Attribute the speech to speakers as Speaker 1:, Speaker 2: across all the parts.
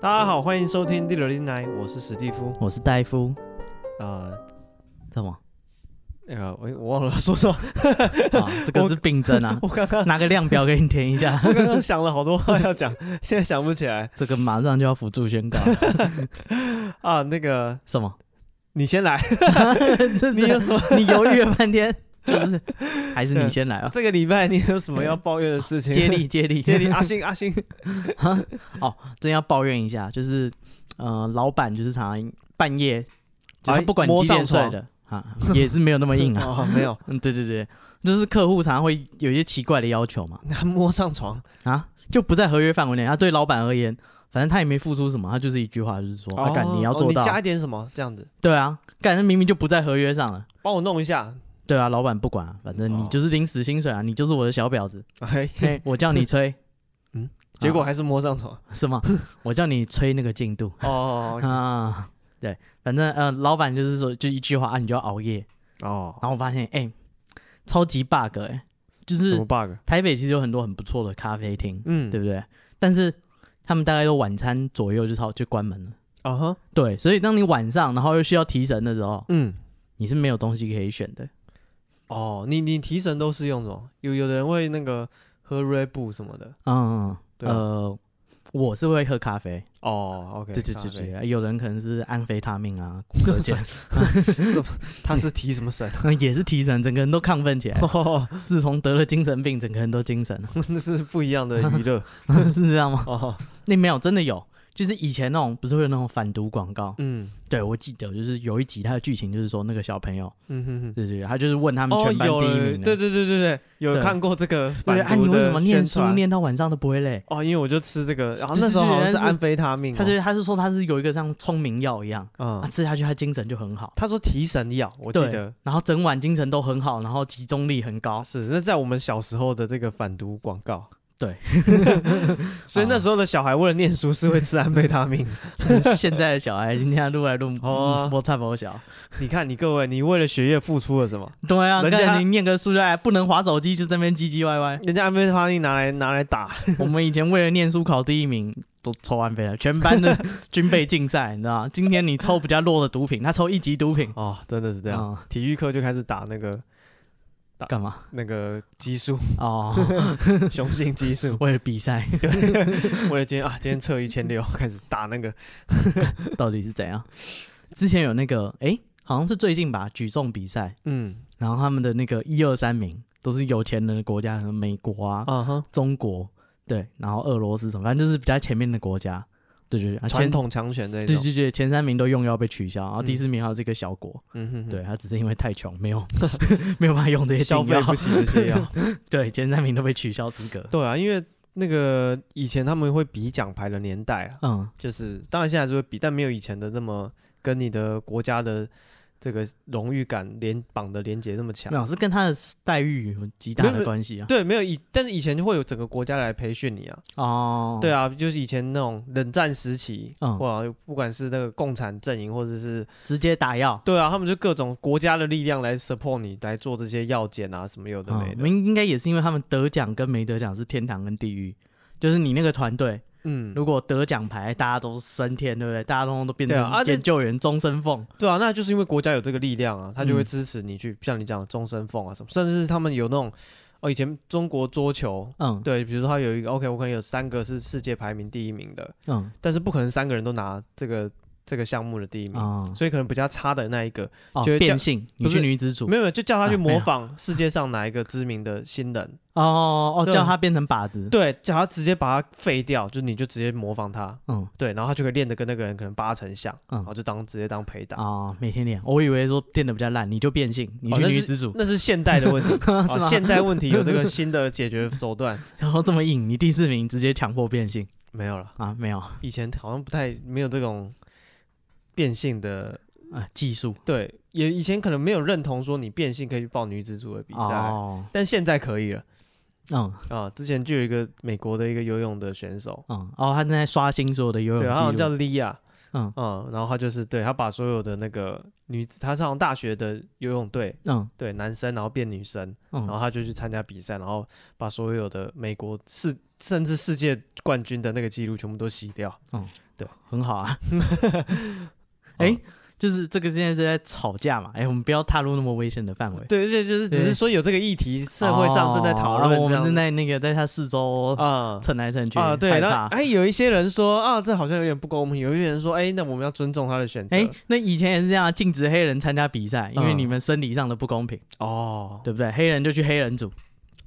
Speaker 1: 大家好，欢迎收听《第六零来》，我是史蒂夫。
Speaker 2: 我是戴夫，
Speaker 1: 啊、
Speaker 2: 什么？
Speaker 1: 那个我我忘了说什么，！
Speaker 2: 啊，这个是病症啊
Speaker 1: 我刚刚
Speaker 2: 拿个量表给你填一 下，
Speaker 1: 我刚刚想了好多话要讲， 现在想不起来
Speaker 2: 这个马上就要辅助宣告了。
Speaker 1: 啊。那个
Speaker 2: 什 么？
Speaker 1: 你先来，
Speaker 2: 这
Speaker 1: 你有什么？
Speaker 2: 你犹豫了半天，就是还是你先来啊！
Speaker 1: 这个礼拜你有什么要抱怨的事情？
Speaker 2: 接力接力 啊
Speaker 1: 接力，！阿星阿星，
Speaker 2: 真要抱怨一下，就是呃，老板就是常常半夜，就
Speaker 1: 哎
Speaker 2: 是他不管你
Speaker 1: 摸
Speaker 2: 几
Speaker 1: 上
Speaker 2: 点睡
Speaker 1: 床
Speaker 2: 的啊，也是没有那么硬啊。
Speaker 1: 哦，没有，
Speaker 2: 嗯，对对对，就是客户常常会有一些奇怪的要求嘛，
Speaker 1: 他摸上床，
Speaker 2: 啊，就不在合约范围内。啊，对老板而言，反正他也没付出什么，他就是一句话，就是说，啊，干
Speaker 1: 哦
Speaker 2: 你要
Speaker 1: 哦
Speaker 2: 做到
Speaker 1: 你，加一点什么这样子，
Speaker 2: 对啊，干那明明就不在合约上了。
Speaker 1: 帮我弄一下。
Speaker 2: 对啊，老板不管啊，反正
Speaker 1: 嗯哦
Speaker 2: 你就是临时薪水啊，你就是我的小 婊子，
Speaker 1: 哎，
Speaker 2: 我叫你 吹
Speaker 1: 嗯结果还是摸上床。
Speaker 2: 什么？我叫你吹那个进度
Speaker 1: 哦
Speaker 2: 啊。对，反正呃，老板就是说，就一句话啊，你就要熬夜。
Speaker 1: 哦，
Speaker 2: 然后我发现，哎、超级 bug 哎、就
Speaker 1: 什么
Speaker 2: 是
Speaker 1: bug？
Speaker 2: 台北其实有很多很不错的咖啡厅，
Speaker 1: 嗯，
Speaker 2: 对不对？但是他们大概都晚餐左右就超就关门了。
Speaker 1: 啊哈，
Speaker 2: 对，所以当你晚上然后又需要提神的时候，
Speaker 1: 嗯，
Speaker 2: 你是没有东西可以选的。
Speaker 1: 哦，你你提神都是用什么？有有的人会那个喝 Red Bull 什么的。
Speaker 2: 嗯，
Speaker 1: 对啊
Speaker 2: 呃，我是会喝咖啡，
Speaker 1: 哦，OK，
Speaker 2: 对对
Speaker 1: 咖
Speaker 2: 对
Speaker 1: 啡，
Speaker 2: 对，有人可能是安非他命啊，骨骼 碱
Speaker 1: 他是提什么神？
Speaker 2: 也是提神，整个人都亢奋起来。
Speaker 1: 啊哦，
Speaker 2: 自从得了精神病，整个人都精神 了，
Speaker 1: 那是不一样的娱乐
Speaker 2: 是这样吗？
Speaker 1: 哦。
Speaker 2: 那没有，真的有，就是以前那种不是会有那种反毒广告？
Speaker 1: 嗯
Speaker 2: 对，我记得就是有一集它的剧情就是说那个小朋友，
Speaker 1: 嗯哼哼。
Speaker 2: 对对，对他就是问他们
Speaker 1: 哦，
Speaker 2: 全班
Speaker 1: 有
Speaker 2: 第一
Speaker 1: 了，
Speaker 2: 名
Speaker 1: 对对
Speaker 2: 的，
Speaker 1: 对对对，有
Speaker 2: 对
Speaker 1: 看过这个反
Speaker 2: 对，啊，
Speaker 1: 毒
Speaker 2: 你为
Speaker 1: 的
Speaker 2: 什么念
Speaker 1: 宣
Speaker 2: 书
Speaker 1: 传
Speaker 2: 念到晚上都不会累？
Speaker 1: 哦，因为我就吃这个，然后
Speaker 2: 就
Speaker 1: 那
Speaker 2: 是
Speaker 1: 时候
Speaker 2: 觉得
Speaker 1: 好像是
Speaker 2: 是
Speaker 1: 安非他命哦，
Speaker 2: 他就他就说他是有一个像聪明药一样，
Speaker 1: 嗯
Speaker 2: 他，吃下去他精神就很好，
Speaker 1: 他说提神药，我记
Speaker 2: 对
Speaker 1: 得
Speaker 2: 然后整晚精神都很好，然后集中力很 高，
Speaker 1: 是那在我们小时候的这个反毒广告。
Speaker 2: 对，
Speaker 1: 所以那时候的小孩为了念书是会吃安非他 命。
Speaker 2: 现在的小孩今天撸来嗯撸
Speaker 1: 哦
Speaker 2: 摸菜摸小，
Speaker 1: 你看，你各位，你为了学业付出了什么？
Speaker 2: 对啊，
Speaker 1: 人
Speaker 2: 人
Speaker 1: 家。
Speaker 2: 家你念个数学还不能划手机，就在那边唧唧歪歪
Speaker 1: 人家安非他命拿来拿来打，
Speaker 2: 我们以前为了念书考第一名都抽安非了，全班的军备竞赛，你知道吗？今天你抽比较弱的毒品，他抽一级毒品，
Speaker 1: 哦，真的是这样。
Speaker 2: 嗯
Speaker 1: 体育课就开始打那个
Speaker 2: 干嘛？
Speaker 1: 那个激素，
Speaker 2: 哦，
Speaker 1: 雄性激 素。
Speaker 2: 为了比赛
Speaker 1: 为了今天啊，今天测一千六， 开始打那个
Speaker 2: 到底是怎样？之前有那个诶，好像是最近吧，举重比赛，
Speaker 1: 嗯
Speaker 2: 然后他们的那个一二三名都是有钱人的国家，什么美国啊、
Speaker 1: 啊哈，
Speaker 2: 中国，对，然后俄罗斯什么，反正就是比较前面的国家，对对对，啊
Speaker 1: 传
Speaker 2: 前
Speaker 1: 统强权这一
Speaker 2: 对
Speaker 1: 种，
Speaker 2: 对对，前三名都用药被取消，然后
Speaker 1: 嗯
Speaker 2: 第四名还有这个小国，
Speaker 1: 嗯哼哼
Speaker 2: 对，他只是因为太穷，没有 没有办法用这些
Speaker 1: 消
Speaker 2: 禁
Speaker 1: 费
Speaker 2: 药，
Speaker 1: 不 起这些药。
Speaker 2: 对，前三名都被取消资格。
Speaker 1: 对啊，因为那个以前他们会比奖牌的年代啊，
Speaker 2: 嗯，
Speaker 1: 就是当然现在还是会比，但没有以前的那么跟你的国家的这个荣誉感联绑的连接那么强
Speaker 2: 没。有，是跟他的待遇有极大
Speaker 1: 没有没
Speaker 2: 的
Speaker 1: 有
Speaker 2: 关系啊。
Speaker 1: 对，没有以，但是以前就会有整个国家来培训你啊。
Speaker 2: 哦，
Speaker 1: 对
Speaker 2: 啊，
Speaker 1: 啊，就是以前那种冷战时期，
Speaker 2: 嗯
Speaker 1: 哇，不管是那个共产阵营，或者是
Speaker 2: 直接打药。
Speaker 1: 对啊，他们就各种国家的力量来 support 你，来做这些药检啊，什么有的没
Speaker 2: 嗯，
Speaker 1: 的。
Speaker 2: 应应该也是因为他们得奖跟没得奖是天堂跟地狱，就是你那个团队
Speaker 1: 嗯，
Speaker 2: 如果得奖牌，大家都是升天，对不对？大家都都变
Speaker 1: 对啊而
Speaker 2: 成
Speaker 1: 且
Speaker 2: 研究员终身俸。
Speaker 1: 对啊，那就是因为国家有这个力量啊，他就会
Speaker 2: 嗯
Speaker 1: 支持你去，像你讲的终身俸啊什么，甚至是他们有那种哦，以前中国桌球。
Speaker 2: 嗯，
Speaker 1: 对，比如说他有一个 OK，我可能有三个是世界排名第一名的，
Speaker 2: 嗯，
Speaker 1: 但是不可能三个人都拿这个这个项目的第一名，
Speaker 2: 啊，
Speaker 1: 所以可能比较差的那一个，
Speaker 2: 哦
Speaker 1: 就会嗯
Speaker 2: 变
Speaker 1: 叫
Speaker 2: 性
Speaker 1: 不
Speaker 2: 女
Speaker 1: 是
Speaker 2: 性女子组
Speaker 1: 没有没有，就叫他去
Speaker 2: 啊没
Speaker 1: 模
Speaker 2: 有
Speaker 1: 仿世界上哪一个知名的新人，
Speaker 2: 哦哦，
Speaker 1: 对
Speaker 2: 叫她变成靶子，
Speaker 1: 对，叫他直接把他废掉，就你就直接模仿他，
Speaker 2: 嗯
Speaker 1: 对，然后他就可以练得跟那个人可能八成像，
Speaker 2: 嗯
Speaker 1: 然后就当直接当陪打。
Speaker 2: 啊，每天练，我以为说练的比较烂，你就变性，你
Speaker 1: 哦
Speaker 2: 去
Speaker 1: 那
Speaker 2: 女
Speaker 1: 是
Speaker 2: 子组，
Speaker 1: 那是现代的问 题，啊
Speaker 2: 是吗
Speaker 1: 现代问题有这 个新的解决手段
Speaker 2: 然后这么硬，你第四名直接强迫变性
Speaker 1: 没有了？
Speaker 2: 啊？没有
Speaker 1: 以前好像不太没有这种变性的，
Speaker 2: 啊，技术
Speaker 1: 对，也以前可能没有认同说你变性可以去报女子组的比赛，
Speaker 2: 哦，
Speaker 1: 但现在可以了
Speaker 2: 嗯
Speaker 1: 啊！之前就有一个美国的一个游泳的选手，
Speaker 2: 嗯，哦，他正在刷新所有的游泳
Speaker 1: 对，他好像
Speaker 2: 记
Speaker 1: 叫
Speaker 2: 录，
Speaker 1: Lia，
Speaker 2: 嗯
Speaker 1: 嗯，然后他就是对他把所有的那个女子，他上大学的游泳队，
Speaker 2: 嗯
Speaker 1: 对男生，然后变女生，然后
Speaker 2: 嗯，
Speaker 1: 他就去参加比赛，然后把所有的美国世甚至世界冠军的那个记录全部都洗掉。
Speaker 2: 很好 啊。 哎，就是这个现在是在吵架嘛？哎，我们不要踏入那么危险的范围。
Speaker 1: 对，而且就是只
Speaker 2: 对
Speaker 1: 是说有这个议题，社会上正在讨
Speaker 2: 哦
Speaker 1: 论这
Speaker 2: 我们
Speaker 1: 样
Speaker 2: 正
Speaker 1: 子，
Speaker 2: 在那个在他四周
Speaker 1: 啊
Speaker 2: 蹭来蹭去
Speaker 1: 啊，对，
Speaker 2: 害
Speaker 1: 然
Speaker 2: 怕
Speaker 1: 后哎，有一些人说啊，这好像有点不公平，有一些人说，哎，那我们要尊重他的选择。
Speaker 2: 哎，那以前也是这样，禁止黑人参加比赛，因为
Speaker 1: 嗯
Speaker 2: 你们生理上的不公平，
Speaker 1: 哦，
Speaker 2: 对不对？黑人就去黑人组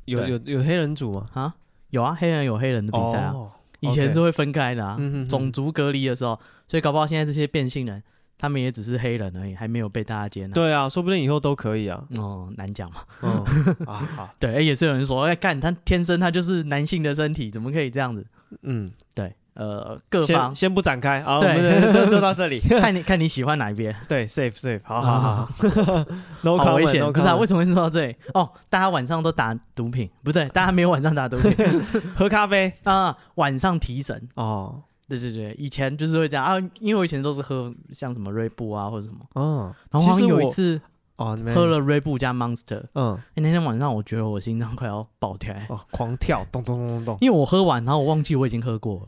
Speaker 1: 有有有黑人组吗？
Speaker 2: 啊，有啊，黑人有黑人的比赛啊，
Speaker 1: 哦
Speaker 2: 以前
Speaker 1: OK
Speaker 2: 是会分开的啊，
Speaker 1: 嗯哼哼
Speaker 2: 种族隔离的时候，所以搞不好现在这些变性人，他们也只是黑人而已，还没有被大家接纳。
Speaker 1: 对啊，说不定以后都可以啊。
Speaker 2: 哦，难讲嘛。
Speaker 1: 嗯啊，好，
Speaker 2: 对，哎、也是有人说，哎、干他天生他就是男性的身体，怎么可以这样子？
Speaker 1: 嗯，
Speaker 2: 对，呃，各
Speaker 1: 先
Speaker 2: 方
Speaker 1: 先不展开，好，我
Speaker 2: 对
Speaker 1: 们就就到这里。
Speaker 2: 看你看你喜欢哪一边，
Speaker 1: 对，safe safe，好好好好，no
Speaker 2: 好危
Speaker 1: comment，
Speaker 2: 险。
Speaker 1: no
Speaker 2: 不是啊，
Speaker 1: comment
Speaker 2: 为什么会说到这里？哦，大家晚上都打毒品，不对，大家没有晚上打毒品
Speaker 1: 喝咖啡
Speaker 2: 啊、晚上提神。
Speaker 1: 哦
Speaker 2: 对对对，以前就是会这样啊，因为我以前都是喝像什么瑞布啊或者什么，
Speaker 1: 哦，
Speaker 2: 然后
Speaker 1: 其
Speaker 2: 好像
Speaker 1: 实
Speaker 2: 有一
Speaker 1: 我
Speaker 2: 次
Speaker 1: 哦，你们
Speaker 2: 喝了瑞布加 Monster，
Speaker 1: 嗯
Speaker 2: 哎、那天晚上我觉得我心脏快要爆跳、欸
Speaker 1: 哦，狂跳，咚咚咚咚咚，
Speaker 2: 因为我喝完，然后我忘记我已经喝过了，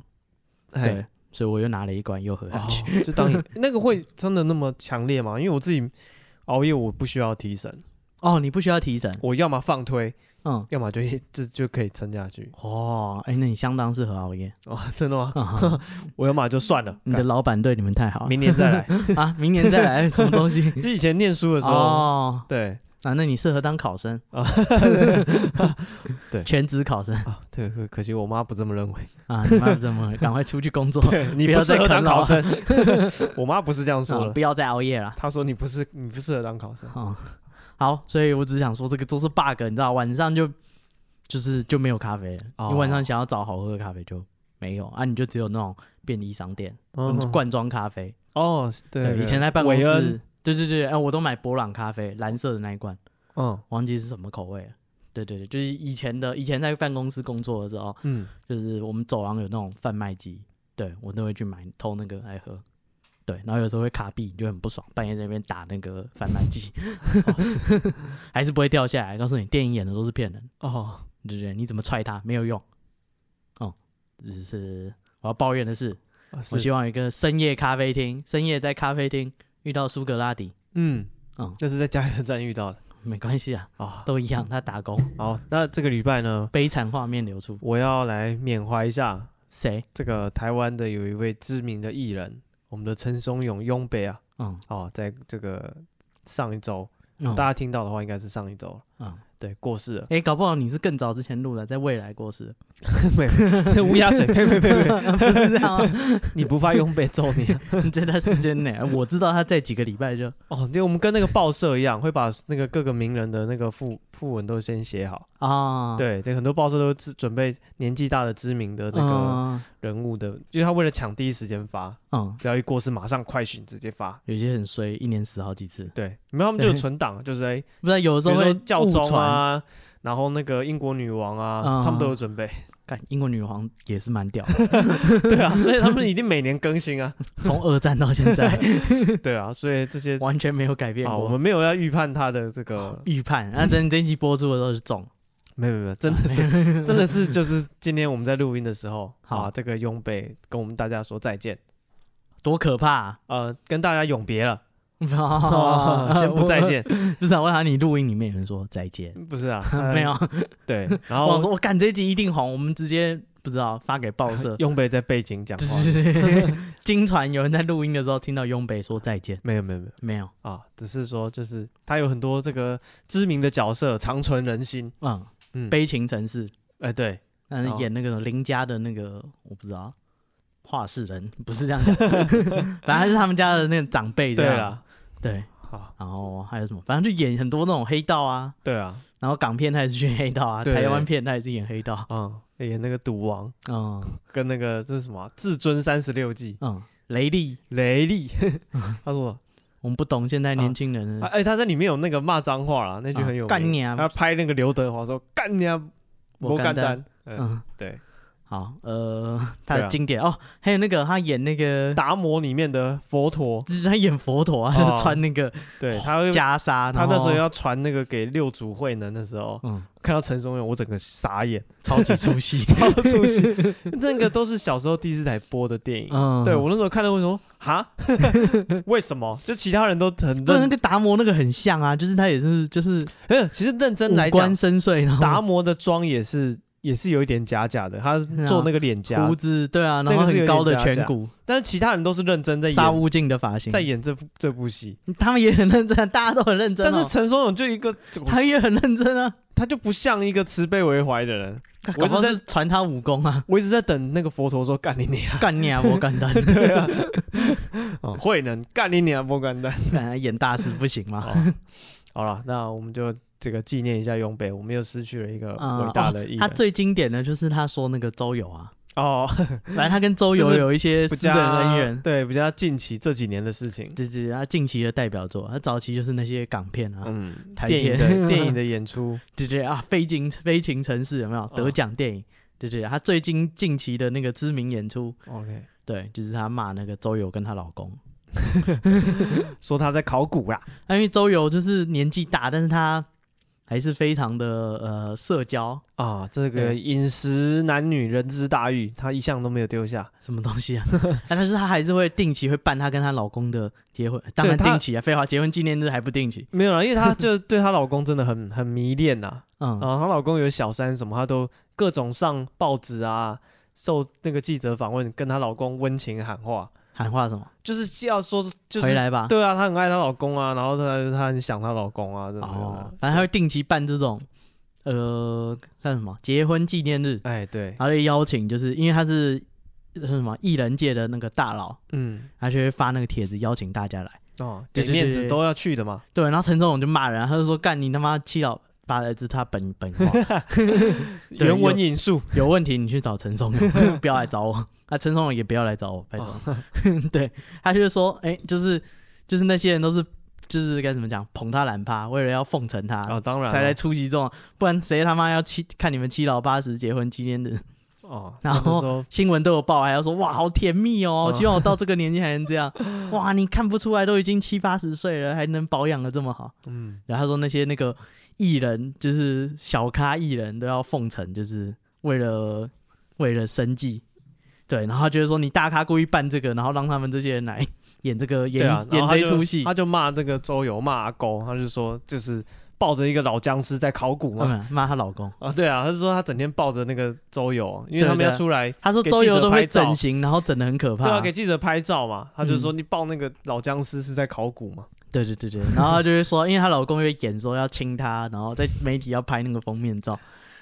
Speaker 1: 嘿
Speaker 2: 对，所以我又拿了一罐又喝下
Speaker 1: 哎哦
Speaker 2: 去。，
Speaker 1: 就当你那个会真的那么强烈吗？因为我自己熬夜，我不需要提神，
Speaker 2: 哦，你不需要提神，
Speaker 1: 我要么放推，
Speaker 2: 嗯，
Speaker 1: 要么就就就可以撑下去。
Speaker 2: 哦，哎、那你相当适合 熬夜，
Speaker 1: 哦，真的吗？
Speaker 2: 啊、
Speaker 1: 我要么就算了，
Speaker 2: 你的
Speaker 1: 干
Speaker 2: 老板对你们太好了
Speaker 1: 明年再来。
Speaker 2: 啊，明年 再来什么东西？
Speaker 1: 就以前念书的时候，
Speaker 2: 哦，
Speaker 1: 对
Speaker 2: 啊，那你适合当考生
Speaker 1: 啊
Speaker 2: 啊，
Speaker 1: 对
Speaker 2: 全职考生
Speaker 1: 啊，对，可可惜我妈不这么认为。
Speaker 2: 啊，你妈这么赶快出去工作，
Speaker 1: 对 你不
Speaker 2: 不要
Speaker 1: 适
Speaker 2: 再
Speaker 1: 合当
Speaker 2: 啃老
Speaker 1: 考
Speaker 2: 啊
Speaker 1: 生， 我妈不是这样说
Speaker 2: 啊
Speaker 1: 的，
Speaker 2: 不要再熬夜了。
Speaker 1: 她说你不是你不适合当考生。
Speaker 2: 哦，好，所以我只想说，这个都是 bug，你知道，晚上就就是就没有咖啡了。
Speaker 1: 哦
Speaker 2: 你晚上想要找好喝的咖啡就没有啊，你就只有那种便利商店、
Speaker 1: 嗯
Speaker 2: 嗯罐装咖啡。
Speaker 1: 哦，对，
Speaker 2: 以前在办公
Speaker 1: 韦恩
Speaker 2: 室，对对对，哎、我都买博朗咖啡，蓝色的那一罐，
Speaker 1: 嗯
Speaker 2: 忘记是什么口味了。对对对，就是以前的，以前在办公室工作的时候，
Speaker 1: 嗯，
Speaker 2: 就是我们走廊有那种贩卖机，对我都会去买偷那个来喝。对，然后有时候会卡币，你就很不爽，半夜在那边打那个贩卖机，
Speaker 1: 哦
Speaker 2: 还是不会掉下来。告诉你，电影演的都是骗人，
Speaker 1: 哦，
Speaker 2: 对不对？你怎么踹他没有用。哦，只是我要抱怨的是，
Speaker 1: 啊
Speaker 2: 我希
Speaker 1: 是，
Speaker 2: 望有一个深夜咖啡厅，深夜在咖啡厅遇到苏格拉底，
Speaker 1: 嗯
Speaker 2: 嗯，
Speaker 1: 这是在加油站遇到的
Speaker 2: 没关系啊，
Speaker 1: 啊。
Speaker 2: 都一样，他打工，
Speaker 1: 好，那这个礼拜呢，
Speaker 2: 悲惨画面流出。
Speaker 1: 我要来缅怀一下
Speaker 2: 谁？
Speaker 1: 这个台湾的有一位知名的艺人，我们的陈松勇雍北啊，
Speaker 2: 嗯，
Speaker 1: 哦，在这个上一周，
Speaker 2: 嗯
Speaker 1: 大家听到的话应该是上一周了，
Speaker 2: 嗯，
Speaker 1: 对，过世 了，
Speaker 2: 哎、搞不好你是更早之前录的，在未来过世。
Speaker 1: 这乌鸦嘴，呸呸呸呸，
Speaker 2: 不是这样 吗？
Speaker 1: 你不怕雍北揍你啊？
Speaker 2: 你这段时间内，啊我知道他在几个礼拜就
Speaker 1: 哦，就我们跟那个报社一样，会把那个各个名人的那个附附文都先写好，
Speaker 2: 啊，
Speaker 1: 对，对，很多报社都是准备年纪大的知名的那个
Speaker 2: 嗯
Speaker 1: 人物的，就是他为了抢第一时间发，
Speaker 2: 嗯，
Speaker 1: 只要一过世马上快讯直接发。
Speaker 2: 有些很衰，一年死好几次，
Speaker 1: 对，没有他们就有
Speaker 2: 对
Speaker 1: 存档，就是哎，
Speaker 2: 不然有的
Speaker 1: 比
Speaker 2: 时候
Speaker 1: 如
Speaker 2: 会
Speaker 1: 说教宗
Speaker 2: 误传。
Speaker 1: 啊，然后那个英国女王啊，
Speaker 2: 嗯
Speaker 1: 他们都有准备。
Speaker 2: 看英国女皇也是蛮屌的，
Speaker 1: 对啊，所以他们一定每年更新啊。
Speaker 2: 从二战到现在
Speaker 1: 对啊，所以这些
Speaker 2: 完全没有改变
Speaker 1: 啊，我
Speaker 2: 过
Speaker 1: 们没有要预判他的这个，
Speaker 2: 预判。那等这一集播出的时候是中，
Speaker 1: 没哦有没有没有，真的是真的是就是今天我们在录音的时 候，啊，
Speaker 2: 好
Speaker 1: 这个雍北跟我们大家说再见，
Speaker 2: 多可 怕啊！哦
Speaker 1: 呃，跟大家永别了，哦 先不
Speaker 2: 不
Speaker 1: 再，见，
Speaker 2: 不是啊我想你录音里面有人说再见，
Speaker 1: 不是啊，
Speaker 2: 没有，
Speaker 1: 对，然
Speaker 2: 我想
Speaker 1: 后，
Speaker 2: 说我干这一集一定红，我们直接不知道发给报社
Speaker 1: 用北在背景讲话
Speaker 2: 就， 是 经传有人在录音的时候听到雍北说再见，
Speaker 1: 没有没有没有
Speaker 2: 没有，
Speaker 1: 啊，只是说就是他有很多这个知名的角色长存人心，
Speaker 2: 嗯，
Speaker 1: 嗯，
Speaker 2: 悲情城市，
Speaker 1: 哎、对，
Speaker 2: 嗯
Speaker 1: 哦，
Speaker 2: 演那个林家的那个我不知道。画事人 不是这样讲， 反正他是他们家的那个长辈这
Speaker 1: 对啊
Speaker 2: 样。
Speaker 1: 啦，
Speaker 2: 对，
Speaker 1: 好，
Speaker 2: 然后还有什么？反正就演很多那种黑道啊，
Speaker 1: 对啊，
Speaker 2: 然后港片他也是演黑道啊，
Speaker 1: 对
Speaker 2: 台湾片他也是演黑道。
Speaker 1: 嗯，演那个赌王
Speaker 2: 嗯
Speaker 1: 跟那个这是什么啊、至尊三十六计》
Speaker 2: 嗯，雷利，
Speaker 1: 雷利， 他说，
Speaker 2: 我们不懂现在年轻人
Speaker 1: 哎、
Speaker 2: 的。
Speaker 1: 他在里面有那个骂脏话啦，那句
Speaker 2: 嗯啊
Speaker 1: 很有名，
Speaker 2: 干你啊
Speaker 1: 他拍那个刘德华说干你啊，
Speaker 2: 我
Speaker 1: 我
Speaker 2: 干
Speaker 1: 干单，嗯，
Speaker 2: 嗯，
Speaker 1: 对，
Speaker 2: 好，呃，他的
Speaker 1: 对啊
Speaker 2: 经典哦，还有那个他演那个，
Speaker 1: 达摩里面的佛陀，
Speaker 2: 就是他演佛陀啊，就是
Speaker 1: 哦
Speaker 2: 穿那个
Speaker 1: 对他会。
Speaker 2: 袈裟，
Speaker 1: 他
Speaker 2: 然
Speaker 1: 那时候
Speaker 2: 后
Speaker 1: 要传那个给六祖慧能的时候，
Speaker 2: 哦嗯，
Speaker 1: 看到陈松勇，我整个傻眼，
Speaker 2: 超级 出戏，
Speaker 1: 超 出戏。那个都是小时候第四台播的电影，
Speaker 2: 嗯，
Speaker 1: 对我那时候看到为什么哈？ 为什么？就其他人都很
Speaker 2: 不是那
Speaker 1: 认，
Speaker 2: 个达摩那个很像啊，就是他也是就是
Speaker 1: 嗯，其实认真来
Speaker 2: 五
Speaker 1: 讲
Speaker 2: 官，深邃，然后
Speaker 1: 达摩的妆也是也是有一点假假的，他
Speaker 2: 啊
Speaker 1: 做那个脸颊
Speaker 2: 胡，子，对啊，然
Speaker 1: 那个
Speaker 2: 后
Speaker 1: 是
Speaker 2: 很
Speaker 1: 有点
Speaker 2: 高的
Speaker 1: 假
Speaker 2: 颧
Speaker 1: 假
Speaker 2: 骨，
Speaker 1: 但是其他人都是认真在
Speaker 2: 沙
Speaker 1: 演，
Speaker 2: 悟净的发型，
Speaker 1: 在演这部这部戏。
Speaker 2: 他们也很认真，大家都很认真、
Speaker 1: 但
Speaker 2: 哦
Speaker 1: 是。陈松勇就一个，
Speaker 2: 他也很认 真啊，
Speaker 1: 他就不像一个慈悲为怀的人。
Speaker 2: 我
Speaker 1: 我一
Speaker 2: 是
Speaker 1: 直
Speaker 2: 在
Speaker 1: 在
Speaker 2: 传他武功 啊，
Speaker 1: 我一直在等那个佛陀说干你娘，
Speaker 2: 干你啊，我 干单，
Speaker 1: 对啊，哦慧能干你娘，不干的。
Speaker 2: 干啊演大师不行 吗？
Speaker 1: 哦，好了，那我们就这个纪念一下永北，我们又失去了一个
Speaker 2: 啊
Speaker 1: 伟大的艺人。
Speaker 2: 他最经典的就是他说那个周游啊，
Speaker 1: 哦，
Speaker 2: 反正他跟周
Speaker 1: 就
Speaker 2: 游
Speaker 1: 是啊
Speaker 2: 有一些
Speaker 1: 比
Speaker 2: 私
Speaker 1: 较
Speaker 2: 人恩怨，
Speaker 1: 对，比较近期这几年的事情。
Speaker 2: 这是他近期的代表作，他早期就是那些港片啊，
Speaker 1: 嗯，
Speaker 2: 台
Speaker 1: 电影
Speaker 2: 片
Speaker 1: 的电影的演出，
Speaker 2: 对对啊，飞行飞行城市有没有
Speaker 1: 嗯
Speaker 2: 得奖电影？对对，他最近近期的那个知名演出，
Speaker 1: OK，
Speaker 2: 对，就是他骂那个周游跟她老公，
Speaker 1: 说他在考古啦，
Speaker 2: 啊因为周游就是年纪大，但是他还是非常的呃社交，
Speaker 1: 啊，这个
Speaker 2: 对
Speaker 1: 饮食男女人之大欲，他一向都没有丢下。
Speaker 2: 什么东 西啊？但是她还是会定期会办她跟她老公的结婚，当然
Speaker 1: 她
Speaker 2: 定期啊，废话，结婚纪念日还不定期。
Speaker 1: 没有啦，因为她就对她老公真的很很迷恋呐、
Speaker 2: 嗯，
Speaker 1: 然后她老公有小三什么，她都各种上报纸啊，受那个记者访问，跟她老公温情喊话，
Speaker 2: 喊话什么？
Speaker 1: 就是要说就是
Speaker 2: 回来吧。
Speaker 1: 对啊，她很爱她老公啊，然后她她很想她老公啊，真的。
Speaker 2: 哦，反正她会定期办这种，呃，叫什么结婚纪念日，
Speaker 1: 哎，对，
Speaker 2: 然后就邀请，就是因为她是呃什么艺人界的那个大佬，
Speaker 1: 嗯，
Speaker 2: 她就会发那个帖子邀请大家来。
Speaker 1: 哦，
Speaker 2: 对
Speaker 1: 给面
Speaker 2: 对对
Speaker 1: 子都要去的嘛。
Speaker 2: 对，然后陈总勇就骂人，啊他就说：“干你他妈七老八十是他本本话。”对
Speaker 1: 原文引述，
Speaker 2: 有问题你去找陈松勇， 不要来找我。啊，陈松勇也不要来找我，拜
Speaker 1: 哦
Speaker 2: 托。对，他就是说，哎、就是就是那些人都是就是该怎么讲，捧他懒趴，为了要奉承他，
Speaker 1: 啊，当然
Speaker 2: 才
Speaker 1: 了
Speaker 2: 来出席这种，不然谁他妈要七看你们七老八十结婚纪念日，
Speaker 1: 哦，
Speaker 2: 然
Speaker 1: 然
Speaker 2: 后
Speaker 1: 后说
Speaker 2: 新闻都有报，还要说哇好甜蜜哦，
Speaker 1: 哦
Speaker 2: 希望我到这个年纪还 能这样。哇，你看不出来都已经七八十岁了，还能保养的这么好。
Speaker 1: 嗯，
Speaker 2: 然后他说那些那个艺人，就是小咖艺人都要奉承，就是为了为了生计。对，然后他就是说你大咖故意办这个，然后让他们这些人来演这个演
Speaker 1: 对
Speaker 2: 一、
Speaker 1: 啊，
Speaker 2: 演
Speaker 1: 然后他
Speaker 2: 这一
Speaker 1: 就
Speaker 2: 出戏
Speaker 1: 他，就骂这个周游，骂阿公，他就说就是抱着一个老僵尸在考古嘛。
Speaker 2: 嗯，骂她老公。
Speaker 1: 啊，对啊，他就说他整天抱着那个周游，因为
Speaker 2: 对
Speaker 1: 他们要
Speaker 2: 对啊
Speaker 1: 出来，
Speaker 2: 他说
Speaker 1: 给
Speaker 2: 周
Speaker 1: 记
Speaker 2: 游
Speaker 1: 者
Speaker 2: 都会
Speaker 1: 拍照
Speaker 2: 整形，然后整的很可怕。
Speaker 1: 对啊，给记者拍照嘛。他就说你抱那个老僵尸是在考古嘛。
Speaker 2: 对对对 对，然后他就会说，因为她老公会演说要亲她，然后在媒体要拍那个封面照，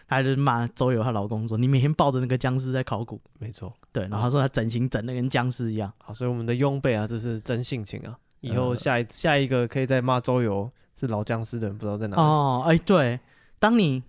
Speaker 2: 她就骂周游她老公说你每天抱着那个僵尸在考古。
Speaker 1: 没错，
Speaker 2: 对，然后他说他整形整的跟僵尸一样。
Speaker 1: 好，所以我们的拥贝啊，这是真性情啊。以后
Speaker 2: 呃
Speaker 1: 下一、下一个可以再骂周游是老僵尸的人，不知道在哪里。
Speaker 2: 哦，哎、对，当你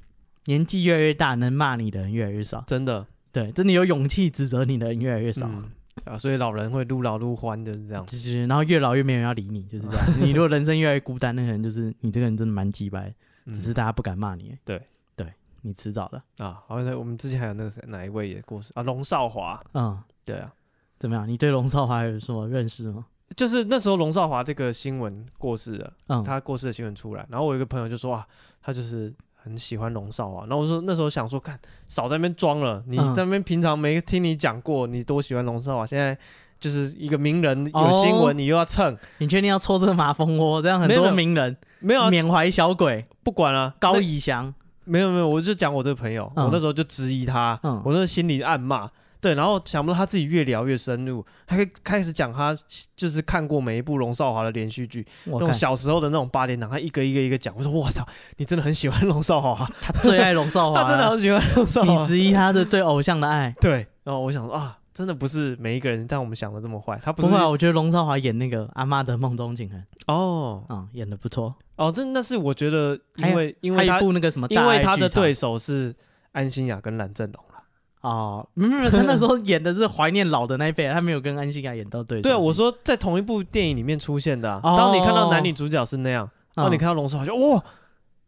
Speaker 2: 年纪越来越大，能骂你的人越来越少，
Speaker 1: 真的
Speaker 2: 对，真的有勇气指责你的人越来越少，
Speaker 1: 嗯啊，所以老人会撸老撸欢就是这样。
Speaker 2: 就是然后越老越没人要理你，就是 这样。你 如果人生越来越孤单，那可能就是你这个人真的蛮鸡掰，
Speaker 1: 嗯
Speaker 2: 只是大家不敢骂你。
Speaker 1: 对，
Speaker 2: 对你迟早的，
Speaker 1: 啊，好像我们之前还有那个谁哪一位也过世啊，龙少华。
Speaker 2: 嗯，
Speaker 1: 对啊，
Speaker 2: 怎么样？你对龙少华有什么认识吗？
Speaker 1: 就是那时候龙少华这个新闻过世了，
Speaker 2: 嗯，
Speaker 1: 他过世的新闻出来，然后我有一个朋友就说哇，他就是很喜欢龙少华，然后我说那时候想说，看少在那边装了，你
Speaker 2: 嗯
Speaker 1: 在那边平常没听你讲过你多喜欢龙少华，现在。就是一个名人有新
Speaker 2: 哦
Speaker 1: 闻，你又要蹭，
Speaker 2: 你确定要抽这个马蜂窝？这样很
Speaker 1: 没有
Speaker 2: 多
Speaker 1: 没有
Speaker 2: 名人，
Speaker 1: 没有啊、
Speaker 2: 缅怀小鬼
Speaker 1: 不管了、
Speaker 2: 高
Speaker 1: 那
Speaker 2: 以翔，
Speaker 1: 没有没有，我就讲我这个朋友，
Speaker 2: 嗯
Speaker 1: 我那时候就质疑他，
Speaker 2: 嗯
Speaker 1: 我那时候心里暗骂。对，然后想不到他自己越聊越深入，他开开始讲他就是看过每一部龙少华的连续剧，
Speaker 2: 我
Speaker 1: 那种
Speaker 2: 看
Speaker 1: 小时候的那种八点档，他一个一个一个讲。我说哇操，你真的很喜欢龙少华，
Speaker 2: 他最爱龙少华，啊
Speaker 1: 他真的，很喜欢龙少
Speaker 2: 你
Speaker 1: 华。
Speaker 2: 质疑他的对偶像的爱？
Speaker 1: 对，然后我想说啊，真的不是每一个人像我们想的这么坏，他不
Speaker 2: 不
Speaker 1: 是
Speaker 2: 会啊，我觉得龙少华演那个阿妈的梦中情人
Speaker 1: 哦
Speaker 2: 啊、嗯演的不错。
Speaker 1: 哦，但那是我觉得，
Speaker 2: 还
Speaker 1: 因
Speaker 2: 有
Speaker 1: 为因
Speaker 2: 还
Speaker 1: 为
Speaker 2: 有
Speaker 1: 他
Speaker 2: 一部那个什么大
Speaker 1: 因
Speaker 2: 爱
Speaker 1: 为他
Speaker 2: 剧
Speaker 1: 的
Speaker 2: 场
Speaker 1: 对手是安心雅跟蓝正龙了。
Speaker 2: 哦，没有没有，他那时候演的是怀念老的那一辈，他没有跟安心雅演到对手戏。
Speaker 1: 对啊，我说在同一部电影里面出现的啊、
Speaker 2: 哦
Speaker 1: 当你看到男女主角是那样，
Speaker 2: 嗯
Speaker 1: 当你看到龙少华就哇，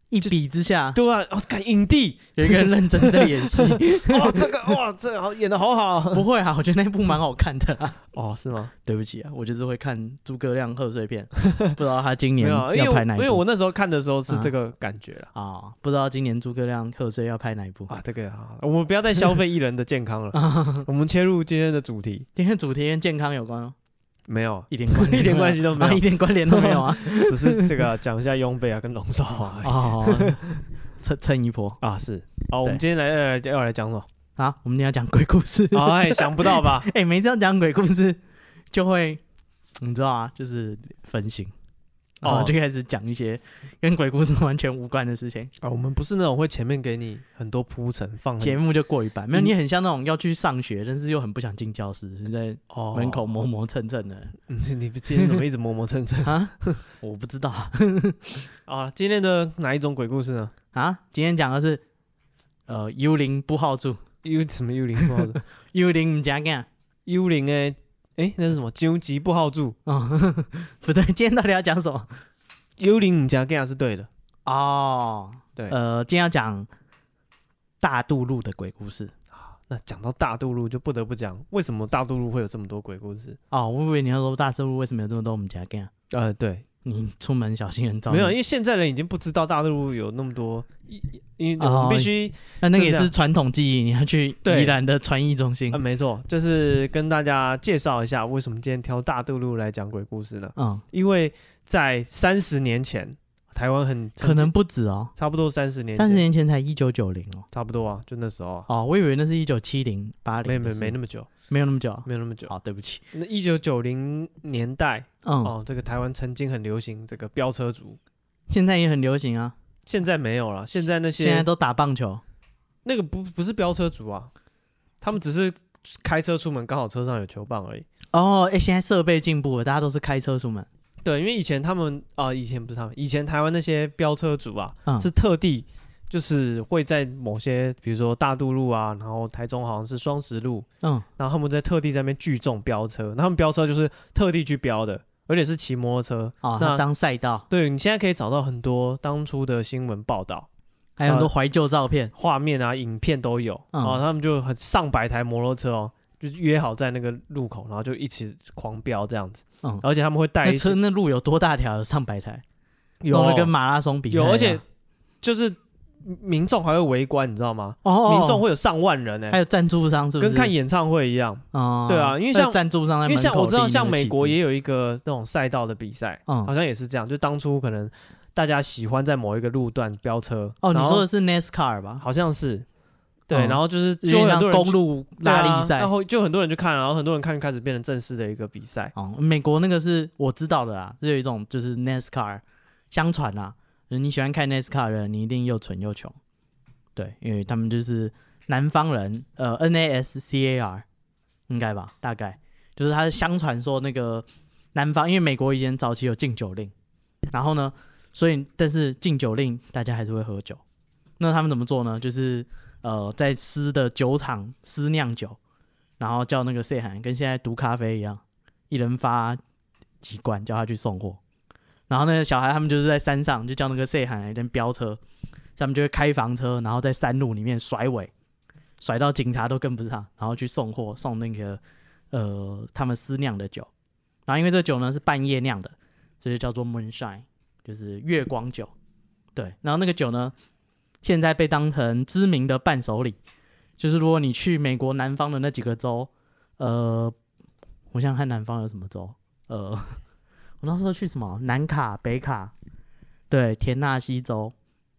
Speaker 2: 一比之下，
Speaker 1: 对啊，哦，看影帝，
Speaker 2: 有一个人认真在演戏，
Speaker 1: 哇，这个 哇，这个好演的好好
Speaker 2: 不会啊，我觉得那部蛮好看的啊啦。
Speaker 1: 哦，是吗？
Speaker 2: 对不起啊，我就是会看诸葛亮贺岁 片，不知道他今
Speaker 1: 没
Speaker 2: 年
Speaker 1: 有啊，因为
Speaker 2: 要
Speaker 1: 我
Speaker 2: 拍哪
Speaker 1: 因
Speaker 2: 一
Speaker 1: 为
Speaker 2: 部
Speaker 1: 我那时候看的时候是这个感觉了。
Speaker 2: 啊、不知道今年诸葛亮贺岁要拍哪一部。
Speaker 1: 啊，这个啊，我们不要再消费艺人的健康了， 我们切入今天的主题。
Speaker 2: 今天主题跟健康有关吗？
Speaker 1: 没有，
Speaker 2: 一点关
Speaker 1: 一点关系都没有
Speaker 2: 啊一点关联都没有啊。
Speaker 1: 只是这个啊讲一下雍贝啊跟龙少华而 已
Speaker 2: 哦，蹭蹭一波
Speaker 1: 啊，是。好，我们今天来要来要来讲什 么？
Speaker 2: 啊！我们今天要讲鬼故事。
Speaker 1: 好哎，想不到吧？
Speaker 2: 哎、每次要讲鬼故事，就会你知道啊，就是分心，然后
Speaker 1: 哦
Speaker 2: 就开始讲一些跟鬼故事完全无关的事情，
Speaker 1: 啊，我们不是那种会前面给你很多铺陈放很
Speaker 2: 节目就过一半。没有，
Speaker 1: 嗯
Speaker 2: 你很像那种要去上学，但是又很不想进教室，就在
Speaker 1: 哦
Speaker 2: 门口磨磨蹭蹭的
Speaker 1: 嗯，你不今天怎么一直磨磨蹭蹭
Speaker 2: 啊。我不知道啊
Speaker 1: 啊？今天的哪一种鬼故事呢？
Speaker 2: 啊，今天讲的是呃幽灵不好住，
Speaker 1: 幽什么幽灵不好住？
Speaker 2: 幽灵唔加干。
Speaker 1: 幽灵哎哎，那是什么？究极不好住。
Speaker 2: 哦， 不对，今天到底要讲什么？
Speaker 1: 幽灵五加 g a 是对的。
Speaker 2: 哦，
Speaker 1: 对
Speaker 2: 呃，今天要讲大渡路的鬼故事。
Speaker 1: 啊那讲到大渡路，就不得不讲为什么大渡路会有这么多鬼故事。
Speaker 2: 哦，我以为你要说大渡路为什么有这么多我们家干？
Speaker 1: 呃，对，
Speaker 2: 你出门小心人造。
Speaker 1: 没有，因，为现在人已经不知道大陆有那么多，因因为我
Speaker 2: 哦
Speaker 1: 们必须、
Speaker 2: 那那个也
Speaker 1: 就这
Speaker 2: 是
Speaker 1: 样
Speaker 2: 传统技艺，你要去
Speaker 1: 对
Speaker 2: 宜兰的传艺中心
Speaker 1: 啊，。没错，就是跟大家介绍一下为什么今天挑大渡路来讲鬼故事呢？
Speaker 2: 嗯，
Speaker 1: 因为在三十年前，台湾很
Speaker 2: 可能不止哦，
Speaker 1: 差不多三十年前，
Speaker 2: 三十年前才一九九零哦。
Speaker 1: 差不多啊，就那时候啊，
Speaker 2: 哦，我以为那是一九七零八零，
Speaker 1: 没没没那么久，
Speaker 2: 没有那么久。
Speaker 1: 没有那么久。
Speaker 2: 好，对不起。
Speaker 1: 那一九九零年代
Speaker 2: 嗯，
Speaker 1: 哦，这个台湾曾经很流行这个飙车族，
Speaker 2: 现在也很流行啊，
Speaker 1: 现在没有了，现在那
Speaker 2: 现在
Speaker 1: 些
Speaker 2: 都打棒球。
Speaker 1: 那个不不是飙车族啊，他们只是开车出门，刚好车上有球棒而已。
Speaker 2: 哦，哎，现在设备进步了，大家都是开车出门。
Speaker 1: 对，因为以前他们啊、以前不是他们，以前台湾那些飙车族啊，
Speaker 2: 嗯，
Speaker 1: 是特地就是会在某些，比如说大渡路啊，然后台中好像是双十路，
Speaker 2: 嗯，
Speaker 1: 然后他们在特地在那边聚众飙车，那他们飙车就是特地去飙的，而且是骑摩托车。
Speaker 2: 哦，
Speaker 1: 那呃
Speaker 2: 它当赛道，
Speaker 1: 对你现在可以找到很多当初的新闻报道、
Speaker 2: 还有很多怀旧照片。
Speaker 1: 画面啊、影片都有啊、
Speaker 2: 嗯
Speaker 1: 哦他们就很上百台摩托车哦，就约好在那个路口，然后就一起狂飙这样子，
Speaker 2: 嗯
Speaker 1: 而且他们会带
Speaker 2: 那
Speaker 1: 一
Speaker 2: 车
Speaker 1: 些
Speaker 2: 那路有多大条？有上百台，
Speaker 1: 有
Speaker 2: 弄得跟马拉松比赛一
Speaker 1: 有，
Speaker 2: 样。
Speaker 1: 而且就是民众还会围观，你知道吗？
Speaker 2: 哦哦，
Speaker 1: 民众
Speaker 2: 会
Speaker 1: 会有上万人哎、
Speaker 2: 还有赞助商是不是？
Speaker 1: 跟看演唱会一样。
Speaker 2: 哦，
Speaker 1: 对啊因为像
Speaker 2: 那赞助商在
Speaker 1: 因
Speaker 2: 门口
Speaker 1: 为像我知道，
Speaker 2: 立那个
Speaker 1: 像美国
Speaker 2: 旗帜
Speaker 1: 也有一个那种赛道的比赛，
Speaker 2: 嗯
Speaker 1: 好像也是这样，就当初可能大家喜欢在某一个路段飙车。
Speaker 2: 哦，你
Speaker 1: 然后
Speaker 2: 说的是 NASCAR 吧？
Speaker 1: 好像是。对，
Speaker 2: 嗯
Speaker 1: 然后就是就
Speaker 2: 有点
Speaker 1: 很
Speaker 2: 像
Speaker 1: 多人
Speaker 2: 公
Speaker 1: 去
Speaker 2: 路
Speaker 1: 对啊
Speaker 2: 拉力赛
Speaker 1: 然。后就很多人去看，然后很多人看就开始变成正式的一个比赛。
Speaker 2: 哦，美国那个是我知道的啊，是有一种就是 NASCAR，相传啊，就是你喜欢看 NASCAR 的人，你一定又蠢又穷。对，因为他们就是南方人，呃，NASCAR 应该吧，大概就是他相传说那个南方，因为美国以前早期有禁酒令，然后呢，所以但是禁酒令大家还是会喝酒，那他们怎么做呢？就是呃，在私的酒厂私酿酒，然后叫那个 C 喊跟现在毒咖啡一样，一人发几罐，叫他去送货。然后那个小孩他们就是在山上，就叫那个 C 喊来跟飙车，他们就会开房车，然后在山路里面甩尾，甩到警察都跟不上，然后去送货，送那个呃他们私酿的酒。然后因为这酒呢是半夜酿的，所以就叫做 moonshine，就是月光酒。对，然后那个酒呢，现在被当成知名的伴手礼，就是如果你去美国南方的那几个州，呃，我想想看南方有什么州，呃， 我那时候去什么南卡、北卡，对，田纳西州，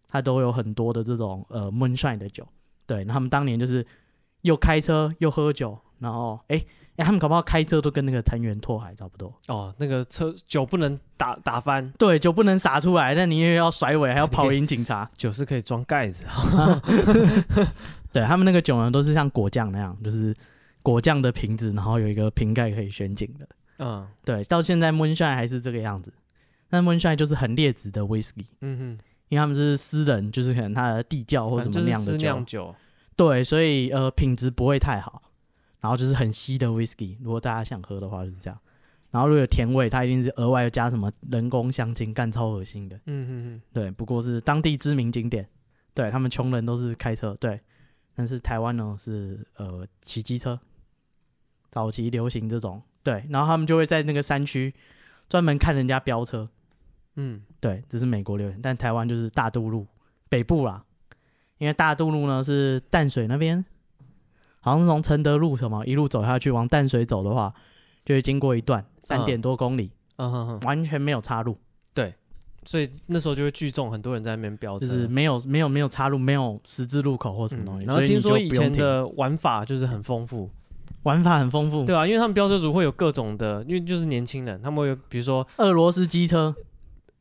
Speaker 2: 它它都有很多的这种呃 moonshine 的酒。对，那他们当年就是又开车又喝酒，然后哎哎，他们搞不好开车都跟那个藤原拓海差不多。
Speaker 1: 哦，那个车酒不能打打翻，
Speaker 2: 对，酒不能洒出来，但你又要甩尾，还要跑赢 警察。
Speaker 1: 酒是可以装盖子啊。
Speaker 2: 对他们那个酒呢，都是像果酱那样，就是果酱的瓶子，然后有一个瓶盖可以旋紧的。
Speaker 1: 嗯
Speaker 2: 对，到现在 moonshine 还是这个样子。那 moonshine 就是很劣质的 whisky，
Speaker 1: 嗯
Speaker 2: 因为他们是私人，就是可能他的地窖
Speaker 1: 哼，
Speaker 2: 哦或
Speaker 1: 反
Speaker 2: 什
Speaker 1: 正
Speaker 2: 么
Speaker 1: 就是
Speaker 2: 酿的
Speaker 1: 私
Speaker 2: 酒，
Speaker 1: 酿酒，
Speaker 2: 对，所以呃品质不会太好。然后就是很稀的 whisky，如果大家想喝的话就是这样。然后如果有甜味，它一定是额外又加什么人工香精，干超恶心的。
Speaker 1: 嗯
Speaker 2: 对，不过是当地知名景点。对他们穷人都是开车，对，但是台湾呢是呃骑机车，早期流行这种，对，然后他们就会在那个山区专门看人家飙车，
Speaker 1: 嗯哼
Speaker 2: 对，这是美国流行，但台湾就是大渡路北部啦，因为大渡路呢是淡水那边，好像是从承德路什么一路走下去往淡水走的话，就会经过一段三点多公里，
Speaker 1: 嗯嗯哼哼，
Speaker 2: 完全没有岔路，
Speaker 1: 所以那时候就会聚众，很多人在那边飙车。嗯
Speaker 2: 就是没有没有没有岔路，没有十字路口或什么东西，
Speaker 1: 然后
Speaker 2: 所以
Speaker 1: 听
Speaker 2: 你就
Speaker 1: 说
Speaker 2: 不
Speaker 1: 以
Speaker 2: 用
Speaker 1: 前
Speaker 2: 停
Speaker 1: 的玩法就是很丰富，
Speaker 2: 玩法很丰富，
Speaker 1: 对啊，因为他们飙车族会有各种的，因为就是年轻人，他们会有比如说
Speaker 2: 俄罗斯机车，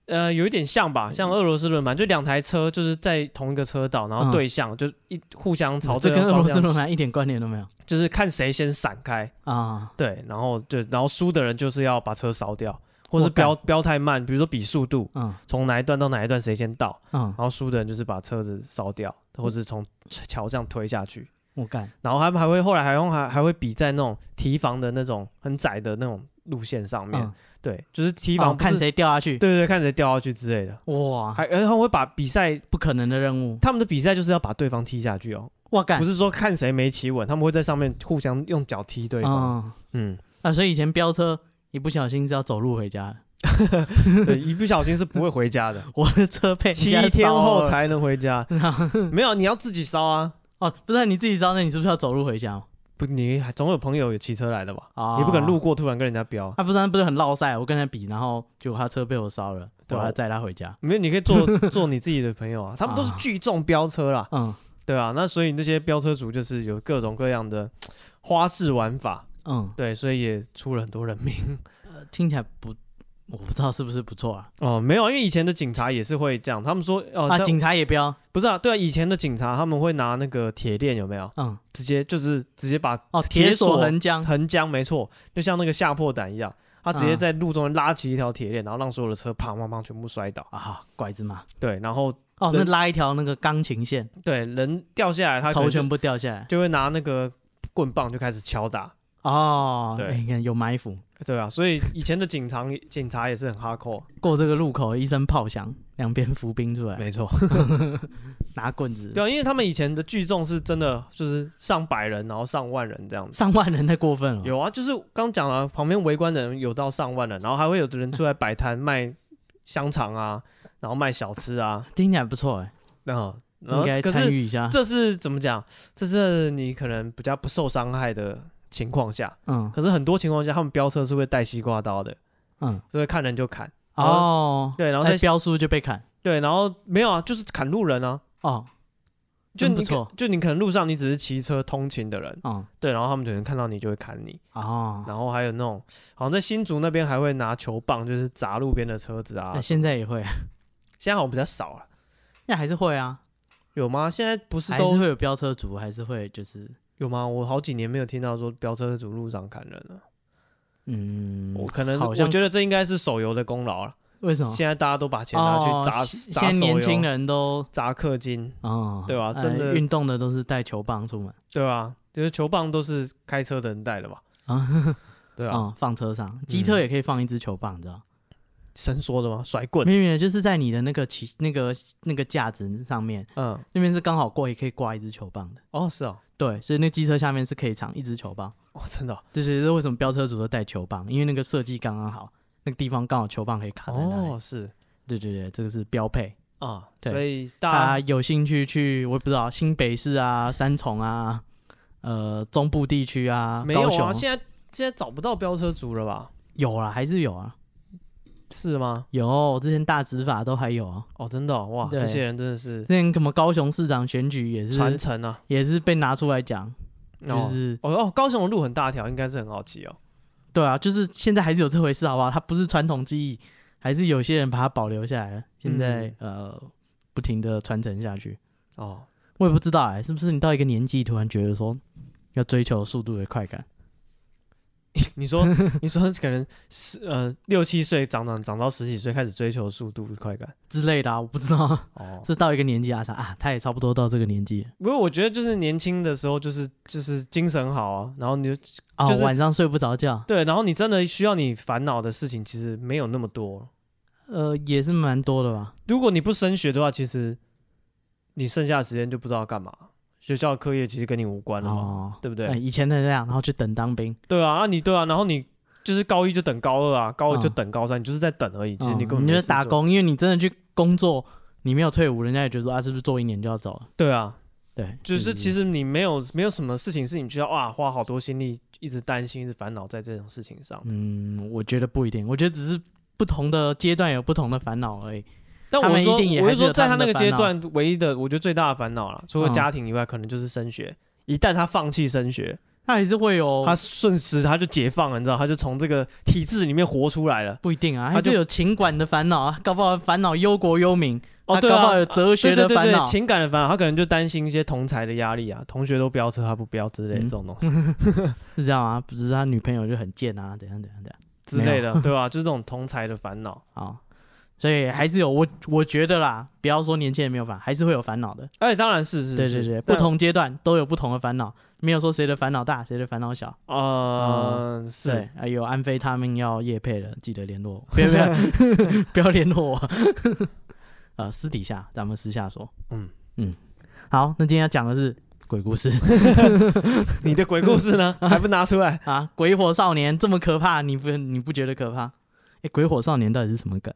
Speaker 1: 呃，有一点像吧，
Speaker 2: 嗯
Speaker 1: 像俄罗斯轮盘，就两台车就是在同一个车道，然后
Speaker 2: 嗯
Speaker 1: 对向，就一互相朝
Speaker 2: 这
Speaker 1: 这
Speaker 2: 跟
Speaker 1: 个
Speaker 2: 俄
Speaker 1: 方
Speaker 2: 罗斯
Speaker 1: 向，
Speaker 2: 轮盘一点关联都没有
Speaker 1: 就是看谁先闪开，
Speaker 2: 啊。
Speaker 1: 对，然后就然后输的人就是要把车烧掉，或是
Speaker 2: 我干
Speaker 1: 飙飙太慢，比如说比速度，
Speaker 2: 嗯
Speaker 1: 从哪一段到哪一段谁先到，
Speaker 2: 嗯
Speaker 1: 然，后输的人就是把车子烧掉，或是从桥上推下去。
Speaker 2: 我干，
Speaker 1: 然后他们还会后来还用还还会比在那种提防的那种很窄的那种路线上面，
Speaker 2: 嗯，
Speaker 1: 对，就是提
Speaker 2: 地
Speaker 1: 防、
Speaker 2: 看，谁啊掉下去，
Speaker 1: 对对对，看谁掉下去之类的。
Speaker 2: 哇，
Speaker 1: 还然后会把比赛，
Speaker 2: 不可能的任务，
Speaker 1: 他们的比赛就是要把对方踢下去哦，
Speaker 2: 我干
Speaker 1: 不，是说看谁没企稳，他们会在上面互相用脚踢对方。
Speaker 2: 嗯
Speaker 1: 嗯，
Speaker 2: 啊，所以以前飙车一不小心是要走路回 家的，
Speaker 1: 嗯对，一不小心是不会回 家的，
Speaker 2: 我的车被人
Speaker 1: 七
Speaker 2: 家
Speaker 1: 天
Speaker 2: 烧啊嗯
Speaker 1: 后
Speaker 2: 了
Speaker 1: 才能回 家。没有，你要自己烧啊。
Speaker 2: 哦，不是你自己烧，那你是不是要走路回家？哦
Speaker 1: 不，你还总有朋友有骑车来的吧？
Speaker 2: 啊，
Speaker 1: 你不可能路过突然跟人家飙，
Speaker 2: 啊，不是，那不是很落赛，我跟他比，然后结果他车被我烧了，
Speaker 1: 对
Speaker 2: 我
Speaker 1: 啊
Speaker 2: 要载他回家。
Speaker 1: 没有，你可以 做做你自己的朋友啊。他们都是
Speaker 2: 啊
Speaker 1: 聚众飙车啦，
Speaker 2: 嗯
Speaker 1: 对啊，那所以那些飙车族就是有各种各样的花式玩法，
Speaker 2: 嗯，
Speaker 1: 对，所以也出了很多人命。
Speaker 2: 呃听起来不，我不知道是不是不错啊。
Speaker 1: 哦，没有，因为以前的警察也是会这样，他们说哦，
Speaker 2: 啊，
Speaker 1: 在
Speaker 2: 警察也飙，
Speaker 1: 不是啊，对啊，以前的警察他们会拿那个铁链有没有，
Speaker 2: 嗯，
Speaker 1: 直接就是直接把
Speaker 2: 哦，铁
Speaker 1: 锁
Speaker 2: 锁横江，
Speaker 1: 横江，没错，就像那个吓破胆一样，他直接
Speaker 2: 啊
Speaker 1: 在路中间拉起一条铁链，然后让所有的车砰砰砰全部摔倒。
Speaker 2: 啊，拐子嘛。
Speaker 1: 对，啊然后
Speaker 2: 哦，那
Speaker 1: 人
Speaker 2: 拉一条那个钢琴线，
Speaker 1: 对人掉下来，他可能
Speaker 2: 头
Speaker 1: 就
Speaker 2: 全部掉下来。
Speaker 1: 就会拿那个棍棒就开始敲打。
Speaker 2: 哦，
Speaker 1: 对
Speaker 2: 哎你看有埋伏。
Speaker 1: 对啊，所以以前的警察警察也是很哈扣，
Speaker 2: 过这个路口，一声炮响，两边伏兵出来，
Speaker 1: 错，
Speaker 2: 拿棍子，
Speaker 1: 对啊，因为他们以前的聚众是真的就是上百人，然后上万人这样子。
Speaker 2: 上万人太过分了。
Speaker 1: 有啊，就是刚讲了，旁边围观的人有到上万人，然后还会有的人出来摆摊卖香肠啊，然后卖小吃啊，
Speaker 2: 听起来不错哎，
Speaker 1: 然后然
Speaker 2: 应
Speaker 1: 后
Speaker 2: 该
Speaker 1: 可
Speaker 2: 参
Speaker 1: 是
Speaker 2: 与一下。
Speaker 1: 这是怎么讲？这是你可能比较不受伤害的情况下，
Speaker 2: 嗯
Speaker 1: 可是很多情况下他们飙车是会带西瓜刀的，
Speaker 2: 嗯，
Speaker 1: 所以看人就砍。然后
Speaker 2: 哦，
Speaker 1: 对，然后
Speaker 2: 那
Speaker 1: 再
Speaker 2: 标书就被砍
Speaker 1: 对，然后没有啊，就是砍路人啊，
Speaker 2: 哦，
Speaker 1: 就
Speaker 2: 真
Speaker 1: 你
Speaker 2: 不
Speaker 1: 可
Speaker 2: 错，
Speaker 1: 就你可能路上你只是骑车通勤的人，
Speaker 2: 嗯
Speaker 1: 对，然后他们可能看到你就会砍你，
Speaker 2: 哦，
Speaker 1: 然后还有那种好像在新竹那边还会拿球棒就是砸路边的车子啊
Speaker 2: 那，现在也会，
Speaker 1: 现在好像比较少了，
Speaker 2: 那还是会啊，
Speaker 1: 有吗？现在不是
Speaker 2: 还
Speaker 1: 都
Speaker 2: 是会有飙车族，还是会就是
Speaker 1: 有吗？我好几年没有听到说飙车主路上砍人了，
Speaker 2: 嗯，
Speaker 1: 我可能
Speaker 2: 好
Speaker 1: 我
Speaker 2: 像
Speaker 1: 觉得这应该是手游的功劳了，
Speaker 2: 为什么？
Speaker 1: 现在大家都把钱拿
Speaker 2: 哦
Speaker 1: 去砸
Speaker 2: 现
Speaker 1: 砸
Speaker 2: 现在
Speaker 1: 手
Speaker 2: 年轻
Speaker 1: 游、
Speaker 2: 人都
Speaker 1: 砸氪金，
Speaker 2: 哦，
Speaker 1: 对吧
Speaker 2: 呃
Speaker 1: 真的
Speaker 2: 运动的都是带球棒出门
Speaker 1: 对吧、就是球棒都是开车的人带的吧？
Speaker 2: 啊，
Speaker 1: 对啊，
Speaker 2: 嗯，放车上，机车也可以放一支球棒，你知道？
Speaker 1: 伸缩的吗？甩棍，
Speaker 2: 没有没有，就是在你的那个骑那个那个架子上面，
Speaker 1: 嗯，
Speaker 2: 那边是刚好过，也可以挂一支球棒的。
Speaker 1: 哦，是哦，
Speaker 2: 对，所以那机车下面是可以藏一支球棒，
Speaker 1: 哦，真的哦、
Speaker 2: 这就是为什么飙车族都带球棒，因为那个设计刚刚好，那个地方刚好球棒可以卡在那里。
Speaker 1: 哦，是
Speaker 2: 对对对，这个是标配。
Speaker 1: 啊，
Speaker 2: 对
Speaker 1: 所以
Speaker 2: 大
Speaker 1: 大家
Speaker 2: 家有兴趣去，我也不知道新北市啊、三重啊、呃中部地区啊、
Speaker 1: 没有
Speaker 2: 高雄
Speaker 1: 啊，现在现在找不到飙车族了吧？
Speaker 2: 有啦，还是有啊。
Speaker 1: 是吗？
Speaker 2: 有，我之前大执法都还有啊。
Speaker 1: 哦，真的哦、哇，
Speaker 2: 对
Speaker 1: 这些人真的是
Speaker 2: 之前什么高雄市长选举也
Speaker 1: 传
Speaker 2: 是
Speaker 1: 承啊，
Speaker 2: 也是被拿出来讲，就
Speaker 1: 哦
Speaker 2: 是、
Speaker 1: 哦哦，高雄的路很大条，应该是很好骑哦。
Speaker 2: 对啊，就是现在还是有这回事，好不好？它不是传统技艺，还是有些人把它保留下来了，
Speaker 1: 嗯
Speaker 2: 现在、呃不停的传承下去。
Speaker 1: 哦，
Speaker 2: 我也不知道哎、是不是你到一个年纪，突然觉得说要追求速度的快感？
Speaker 1: 你说你说可能是呃六七岁长长长到十几岁开始追求速度快感
Speaker 2: 之类的啊，我不知道，
Speaker 1: 哦，
Speaker 2: 是到一个年纪啊啥啊，他也差不多到这个年纪了
Speaker 1: 不过我觉得就是年轻的时候就是就是精神好啊，然后你就
Speaker 2: 哦，
Speaker 1: 就是
Speaker 2: 晚上睡不着觉，
Speaker 1: 对，然后你真的需要你烦恼的事情其实没有那么多。
Speaker 2: 呃，也是蛮多的吧。
Speaker 1: 如果你不升学的话，其实你剩下的时间就不知道干嘛，学校课业其实跟你无关了嘛，
Speaker 2: 哦，
Speaker 1: 对不对？
Speaker 2: 哎以前的那样，然后去等当兵，
Speaker 1: 对啊，啊你对啊，然后你就是高一就等高二啊，高二就等高三，你就是在等而已，其实
Speaker 2: 嗯
Speaker 1: 你根本
Speaker 2: 你
Speaker 1: 没
Speaker 2: 就
Speaker 1: 事
Speaker 2: 是打
Speaker 1: 做，
Speaker 2: 工，因为你真的去工作，你没有退伍，人家也觉得说啊，是不是做一年就要走了？
Speaker 1: 对啊，
Speaker 2: 对，
Speaker 1: 就是其
Speaker 2: 实
Speaker 1: 实你没有没有什么事情是你需要哇花好多心力一直担心一直烦恼在这种事情上，
Speaker 2: 嗯，我觉得不一定，我觉得只是不同的阶段有不同的烦恼而已。
Speaker 1: 但
Speaker 2: 他
Speaker 1: 我
Speaker 2: 们
Speaker 1: 说，
Speaker 2: 一定也
Speaker 1: 我
Speaker 2: 还
Speaker 1: 是
Speaker 2: 是
Speaker 1: 说，
Speaker 2: 有
Speaker 1: 在
Speaker 2: 他
Speaker 1: 他
Speaker 2: 们
Speaker 1: 那
Speaker 2: 的
Speaker 1: 个
Speaker 2: 烦
Speaker 1: 阶
Speaker 2: 恼
Speaker 1: 段，唯一的我觉得最大的烦恼了，除了
Speaker 2: 嗯
Speaker 1: 家庭以外，可能就是升学。一旦他放弃升学，
Speaker 2: 他还是会有，
Speaker 1: 他瞬时他就解放了，你知道，他就从这个体制里面活出来了。
Speaker 2: 不一定啊，
Speaker 1: 他
Speaker 2: 还
Speaker 1: 就是
Speaker 2: 有情感的烦恼啊，搞不好烦恼忧国忧民，
Speaker 1: 哦，
Speaker 2: 他
Speaker 1: 对
Speaker 2: 搞不好
Speaker 1: 啊，
Speaker 2: 有哲学
Speaker 1: 对对
Speaker 2: 的
Speaker 1: 对
Speaker 2: 烦
Speaker 1: 对，
Speaker 2: 恼，
Speaker 1: 情感的烦恼，他可能就担心一些同才的压力啊，同学都飙车，他不飙之类的这
Speaker 2: 嗯
Speaker 1: 种东西
Speaker 2: 是这样啊？不是他女朋友就很贱啊，怎样怎样怎样
Speaker 1: 之类的，对啊吧？就是这种同才的烦恼。
Speaker 2: 啊、好所以还是有我我觉得啦，不要说年轻人没有烦，还是会有烦恼的。
Speaker 1: 而哎且当然是是
Speaker 2: 对
Speaker 1: 是
Speaker 2: 对对，不
Speaker 1: 但
Speaker 2: 同阶段都有不同的烦恼，没有说谁的烦恼大，谁的烦恼小。
Speaker 1: 呃是
Speaker 2: 对，啊，有安非他命要叶配的，记得 联络我，不要不要不要联络我。 呃，私底下咱们私下说。
Speaker 1: 嗯
Speaker 2: 嗯，好，那今天要讲的是鬼故事
Speaker 1: 你的鬼故事 呢，还不拿出来？
Speaker 2: 啊，鬼火少年这么可怕，你不你不觉得可怕？哎，鬼火少年到底是什么梗？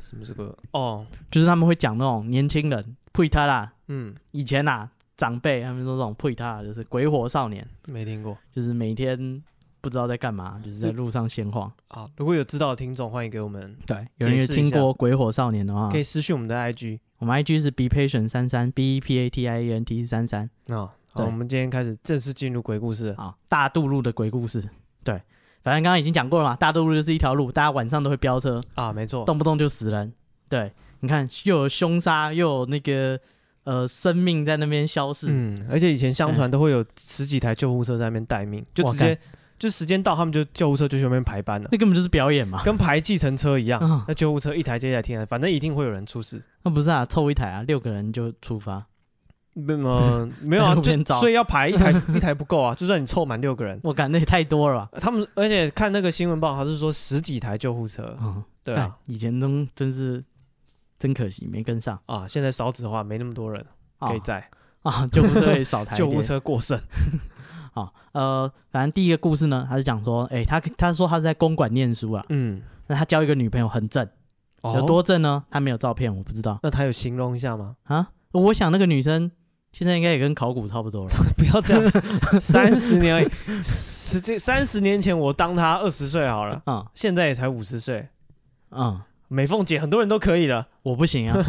Speaker 1: 什么是鬼？哦，
Speaker 2: 就是他们会讲那种年轻人呸他啦，
Speaker 1: 嗯，
Speaker 2: 以前呐、啊、长辈他们说这种呸他啦就是鬼火少年，
Speaker 1: 没听过。
Speaker 2: 就是每天不知道在干嘛，就是在
Speaker 1: 是
Speaker 2: 路上闲晃。
Speaker 1: 好，如果有知道的听众，欢迎给我们，
Speaker 2: 对，有人有
Speaker 1: 解释一
Speaker 2: 听
Speaker 1: 下
Speaker 2: 过鬼火少年的话
Speaker 1: 可，以私讯我们的 IG
Speaker 2: 我们 IG 是 be patient 三三 b e p a t i e n t 三三
Speaker 1: 啊。好，
Speaker 2: 对
Speaker 1: 我们今天开始正式进入鬼故事了。
Speaker 2: 啊，大渡路的鬼故事。对，反正刚刚已经讲过了嘛，大渡路就是一条路，大家晚上都会飙车，
Speaker 1: 啊，没错，
Speaker 2: 动不动就死人。对，你看又有凶杀，又有那个呃生命在那边消逝。
Speaker 1: 嗯，而且以前相传都会有十几台救护车在那边待命，就
Speaker 2: 哎哇
Speaker 1: 直接就时间到，他们就救护车就去那边排班了，
Speaker 2: 那根本就是表演嘛！
Speaker 1: 跟排计程车一样
Speaker 2: 嗯。
Speaker 1: 那救护车一台接一台停，反正一定会有人出事。
Speaker 2: 那不是啊，凑一台啊，六个人就出发。
Speaker 1: 那么 没有啊，
Speaker 2: 在路
Speaker 1: 就
Speaker 2: 边找
Speaker 1: 所以要排一台 一台不够啊，就算你凑满六个人。
Speaker 2: 我感那也太多了吧？
Speaker 1: 他们而且看那个新闻报，他是说十几台救护车，
Speaker 2: 嗯，
Speaker 1: 对啊，
Speaker 2: 但以前都真是真可惜，没跟上
Speaker 1: 啊，现在少子化，没那么多人
Speaker 2: 啊
Speaker 1: 可以载，
Speaker 2: 啊，救护车也少台 一
Speaker 1: 救
Speaker 2: 点
Speaker 1: 护车过剩，
Speaker 2: 啊，呃，反正第一个故事呢，他是讲说，哎、他他说他是在公馆念书啊，
Speaker 1: 嗯，
Speaker 2: 那他交一个女朋友很正，有
Speaker 1: 哦
Speaker 2: 多正呢？他没有照片，我不知道
Speaker 1: 那他有形容一下吗？
Speaker 2: 啊。我想那个女生现在应该也跟考古差 不多了，
Speaker 1: 不要这样 子，三十年而已，十这三十年前我当他二十岁好了，
Speaker 2: 嗯
Speaker 1: 现在也才五十岁。
Speaker 2: 嗯，
Speaker 1: 美凤姐很多人都可以 了，
Speaker 2: 我不行啊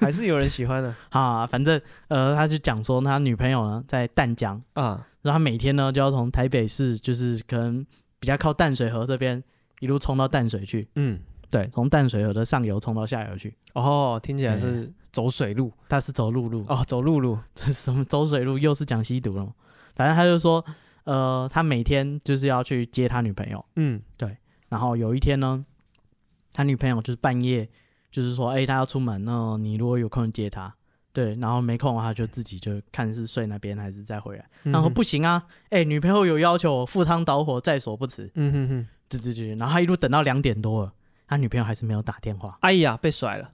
Speaker 1: 还是有人喜欢的
Speaker 2: 啊，反正呃，他就讲说他女朋友呢在淡江，
Speaker 1: 啊。
Speaker 2: 然后他每天呢就要从台北市，就是可能比较靠淡水河这边一路冲到淡水去，
Speaker 1: 嗯，
Speaker 2: 对，从淡水河的上游冲到下游去。
Speaker 1: 哦，听起来是走水路
Speaker 2: 他是走陆路，
Speaker 1: 哦，走陆路
Speaker 2: 这是 什么走水路？又是讲吸毒了吗？反正他就说，呃，他每天就是要去接他女朋友，
Speaker 1: 嗯
Speaker 2: 然后有一天呢，他女朋友就是半夜就是说，哎、他要出门，那你如果有空接他。对，然后没空的话就自己就看是睡那边还是再回来。
Speaker 1: 嗯
Speaker 2: 然后
Speaker 1: 哼
Speaker 2: 不，行啊，哎、女朋友有要求，赴汤蹈火在所不辞。
Speaker 1: 嗯哼哼，
Speaker 2: 对对对，然后他一路等到两点多了，他女朋友还是没有打电话。
Speaker 1: 哎呀，被甩了。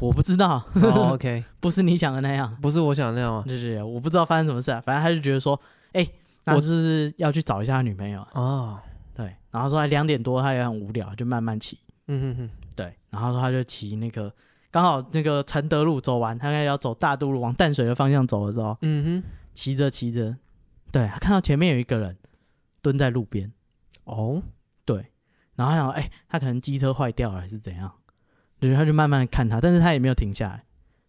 Speaker 2: 我不知道，
Speaker 1: 哦 OK，
Speaker 2: 不是你想的那样。
Speaker 1: 不是我想的那样啊。
Speaker 2: 对对对，我不知道发生什么事啊，反正他就觉得说，哎、那
Speaker 1: 我
Speaker 2: 是不是要去找一下他女朋友啊？
Speaker 1: 哦，
Speaker 2: 对，然后说他两点多，他也很无聊，就慢慢骑。
Speaker 1: 嗯哼哼，
Speaker 2: 对，然后说他就骑那个刚好那个承德路走完，他应该要走大渡路往淡水的方向走的时候，
Speaker 1: 嗯
Speaker 2: 骑着骑着，对他看到前面有一个人蹲在路边，
Speaker 1: 哼，哦，
Speaker 2: 对，然后他想说，哎、他可能机车坏掉了还是怎样，对，他就慢慢地看他，但是他也没有停下来，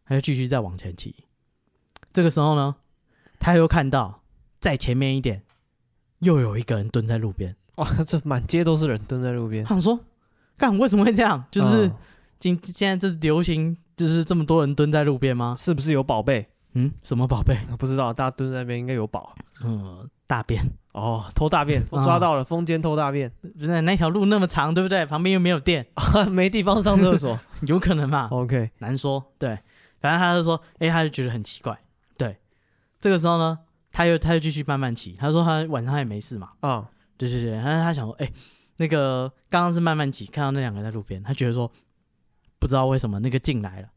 Speaker 2: 他就继续再往前骑。这个时候呢，他又看到在前面一点又有一个人蹲在路边，
Speaker 1: 哇，这满街都是人蹲在路边
Speaker 2: 他，想说，干为什么会这样？就是
Speaker 1: 嗯
Speaker 2: 今、现在这流行就是这么多人蹲在路边吗？
Speaker 1: 是不是有宝贝？
Speaker 2: 嗯，什么宝贝？
Speaker 1: 不知道，大家蹲在那边应该有宝
Speaker 2: 嗯，大便。
Speaker 1: 哦，偷大
Speaker 2: 啊
Speaker 1: 便，我抓到了，风间偷大便，
Speaker 2: 不是那条路那么长，对不对？旁边又没有电，
Speaker 1: 没地方上 厕所。
Speaker 2: 有可能嘛？
Speaker 1: OK，
Speaker 2: 难说。对，反正他就说，哎、他就觉得很奇怪。对，这个时候呢，他又他又继续慢慢骑。他说他晚上也没事嘛，
Speaker 1: 啊，
Speaker 2: 对对对。但是他想说，哎、那个刚刚是慢慢骑，看到那两个在路边，他觉得说，不知道为什么那个进来了，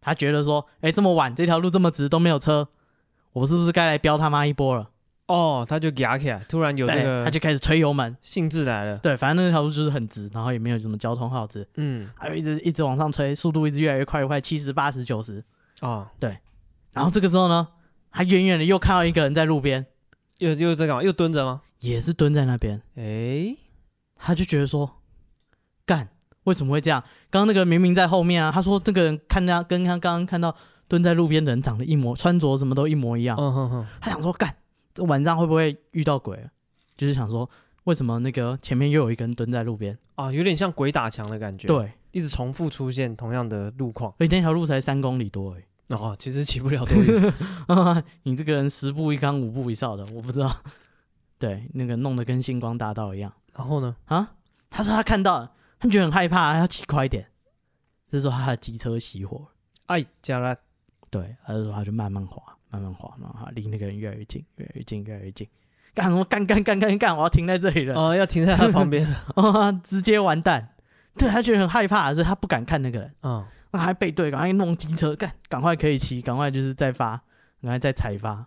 Speaker 2: 他觉得说，哎、这么晚这条路这么直都没有车，我是不是该来飙他妈一波了？
Speaker 1: 哦，他就牙起来，突然有这
Speaker 2: 对
Speaker 1: 个
Speaker 2: 他就开始吹油门。
Speaker 1: 兴致来了，
Speaker 2: 对，反正那条路就是很直，然后也没有什么交通号志，
Speaker 1: 嗯，
Speaker 2: 还有一直一直往上吹，速度一直越来越快，越快七十、八十、九十。
Speaker 1: 啊，
Speaker 2: 然后这个时候呢，他远远的又看到一个人在路边，
Speaker 1: 又又在干嘛？又蹲着吗？
Speaker 2: 也是蹲在那边，哎
Speaker 1: 诶，
Speaker 2: 他就觉得说，干，为什么会这样？刚刚那个明明在后面啊，他说这个人看他跟他刚刚看到蹲在路边的人长得一模，穿着什么都一模一样，
Speaker 1: 嗯哼哼，
Speaker 2: 他想说干，这晚上会不会遇到鬼啊？就是想说，为什么那个前面又有一个人蹲在路边？
Speaker 1: 啊，有点像鬼打墙的感觉，，
Speaker 2: 对，
Speaker 1: 一直重复出现同样的路况，
Speaker 2: 而且那条路才三公里多而已。
Speaker 1: 哦，其实骑不了多远，
Speaker 2: 你这个人十步一岗，五步一哨的，我不知道。对，那个弄得跟星光大道一样。
Speaker 1: 然后呢？
Speaker 2: 啊，他说他看到了，他觉得很害怕，他要骑快一点。这时候他的机车熄火了，
Speaker 1: 哎，加拉，
Speaker 2: 对，他就说他就慢慢滑，慢慢滑，然后他离那个人越来越近，越来越近，越来越近。干什么干干干干干！我要停在这里了，
Speaker 1: 哦，要停在他旁边 了，
Speaker 2: 啊，直接完蛋。对他觉得很害怕，所以他不敢看那个人，
Speaker 1: 啊，
Speaker 2: 那还背对，赶快弄机车，干，赶快可以骑，赶快就是再发，赶快再踩发。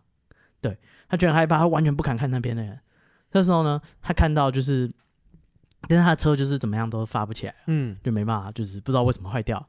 Speaker 2: 对他觉得很害怕，他完全不敢看那边的人。这时候呢，他看到就是，但是他的车就是怎么样都发不起来。
Speaker 1: 嗯，
Speaker 2: 就没办法，就是不知道为什么坏掉。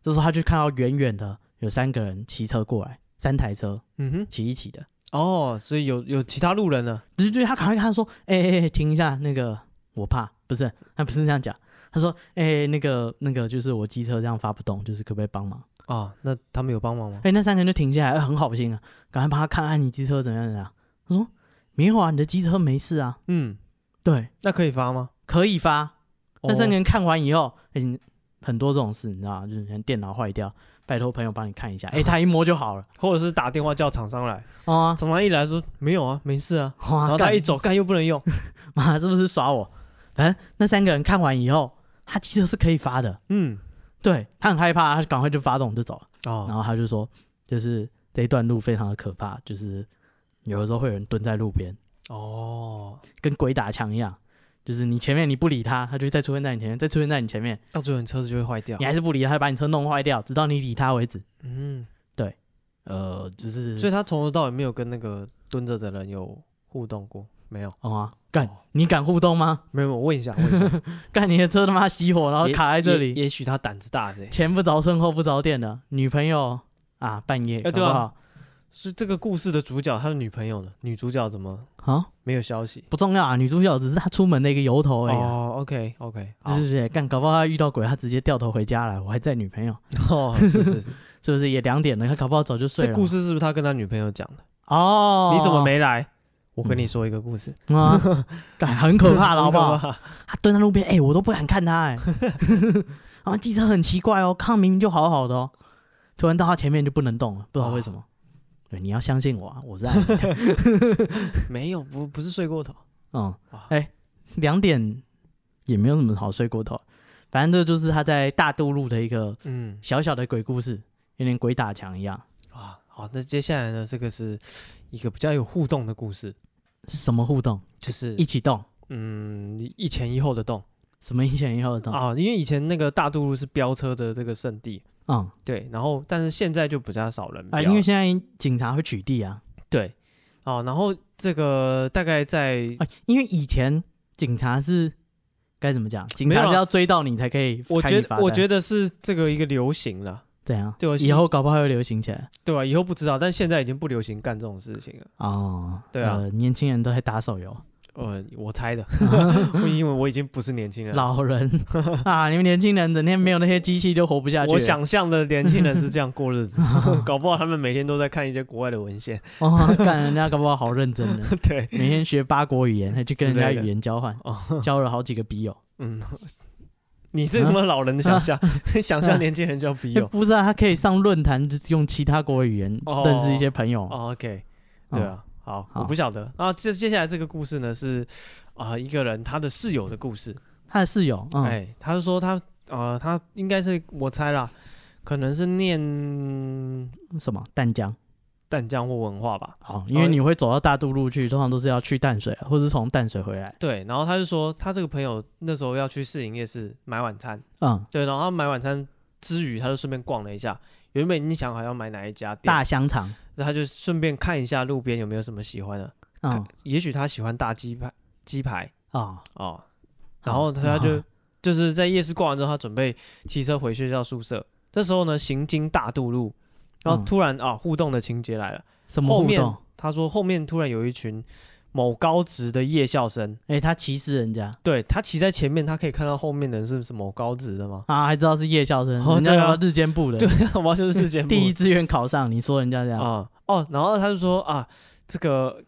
Speaker 2: 这时候他就看到远远的有三个人骑车过来，三台车
Speaker 1: 嗯哼，
Speaker 2: 骑一起的，
Speaker 1: 哦，所以有有其他路人了，
Speaker 2: 就是就是他赶快跟他说：“哎、哎、哎，停一下，那个我怕，不是他不是这样讲，他说：哎、那个那个就是我机车这样发不动，就是可不可以帮忙？
Speaker 1: 啊，那他们有帮忙吗
Speaker 2: 哎、？那三个人就停下来，哎很好心啊，赶快帮他看看你机车怎么样怎么样。他说：没有啊，你的机车没事啊，
Speaker 1: 嗯，
Speaker 2: 对，
Speaker 1: 那可以发吗？
Speaker 2: 可以发，那
Speaker 1: 哦
Speaker 2: 三个人看完以后，哎、你很多这种事，你知道吗？就是你电脑坏掉，拜托朋友帮你看一下，哎、他一摸就好了。
Speaker 1: 或者是打电话叫厂商来，
Speaker 2: 哦、
Speaker 1: 厂商一来说没有啊，没事啊，
Speaker 2: 啊，哇，
Speaker 1: 然后他
Speaker 2: 干
Speaker 1: 一走，干又不能用，
Speaker 2: 妈是不是耍我？反正那三个人看完以后，他其实是可以发的，
Speaker 1: 嗯，
Speaker 2: 对他很害怕，他赶快就发动就走了。然
Speaker 1: 哦，
Speaker 2: 后他就说，就是这一段路非常的可怕，就是有的时候会有人蹲在路边，
Speaker 1: 哦，
Speaker 2: 跟鬼打墙一样。就是你前面你不理他，他就再出现在你前面，再出现在你前面，
Speaker 1: 到最后你车子就会坏掉
Speaker 2: 你，还是不理他，他就把你车弄坏掉，直到你理他为止。
Speaker 1: 嗯，
Speaker 2: 呃，就是
Speaker 1: 所以他从头到尾没有跟那个蹲着的人有互动过，没有，
Speaker 2: 哦啊，干，你敢互动吗？
Speaker 1: 没有，我问一下， 问一下，
Speaker 2: 干，你的车他妈熄火，然后
Speaker 1: 也
Speaker 2: 卡在这
Speaker 1: 也
Speaker 2: 里，
Speaker 1: 也许他胆子大的欸，
Speaker 2: 前不着村后不着店的女朋友啊，半夜，
Speaker 1: 哎
Speaker 2: 搞
Speaker 1: 对
Speaker 2: 不
Speaker 1: 啊
Speaker 2: 好？
Speaker 1: 是这个故事的主角，他的女朋友呢？女主角怎么
Speaker 2: 啊，
Speaker 1: 没有消息？
Speaker 2: 不重要啊，女主角只是她出门的一个由头而已啊、
Speaker 1: 哦，OK OK，好
Speaker 2: 对，对对，干，搞不好她遇到鬼，她直接掉头回家了。我还在女朋友，
Speaker 1: 哦，是是 是，
Speaker 2: 是不是也两点了？她搞不好早就睡
Speaker 1: 这
Speaker 2: 了。
Speaker 1: 故事是不是他跟他女朋友讲的？
Speaker 2: 哦，
Speaker 1: 你怎么没来？我跟
Speaker 2: 嗯
Speaker 1: 你说一个故事，
Speaker 2: 啊？干，很可怕了，好不
Speaker 1: 很
Speaker 2: 好？
Speaker 1: 可怕？
Speaker 2: 她蹲在路边，哎、我都不敢看她、哎。 然后机车很奇怪哦，看明明就好好的哦，突然到她前面就不能动了，不知道为什
Speaker 1: 哦
Speaker 2: 么。对，你要相信我啊，我是爱你的。
Speaker 1: 没有，不不是睡过头。
Speaker 2: 嗯
Speaker 1: 啊，
Speaker 2: 哎、两点也没有什么好睡过头，反正这就是他在大渡路的一个
Speaker 1: 嗯
Speaker 2: 小小的鬼故事，有点鬼打墙一样。
Speaker 1: 啊，好，那接下来呢？这个是一个比较有互动的故事，
Speaker 2: 什么互动？
Speaker 1: 就是
Speaker 2: 一起动？
Speaker 1: 嗯一前一后的动
Speaker 2: 什么一前一后的动？
Speaker 1: 啊，因为以前那个大渡路是飙车的这个圣地，
Speaker 2: 嗯
Speaker 1: 对，然后但是现在就比较少人飙
Speaker 2: 啊，
Speaker 1: 了，
Speaker 2: 因为现在警察会取缔啊，
Speaker 1: 对，哦，然后这个大概在
Speaker 2: 啊，因为以前警察是该怎么讲？警
Speaker 1: 没有
Speaker 2: 察
Speaker 1: 啊
Speaker 2: 是要追到你才可以
Speaker 1: 我觉得我觉
Speaker 2: 得
Speaker 1: 得是这个一个流行了，
Speaker 2: 怎样？
Speaker 1: 对我
Speaker 2: 啊以后搞不好会流行起来
Speaker 1: 对吧、以后不知道，但现在已经不流行干这种事情了。
Speaker 2: 哦。
Speaker 1: 对啊
Speaker 2: 呃年轻人都在打手游，
Speaker 1: 呃，我猜 的，我因为我已经不是年轻人了，
Speaker 2: 老人啊，你们年轻人整天没有那些机器就活不下去了。
Speaker 1: 我想象的年轻人是这样过 日子，搞不好他们每天都在看一些国外的文献，
Speaker 2: 哦，看人家搞不好好认真呢，
Speaker 1: 对，
Speaker 2: 每天学八国语言，还去跟人
Speaker 1: 之
Speaker 2: 家
Speaker 1: 类的
Speaker 2: 语言交换，
Speaker 1: 哦，
Speaker 2: 交了好几个 笔友。
Speaker 1: 嗯，你这什么老人的想
Speaker 2: 啊
Speaker 1: 象，想象年轻人叫笔
Speaker 2: 哎
Speaker 1: 友、
Speaker 2: 不是啊，他可以上论坛用其他国语言
Speaker 1: 哦
Speaker 2: 认识一些朋友。
Speaker 1: 哦、，OK，对啊，好，
Speaker 2: 好
Speaker 1: 我不晓得。然后接接下来这个故事呢是啊、一个人他的室友的故事，
Speaker 2: 他的室友，嗯，
Speaker 1: 哎，他是说他呃他应该是我猜啦，可能是念
Speaker 2: 什么淡江。
Speaker 1: 淡江或文化吧。
Speaker 2: 哦，因为你会走到大渡路去，通常都是要去淡水，啊或是从淡水回来。
Speaker 1: 对，然后他就说他这个朋友那时候要去市营夜市买晚餐，
Speaker 2: 嗯，
Speaker 1: 对，然后他买晚餐之余，他就顺便逛了一下，原本已经想好要买哪一家店
Speaker 2: 大，香肠，
Speaker 1: 那他就顺便看一下路边有没有什么喜欢的，
Speaker 2: 嗯
Speaker 1: 看，也许他喜欢大鸡排，鸡排
Speaker 2: 哦，
Speaker 1: 哦，然后他就、就是在夜市逛完之后，他准备骑车回学校宿舍，这时候呢，行经大渡路，然后
Speaker 2: 嗯
Speaker 1: 突然啊，互动的情节来了，
Speaker 2: 什么
Speaker 1: 后
Speaker 2: 互
Speaker 1: 面
Speaker 2: 动？
Speaker 1: 他说后面突然有一群某高职的夜校生，
Speaker 2: 哎、他歧视人家
Speaker 1: 对他骑在前面，他可以看到后面的人是什么高职的吗？
Speaker 2: 啊，还知道是夜校生，
Speaker 1: 哦
Speaker 2: 人家
Speaker 1: 对啊
Speaker 2: 有日间部的，
Speaker 1: 对，我要就是节目
Speaker 2: 第一志愿考上，你说人家这样，
Speaker 1: 啊、哦，然后他就说啊，这个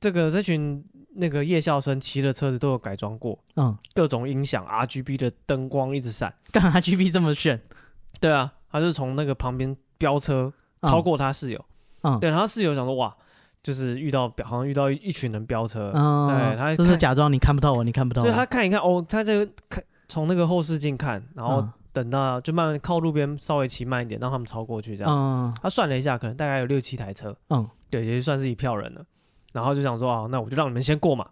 Speaker 1: 这个这群那个夜校生骑的车子都有改装过，
Speaker 2: 嗯，
Speaker 1: 各种音响、RGB 的灯光一直闪。
Speaker 2: 干嘛 GB 这么炫？
Speaker 1: 对啊，他就从那个旁边飙车
Speaker 2: 嗯
Speaker 1: 超，过他室友。
Speaker 2: 嗯
Speaker 1: 对，然后他室友想说哇，就是遇到好像遇到一一群人飙车，
Speaker 2: 嗯，
Speaker 1: 对他
Speaker 2: 就是
Speaker 1: 看
Speaker 2: 假装你看不到我，你看不到我，
Speaker 1: 所以他看一看哦，他这个看从那个后视镜看，然后
Speaker 2: 嗯
Speaker 1: 等到就慢慢靠路边稍微骑慢一点，让他们超过去这样。
Speaker 2: 嗯
Speaker 1: 他算了一下，可能大概有六七台车，
Speaker 2: 嗯，
Speaker 1: 对，也就算是一票人了。然后就想说啊，那我就让你们先过嘛，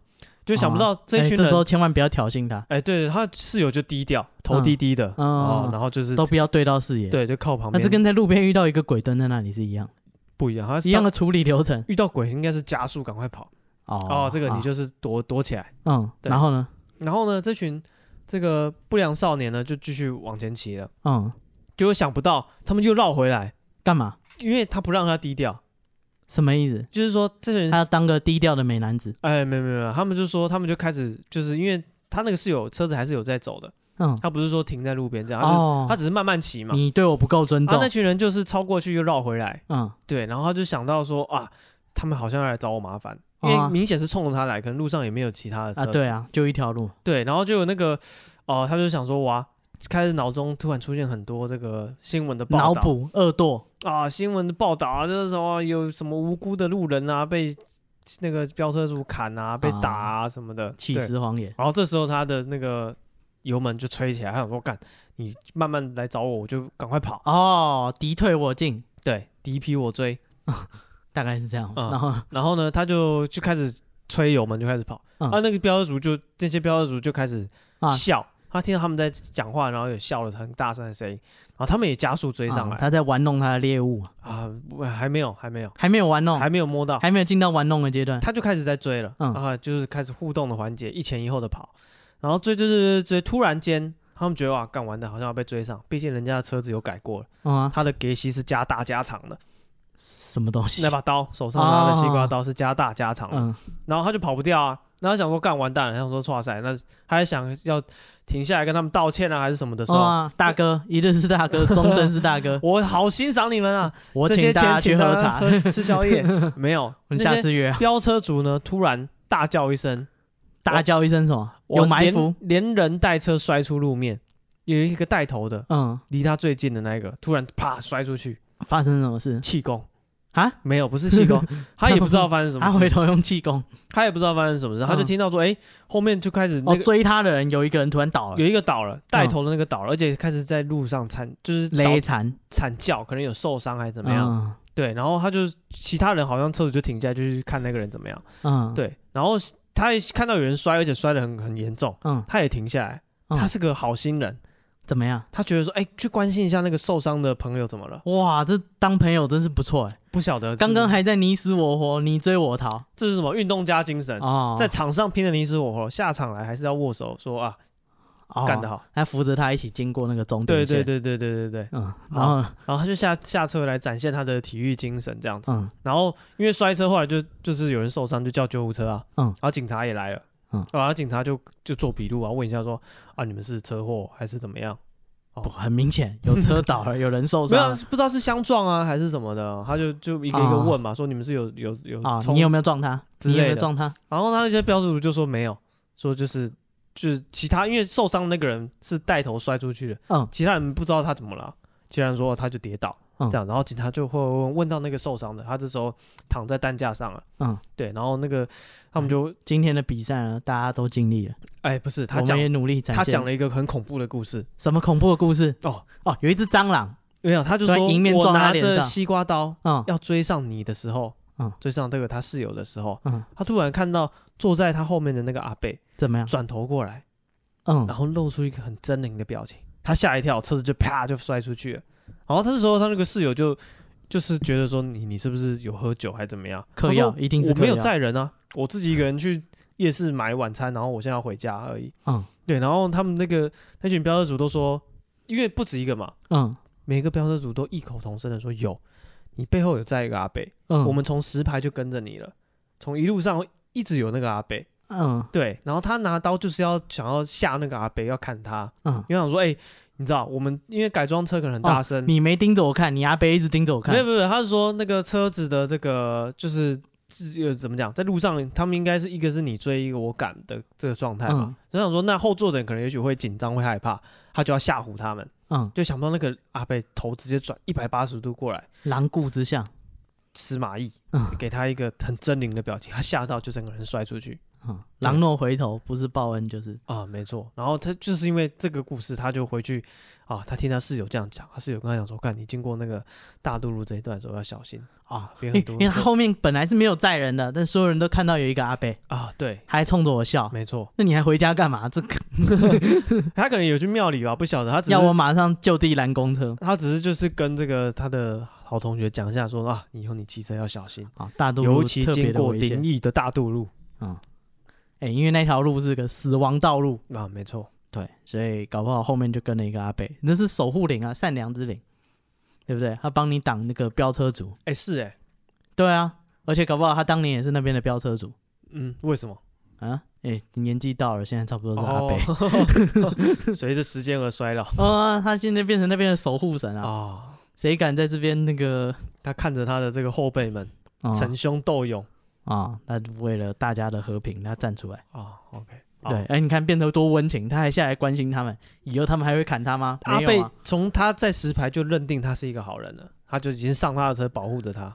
Speaker 1: 就想不到这
Speaker 2: 哎
Speaker 1: 群
Speaker 2: 这
Speaker 1: 人
Speaker 2: 时，候千万不要挑衅他，
Speaker 1: 哎、对他室友就低调，头低低的，
Speaker 2: 嗯
Speaker 1: 哦
Speaker 2: 嗯，
Speaker 1: 然后就是
Speaker 2: 都不要对到视野。，
Speaker 1: 对，就靠旁
Speaker 2: 那
Speaker 1: 边，
Speaker 2: 这跟在路边遇到一个鬼蹲在那里是一样，
Speaker 1: 不一样，他
Speaker 2: 一样
Speaker 1: 上
Speaker 2: 的处理流 程。
Speaker 1: 遇到鬼应该是加速赶快跑，
Speaker 2: 哦
Speaker 1: 哦，这个
Speaker 2: 啊
Speaker 1: 你就是躲、躲起来。
Speaker 2: 嗯，
Speaker 1: 对
Speaker 2: 然后呢？
Speaker 1: 然后呢，这群这个不良少年呢就继续往前骑了，
Speaker 2: 嗯，
Speaker 1: 结果想不到他们又绕回来，
Speaker 2: 干嘛？
Speaker 1: 因为他不让他低调，
Speaker 2: 什么意思？
Speaker 1: 就是说这群人
Speaker 2: 他要当个低调的美男子。
Speaker 1: 哎，没有没有没有，他们就说，他们就开始就是因为他那个室友车子还是有在走的，
Speaker 2: 嗯，
Speaker 1: 他不是说停在路边这样，他就、
Speaker 2: 哦
Speaker 1: 他，只是慢慢骑嘛。
Speaker 2: 你对我不够尊
Speaker 1: 然
Speaker 2: 重
Speaker 1: 后那。群人就是超过去又绕回来，
Speaker 2: 嗯，
Speaker 1: 对，然后他就想到说啊，他们好像要来找我麻烦，因
Speaker 2: 哦啊
Speaker 1: 为明显是冲着他来，可能路上也没有其他的车
Speaker 2: 啊，
Speaker 1: 子。
Speaker 2: 对啊，就一条路。
Speaker 1: 对，然后就有那个哦、他就想说哇，开始脑中突然出现很多这个新闻的报
Speaker 2: 脑
Speaker 1: 道
Speaker 2: 补恶惰，
Speaker 1: 啊，新闻的报道啊，就是什么有什么无辜的路人啊被那个飙车族砍啊，被打啊什么的，
Speaker 2: 哦气
Speaker 1: 对
Speaker 2: 死谎言。
Speaker 1: 然后这时候他的那个油门就吹起来，他想说干，你慢慢来找我，我就赶快跑。
Speaker 2: 哦，敌退我进，
Speaker 1: 对，第一批我追，
Speaker 2: 大概是这样。
Speaker 1: 嗯
Speaker 2: 然后，
Speaker 1: 然后呢，他就就开始吹油门，就开始跑。
Speaker 2: 嗯
Speaker 1: 啊，那个飙车族就这些飙车族就开始
Speaker 2: 啊
Speaker 1: 笑，他听到他们在讲话，然后也笑了很大声的声音，然后他们也加速追上
Speaker 2: 啊
Speaker 1: 来。
Speaker 2: 他在玩弄他的猎物，
Speaker 1: 啊，不还没有，还没有，
Speaker 2: 还没有玩弄，
Speaker 1: 还没有摸到，
Speaker 2: 还没有进到玩弄的阶 段。
Speaker 1: 他就开始在追了。
Speaker 2: 嗯
Speaker 1: 啊，就是开始互动的环节，一前一后的跑，然后追追追追追，突然间。他们觉得哇，干完的好像要被追上，毕竟人家的车子有改过了。
Speaker 2: 嗯啊，
Speaker 1: 他的格西是加大加长的，
Speaker 2: 什么东西
Speaker 1: 那？把刀手上拿的西瓜刀是加大加长的，
Speaker 2: 哦嗯，
Speaker 1: 然后他就跑不掉啊。然后他想说干完蛋了，他想说哇塞，那他还想要停下来跟他们道歉啊，还是什么的时
Speaker 2: 哦
Speaker 1: 候，。
Speaker 2: 啊，大哥，一日是大哥，终身是大哥
Speaker 1: 我好欣赏你们啊！
Speaker 2: 我
Speaker 1: 这些
Speaker 2: 请大
Speaker 1: 钱
Speaker 2: 家去
Speaker 1: 请大
Speaker 2: 喝
Speaker 1: 家
Speaker 2: 茶
Speaker 1: 喝，吃宵 夜，没有。
Speaker 2: 我
Speaker 1: 那
Speaker 2: 们下
Speaker 1: 些
Speaker 2: 次约啊。
Speaker 1: 飙车族呢，突然大叫一声，
Speaker 2: 大叫一声什么？有
Speaker 1: 我
Speaker 2: 埋
Speaker 1: 连
Speaker 2: 伏。，
Speaker 1: 连人带车摔出路面。有一个带头的，
Speaker 2: 嗯，
Speaker 1: 离他最近的那一个，突然啪摔出去，
Speaker 2: 发生什么事？
Speaker 1: 气功
Speaker 2: 啊？
Speaker 1: 没有，不是 气功，他也不知道发生什么
Speaker 2: 他
Speaker 1: 事
Speaker 2: 回。头用气功。
Speaker 1: 他也不知道发生什么事，他就
Speaker 2: 嗯
Speaker 1: 听到说，哎、后面就开始那
Speaker 2: 哦，嗯
Speaker 1: 个、
Speaker 2: 追他的人有一个人突然倒了，
Speaker 1: 有一个倒了，带头的那个倒了，而且开始在路上惨，就是
Speaker 2: 勒
Speaker 1: 倒
Speaker 2: 残
Speaker 1: 惨叫，可能有受伤还是怎么样。
Speaker 2: 嗯？
Speaker 1: 对，然后他就其他人好像车子就停下来，就去看那个人怎么样。
Speaker 2: 嗯，，
Speaker 1: 对，然后他也看到有人摔，而且摔得很很严重，
Speaker 2: 嗯，
Speaker 1: 他也停下来。
Speaker 2: 嗯
Speaker 1: 他是个好心人，
Speaker 2: 怎么样？
Speaker 1: 他觉得说，哎、去关心一下那个受伤的朋友怎么了？
Speaker 2: 哇，这当朋友真是不错哎！
Speaker 1: 不欸晓得是，
Speaker 2: 刚刚还在你死我活，你追我逃
Speaker 1: 这是什么运动家精神？
Speaker 2: 哦，
Speaker 1: 在场上拼得你死我活，下场来还是要握手说啊，
Speaker 2: 哦
Speaker 1: 干得好。
Speaker 2: 他扶着他一起经过那个终点
Speaker 1: 对
Speaker 2: 线，
Speaker 1: 对对对对对对，
Speaker 2: 嗯，然后
Speaker 1: 然后他就下下车来展现他的体育精神这样子。
Speaker 2: 嗯
Speaker 1: 然后因为摔车，后来就就是有人受伤，就叫救护车啊。
Speaker 2: 嗯
Speaker 1: 然后警察也来了。
Speaker 2: 嗯
Speaker 1: 然后警察就就做笔录啊，问一下说啊，你们是车祸还是怎么样？
Speaker 2: 不很明显有车倒了，有人受
Speaker 1: 没有，
Speaker 2: 伤
Speaker 1: 不知道是相撞啊还是什么的，他就就一个一个
Speaker 2: 啊
Speaker 1: 问嘛，说你们是有有有
Speaker 2: 啊，
Speaker 1: 冲
Speaker 2: 你有没有撞他？
Speaker 1: 之
Speaker 2: 你有没
Speaker 1: 类
Speaker 2: 有
Speaker 1: 的
Speaker 2: 撞他？
Speaker 1: 然后他那些标志组就说没有，说就是就是其他，因为受伤的那个人是带头摔出去的，
Speaker 2: 嗯
Speaker 1: 其他人不知道他怎么了，其他人说他就跌倒，
Speaker 2: 嗯
Speaker 1: 这样，然后警察就会问问到那个受伤的，他这时候躺在担架上了，
Speaker 2: 嗯，
Speaker 1: 对，然后那个他们就
Speaker 2: 今天的比赛呢，大家都尽力了，
Speaker 1: 哎不是他
Speaker 2: 我
Speaker 1: 讲
Speaker 2: 们也努力展
Speaker 1: 他
Speaker 2: 现。
Speaker 1: 讲了一个很恐怖的故事
Speaker 2: 什么恐怖的故事？
Speaker 1: 哦，
Speaker 2: 哦，有一只蟑螂，
Speaker 1: 没有，他就
Speaker 2: 突然
Speaker 1: 说
Speaker 2: 迎面撞
Speaker 1: 我
Speaker 2: 到他
Speaker 1: 拿
Speaker 2: 脸
Speaker 1: 着
Speaker 2: 上
Speaker 1: 西瓜刀
Speaker 2: 嗯
Speaker 1: 要追上你的时候，
Speaker 2: 嗯
Speaker 1: 追上这个他室友的时候，
Speaker 2: 嗯，
Speaker 1: 他突然看到坐在他后面的那个阿贝
Speaker 2: 怎么样？
Speaker 1: 转头过来。
Speaker 2: 嗯
Speaker 1: 然后露出一个很狰狞的表情。他吓一跳，车子就啪就摔出去了。然后他这时候他那个室友就就是觉得说你你是不是有喝酒还怎么样？
Speaker 2: 嗑
Speaker 1: 他说
Speaker 2: 药一定是
Speaker 1: 我没有
Speaker 2: 嗑药
Speaker 1: 载人啊，我自己一个人去夜市买晚餐，然后我现在要回家而已。
Speaker 2: 嗯
Speaker 1: 对，然后他们那个那群飙车族都说，因为不止一个嘛，
Speaker 2: 嗯
Speaker 1: 每个飙车族都异口同声的说有，你背后有载一个阿北，
Speaker 2: 嗯，
Speaker 1: 我们从石牌就跟着你了，从一路上一直有那个阿北。
Speaker 2: 嗯
Speaker 1: 对，然后他拿刀就是要想要吓那个阿北，要砍他。
Speaker 2: 嗯，
Speaker 1: 因为想说，哎、你知道我们因为改装车可能很大声，
Speaker 2: 哦你没盯着我看，你阿贝一直盯着我看
Speaker 1: 没有，没有，没有他是说那个车子的这个就是呃怎么讲，在路上他们应该是一个是你追一个我赶的这个状态嘛，
Speaker 2: 嗯
Speaker 1: 所以想说那后座的人可能也许会紧张会害怕，他就要吓唬他们，
Speaker 2: 嗯，
Speaker 1: 就想不到那个阿贝头直接转一百八十度过来，
Speaker 2: 狼顾之下，
Speaker 1: 司马懿
Speaker 2: 嗯
Speaker 1: 给他一个很狰狞的表情，他吓到就整个人摔出去
Speaker 2: 嗯，狼若回头，不是报恩就是
Speaker 1: 啊，没错，然后他就是因为这个故事，他就回去啊，他听他室友这样讲，他室友跟他讲说，看你经过那个大渡路这一段的时候要小心。
Speaker 2: 啊，
Speaker 1: 别
Speaker 2: 因
Speaker 1: 很
Speaker 2: 为
Speaker 1: 多
Speaker 2: 因为他后面本来是没有载人的，但所有人都看到有一个阿贝，
Speaker 1: 啊，对，
Speaker 2: 还冲着我笑。
Speaker 1: 没错，
Speaker 2: 那你还回家干嘛？这个
Speaker 1: 他可能有去庙里吧，不晓得，他只是
Speaker 2: 要我马上就地拦公车
Speaker 1: 他只是就是跟这个他的好同学讲一下说啊，以后你骑车要小心，
Speaker 2: 啊！大渡
Speaker 1: 尤
Speaker 2: 路
Speaker 1: 其
Speaker 2: 特别
Speaker 1: 经
Speaker 2: 的
Speaker 1: 过
Speaker 2: 危
Speaker 1: 灵
Speaker 2: 险，
Speaker 1: 异的大渡路
Speaker 2: 哎、因为那条路是个死亡道路，
Speaker 1: 啊，没错，
Speaker 2: 对，所以搞不好后面就跟了一个阿贝，那是守护灵啊，善良之灵，对不对？他帮你挡那个飙车族，
Speaker 1: 哎、是哎、
Speaker 2: 对啊，而且搞不好他当年也是那边的飙车族
Speaker 1: 嗯，为什么？
Speaker 2: 啊。哎、你年纪到了，现在差不多是阿贝，
Speaker 1: 哦 随着时间而衰老
Speaker 2: 啊、他现在变 成那边的守护神啊，
Speaker 1: 啊。
Speaker 2: 谁敢在这边那个
Speaker 1: 他看着他的这个后辈们
Speaker 2: 啊
Speaker 1: 逞凶斗勇
Speaker 2: 啊？他为了大家的和平，他站出来。
Speaker 1: 啊，OK，好
Speaker 2: 对，哎、你看变得多温情，他还下来关心他们，以后他们还会砍他吗？
Speaker 1: 阿
Speaker 2: 没有
Speaker 1: 贝
Speaker 2: 啊
Speaker 1: 从他在石牌就认定他是一个好人了，他就已经上他的车保护着 他。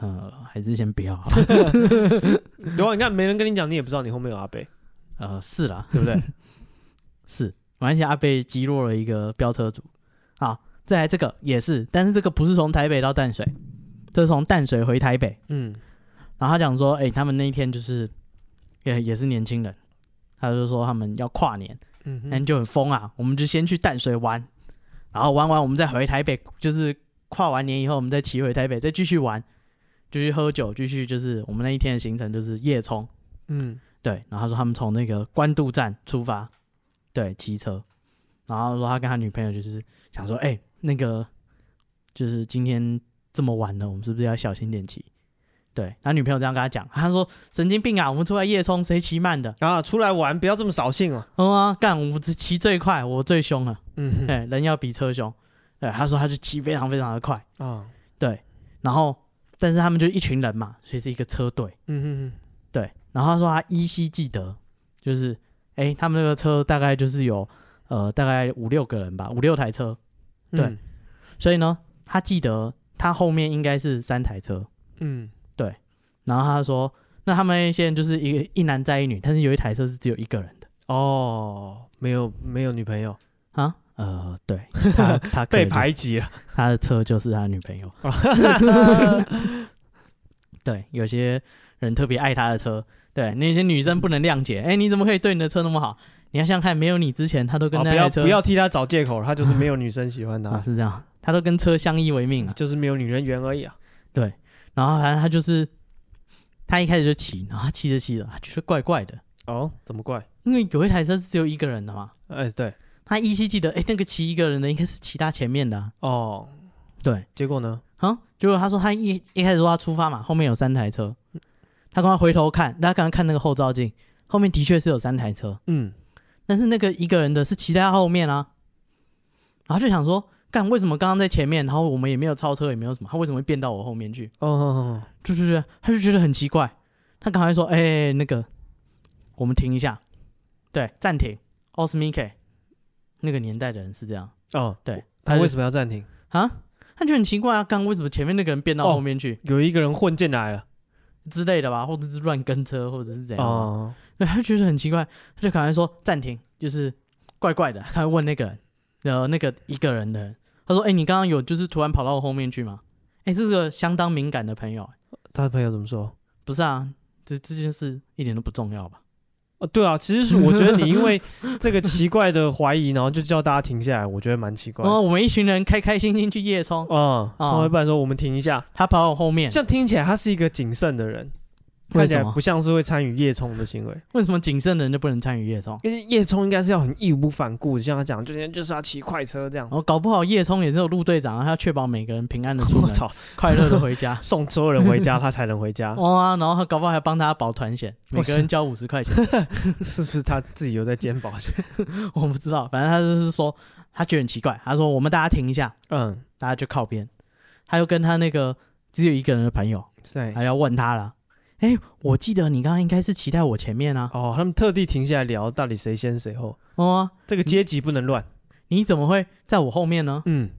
Speaker 2: 呃，还是先不 要好了。
Speaker 1: 对啊，你看没人跟你讲，你也不知道你后面有阿贝，
Speaker 2: 呃，是啦，
Speaker 1: 对不对？
Speaker 2: 是，马来西亚阿贝啊击落了一个飙车族。好，再来这个也是，但是这个不是从台北到淡水，这是从淡水回台北。
Speaker 1: 嗯，
Speaker 2: 然后他讲说，哎、他们那一天就是也也是年轻人，他就说他们要跨年，
Speaker 1: 嗯哼
Speaker 2: 那就很疯啊，我们就先去淡水玩，然后玩完我们再回台北，就是跨完年以后我们再骑回台北，再继续玩，继续喝酒，继续就是我们那一天的行程就是夜冲。
Speaker 1: 嗯，
Speaker 2: 对，然后他说他们从那个关渡站出发，对，骑车，然后说他跟他女朋友就是想说，哎、那个就是今天这么晚了，我们是不是要小心点骑？对他女朋友这样跟他讲，他说神经病啊，我们出来夜冲，谁骑慢的？
Speaker 1: 啊，出来玩不要这么扫兴啊。
Speaker 2: 嗯啊，干，我只骑最快，我最凶了，
Speaker 1: 嗯
Speaker 2: 对，哎人要比车凶。对，他说他就骑非常非常的快，
Speaker 1: 啊，
Speaker 2: 然后但是他们就一群人嘛，所以是一个车队。
Speaker 1: 嗯哼
Speaker 2: 对，然后他说他依稀记得，就是哎、诶他们那个车大概就是有呃大概五六个人吧，五六台车，
Speaker 1: 哼，
Speaker 2: 对，所以呢，他记得他后面应该是三台车，
Speaker 1: 嗯，
Speaker 2: 然后他说，那他们现在就是一个一男载一女，但是有一台车是只有一个人的
Speaker 1: 哦，没有没有女朋友，
Speaker 2: 啊，呃，对他他可 以
Speaker 1: 被
Speaker 2: 理
Speaker 1: 排挤 了。啊
Speaker 2: 他的车就是他女朋友。对，有些人特别爱他的车，对那些女生不能谅解。哎、你怎么可以对你的车那么好？你要想想看，没有你之前，他都跟
Speaker 1: 啊
Speaker 2: 那
Speaker 1: 不要
Speaker 2: 台车、
Speaker 1: 不要替他找借口了，他就是没有女生喜欢
Speaker 2: 啊，
Speaker 1: 他，
Speaker 2: 是这样，他都跟车相依为命啊。
Speaker 1: 就是没有女人缘而已啊。
Speaker 2: 然后反正他就是，他一开始就骑，然后他骑着骑着，他觉得怪怪的，
Speaker 1: 哦，怎么怪？
Speaker 2: 因为有一台车是只有一个人的嘛。
Speaker 1: 哎，对，
Speaker 2: 他依稀记得，哎、那个骑一个人的应该是骑他前面的啊、
Speaker 1: 哦，
Speaker 2: 对，
Speaker 1: 结果呢？
Speaker 2: 啊，结果他说他一一开始说他出发嘛，后面有三台车，他刚刚回头看，他刚刚看那个后照镜，后面的确是有三台车，
Speaker 1: 嗯，
Speaker 2: 但是那个一个人的是骑在他后面啊，然后就想说，干为什么刚刚在前面，然后我们也没有超车，也没有什么，他为什么会变到我后面去？
Speaker 1: 哦哦哦，
Speaker 2: 就就就他就觉得很奇怪，他赶快说，哎、那个，我们停一下，对，暂停 o s m i k 那个年代的人是这样
Speaker 1: 哦哦，
Speaker 2: 对，
Speaker 1: 他
Speaker 2: 他就
Speaker 1: 为什么要暂停？
Speaker 2: 啊，他就很奇怪啊，刚刚为什么前面那个人变到
Speaker 1: 哦
Speaker 2: 后面去？
Speaker 1: 有一个人混进来了，
Speaker 2: 之类的吧，或者是乱跟车，或者是怎样吧。
Speaker 1: 哦，
Speaker 2: 对，他觉得很奇怪，他就赶快说暂停，就是怪怪的。他会问那个人，呃，那个一个人的人，他说：“哎、你刚刚有就是突然跑到我后面去吗？”哎、这个相当敏感的朋友、
Speaker 1: 他的朋友怎么说？
Speaker 2: 不是啊，这这件事一点都不重要吧？
Speaker 1: 哦，对啊，其实是我觉得你因为这个奇怪的怀疑，然后就叫大家停下来，我觉得蛮奇怪
Speaker 2: 然
Speaker 1: 的。
Speaker 2: 后我们一群人开开心心去夜冲，
Speaker 1: 哦，嗯
Speaker 2: 哦
Speaker 1: 从一半说我们停一下，
Speaker 2: 他跑到我后面，
Speaker 1: 这样听起来他是一个谨慎的人，
Speaker 2: 为
Speaker 1: 看起
Speaker 2: 什
Speaker 1: 来
Speaker 2: 么
Speaker 1: 不？像是会参与夜冲的行为。
Speaker 2: 为什么谨慎的人就不能参与夜冲？
Speaker 1: 因为叶冲应该是要很义无反顾，像他讲，就是就是要啊骑快车这样
Speaker 2: 然。后哦搞不好夜冲也是有陆队长啊，他要确保每个人平安的出
Speaker 1: 我
Speaker 2: 门，
Speaker 1: 操，
Speaker 2: 快乐的回家。
Speaker 1: 送所有人回家，他才能回家，
Speaker 2: 哦啊，然后他搞不好还帮大家保团险，每
Speaker 1: 我
Speaker 2: 个
Speaker 1: 是
Speaker 2: 人交五十块钱，
Speaker 1: 是不是？他自己有在肩保险。
Speaker 2: 我不知道，反正他就是说他觉得很奇怪，他说我们大家停一下，
Speaker 1: 嗯，
Speaker 2: 大家就靠边，他就跟他那个只有一个人的朋友，
Speaker 1: 对。
Speaker 2: 还要问他了，哎、我记得你刚刚应该是骑在我前面啊，
Speaker 1: 哦，他们特地停下来聊，到底谁先谁后？
Speaker 2: 哦啊、
Speaker 1: 这个阶级不能乱。
Speaker 2: 你怎么会在我后面呢？
Speaker 1: 嗯，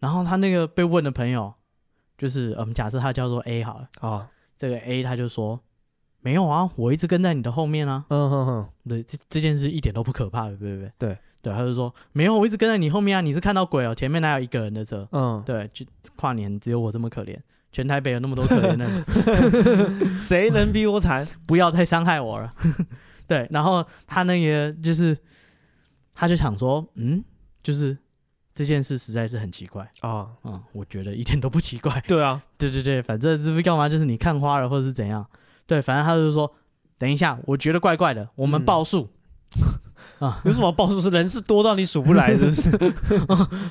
Speaker 2: 然后他那个被问的朋友，就是呃我们、假设他叫做 A 好了，
Speaker 1: 哦，
Speaker 2: 这个 A 他就说没有啊，我一直跟在你的后面啊，
Speaker 1: 嗯哼哼，
Speaker 2: 对，这这件事一点都不可怕，对不对？
Speaker 1: 对
Speaker 2: 对，他就说没有，我一直跟在你后面啊，你是看到鬼哦，前面哪有一个人的车？
Speaker 1: 嗯，
Speaker 2: 对，就跨年只有我这么可怜，全台北有那么多可怜的人，
Speaker 1: 谁能比我惨？
Speaker 2: 不要再伤害我了。 对，然后他那个就是，他就想说，嗯，就是这件事实在是很奇怪，
Speaker 1: 哦，
Speaker 2: 嗯，我觉得一点都不奇怪。
Speaker 1: 对啊，
Speaker 2: 对对对，反正就是要么就是你看花了，或者是怎样。对，反正他就是说，等一下，我觉得怪怪的，我们
Speaker 1: 嗯
Speaker 2: 报数、 啊，
Speaker 1: 有什么报数是人是多到你数不来， 是不是？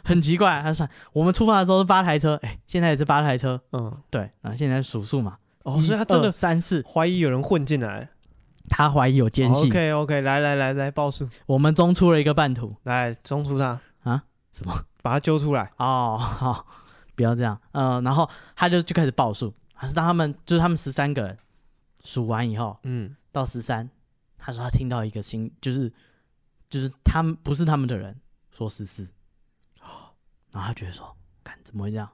Speaker 2: 很奇怪。他说我们出发的时候是八台车，哎，现在也是八台车，
Speaker 1: 嗯，
Speaker 2: 对，然后现在数数嘛。
Speaker 1: 哦，所以他真
Speaker 2: 一二
Speaker 1: 的
Speaker 2: 三四，
Speaker 1: 怀疑有人混进来。
Speaker 2: 他怀疑有奸
Speaker 1: 哦
Speaker 2: 细。
Speaker 1: OK OK，来来来来，报数，
Speaker 2: 我们中出了一个半途
Speaker 1: 来中出他，
Speaker 2: 什么？
Speaker 1: 把他揪出来。
Speaker 2: 哦，好，不要这样。嗯、然后他就就开始报数，还是当他们就是他们十三个人数完以后
Speaker 1: 嗯，
Speaker 2: 到十三，他说他听到一个新，就是就是他们不是他们的人说十四，然后他觉得说，看怎么会这样？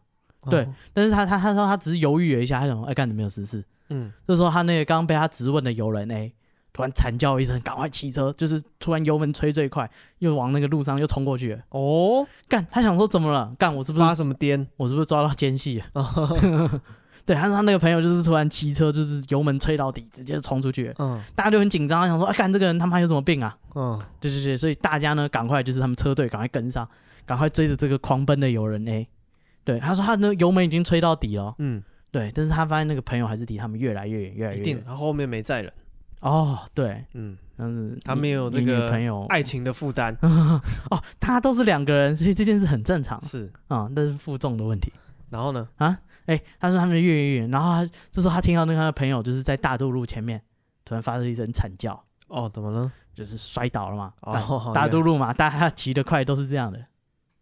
Speaker 2: 对
Speaker 1: 哦，
Speaker 2: 但是他他他说他只是犹豫了一下，他想说，哎，干怎么有十四？
Speaker 1: 嗯，
Speaker 2: 这时候他那个刚刚被他质问的游人 A 突然惨叫一声，赶快骑车，就是突然油门吹最快，又往那个路上又冲过去了。
Speaker 1: 哦，
Speaker 2: 干，他想说怎么了？干，我是不
Speaker 1: 发
Speaker 2: 是
Speaker 1: 什么 癫？
Speaker 2: 我是不是抓到奸细了？
Speaker 1: 哦
Speaker 2: 对，他他那个朋友就是突然骑车，就是油门吹到底，直接冲出去了，
Speaker 1: 嗯
Speaker 2: 大家就很紧张，想说啊，干这个人他妈有什么病啊？
Speaker 1: 嗯，
Speaker 2: 对对对，所以大家呢，赶快就是他们车队赶快跟上，赶快追着这个狂奔的游人 A。对，他说他那油门已经吹到底了哦，
Speaker 1: 嗯，
Speaker 2: 对，但是他发现那个朋友还是离他们越来越远，越来
Speaker 1: 一
Speaker 2: 越
Speaker 1: 定，
Speaker 2: 远。
Speaker 1: 他后面没载人，
Speaker 2: 哦，对，
Speaker 1: 嗯，
Speaker 2: 但是
Speaker 1: 他
Speaker 2: 你
Speaker 1: 没有
Speaker 2: 你
Speaker 1: 这个
Speaker 2: 女朋友
Speaker 1: 爱情的负担
Speaker 2: 哦，他都是两个人，所以这件事很正常
Speaker 1: 是，
Speaker 2: 啊、嗯，但是负重的问题。
Speaker 1: 然后呢，
Speaker 2: 哎、他说他们越来越远，然后他这时候他听到那个他的朋友就是在大渡路前面突然发出一声惨叫，
Speaker 1: 哦，怎么了？
Speaker 2: 就是摔倒了嘛。
Speaker 1: 哦
Speaker 2: 啊
Speaker 1: 好
Speaker 2: 大
Speaker 1: 原来
Speaker 2: 渡路嘛，大家骑得快都是这样的，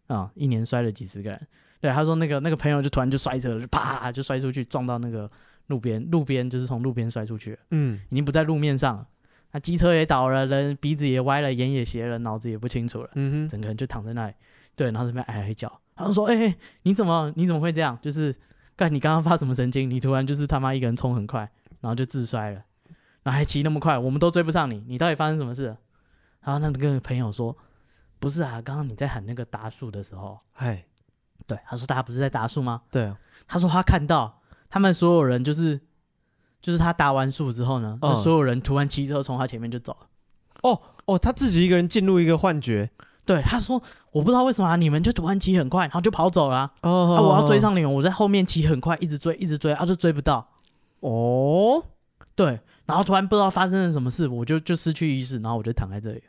Speaker 2: 啊、一年摔了几十个人。对，他说那个那个朋友就突然就摔车了，就啪就摔出去，撞到那个路边，路边就是从路边摔出去了，
Speaker 1: 嗯，
Speaker 2: 已经不在路面上了。那机车也倒了，人鼻子也歪了，眼也斜了，脑子也不清楚了，
Speaker 1: 嗯哼，
Speaker 2: 整个人就躺在那里。对，然后这边哀哀叫，他就说：“哎、哎你怎么你怎么会这样？就是干你刚刚发什么神经？你突然就是他妈一个人冲很快，然后就自摔了，然后还骑那么快，我们都追不上你，你到底发生什么事了？”然后那个朋友说：“不是啊，刚刚你在喊那个达树的时候，
Speaker 1: 嗨，
Speaker 2: 对，他说大家不是在达树吗？
Speaker 1: 对啊，
Speaker 2: 他说他看到他们所有人就是。”就是他打完树之后呢，那
Speaker 1: 嗯
Speaker 2: 所有人突然骑车从他前面就走了。
Speaker 1: 哦，他自己一个人进入一个幻觉，
Speaker 2: 对，他说我不知道为什么、啊、你们就突然骑很快，然后就跑走了啊、
Speaker 1: 哦，
Speaker 2: 啊，我要追，上你们，我在后面骑很快，一直追，一直追，啊，就追不到。
Speaker 1: 哦，
Speaker 2: 对，然后突然不知道发生了什么事，我就就失去意识，然后我就躺在这里。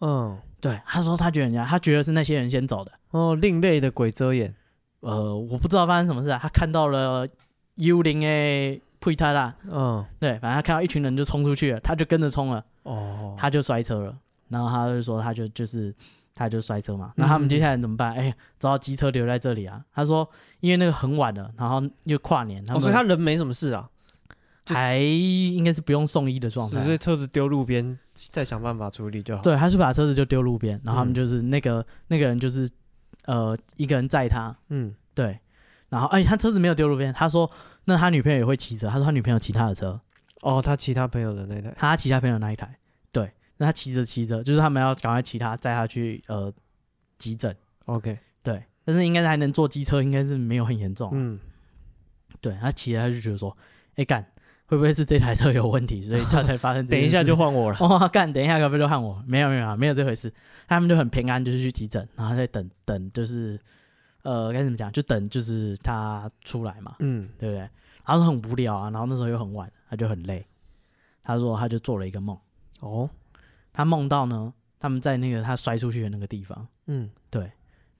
Speaker 1: 嗯，
Speaker 2: 对，他说他觉得人家，他觉得是那些人先走的。
Speaker 1: 哦，另类的鬼遮眼，
Speaker 2: 呃，我不知道发生什么事啊，他看到了幽灵诶，佩塔啦，
Speaker 1: 嗯，
Speaker 2: 对，反正他看到一群人就冲出去了，他就跟着冲了，
Speaker 1: 哦，
Speaker 2: 他就摔车了，然后他就说他就就是他就摔车嘛，
Speaker 1: 嗯
Speaker 2: 那他们接下来怎么办？哎、只好机车留在这里啊。他说因为那个很晚了，然后又跨年，他
Speaker 1: 哦，所以他
Speaker 2: 们
Speaker 1: 人没什么事啊，
Speaker 2: 还应该是不用送医的状态
Speaker 1: 只
Speaker 2: 啊，
Speaker 1: 是车子丢路边，再想办法处理就好。
Speaker 2: 对，他是把车子就丢路边，然后他
Speaker 1: 嗯
Speaker 2: 们就是那个、那个人就是呃一个人载他，
Speaker 1: 嗯，
Speaker 2: 对，然后哎、他车子没有丢路边，他说那他女朋友也会骑车，他说他女朋友骑他的车，
Speaker 1: 哦，他其他朋友的那台，
Speaker 2: 他骑他朋友那一台，对，那他骑着骑着就是他们要赶快骑他载他去呃急诊，
Speaker 1: OK，
Speaker 2: 对，但是应该是还能坐机车，应该是没有很严重啊、
Speaker 1: 嗯，
Speaker 2: 对他骑着他就觉得说，哎、干会不会是这台车有问题，所以他才发生这
Speaker 1: 等一
Speaker 2: 件
Speaker 1: 下
Speaker 2: 事
Speaker 1: 就换我了。
Speaker 2: 哦，干，等一下，可不可以就喊我？没有，没有，没有这回事。他们就很平安，就是去急诊，然后再等等，就是呃，该怎么讲？就等就是他出来嘛，
Speaker 1: 嗯，
Speaker 2: 对不对？然后很无聊啊，然后那时候又很晚，他就很累。他说他就做了一个梦，
Speaker 1: 哦，
Speaker 2: 他梦到呢，他们在那个他摔出去的那个地方，
Speaker 1: 嗯，
Speaker 2: 对，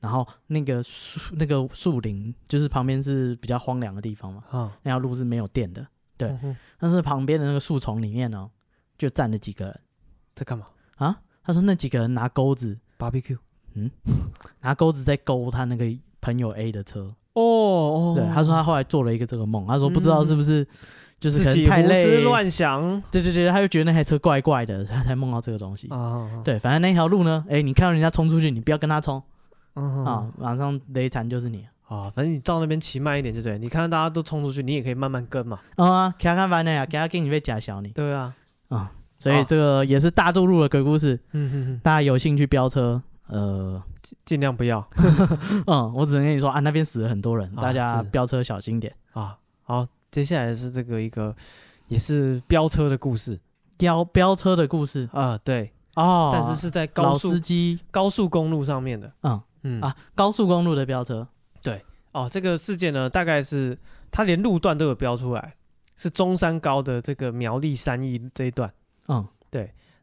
Speaker 2: 然后那个树那个树林就是旁边是比较荒凉的地方嘛，
Speaker 1: 啊，
Speaker 2: 那条路是没有电的，对
Speaker 1: 嗯哼，
Speaker 2: 但是旁边的那个树丛里面呢，就站了几个人
Speaker 1: 在干嘛
Speaker 2: 啊。他说那几个人拿钩子
Speaker 1: ？BBQ。
Speaker 2: 拿钩子在勾他那个朋友 A 的车。
Speaker 1: 哦哦，嗯
Speaker 2: 对，他说他后来做了一个这个梦，他说不知道是不是就是
Speaker 1: 自
Speaker 2: 可能
Speaker 1: 己
Speaker 2: 太
Speaker 1: 胡思
Speaker 2: 累，
Speaker 1: 乱想
Speaker 2: 对对对，他就觉得那台车怪怪的，他才梦到这个东西。
Speaker 1: 啊，
Speaker 2: 对，反正那条路呢，哎，你看到人家冲出去，你不要跟他冲
Speaker 1: 嗯
Speaker 2: 啊，马上雷惨就是你
Speaker 1: 啊，反正你到那边骑慢一点就对，你看到大家都冲出去，你也可以慢慢跟嘛。
Speaker 2: 啊，给他看完了呀，给他给你被假小你
Speaker 1: 对啊，
Speaker 2: 啊，所
Speaker 1: 哦
Speaker 2: 以这个也是大渡路的鬼故事，
Speaker 1: 嗯哼哼，
Speaker 2: 大家有兴趣飙车，呃，
Speaker 1: 尽量不要
Speaker 2: 嗯，我只能跟你说啊，那边死了很多人，
Speaker 1: 啊
Speaker 2: 大家
Speaker 1: 是
Speaker 2: 飙车小心点，
Speaker 1: 啊。好，接下来是这个一个也是飙车的故事
Speaker 2: 飙飙车的故事
Speaker 1: 啊，对，
Speaker 2: 哦，
Speaker 1: 但是是在
Speaker 2: 老
Speaker 1: 高
Speaker 2: 司
Speaker 1: 速
Speaker 2: 机
Speaker 1: 高速公路上面的。
Speaker 2: 嗯
Speaker 1: 嗯啊
Speaker 2: 啊，高速公路的飙车，
Speaker 1: 哦，这个事件呢，大概是它连路段都有标出来，是中山高的这个苗栗三义这一段。
Speaker 2: 嗯，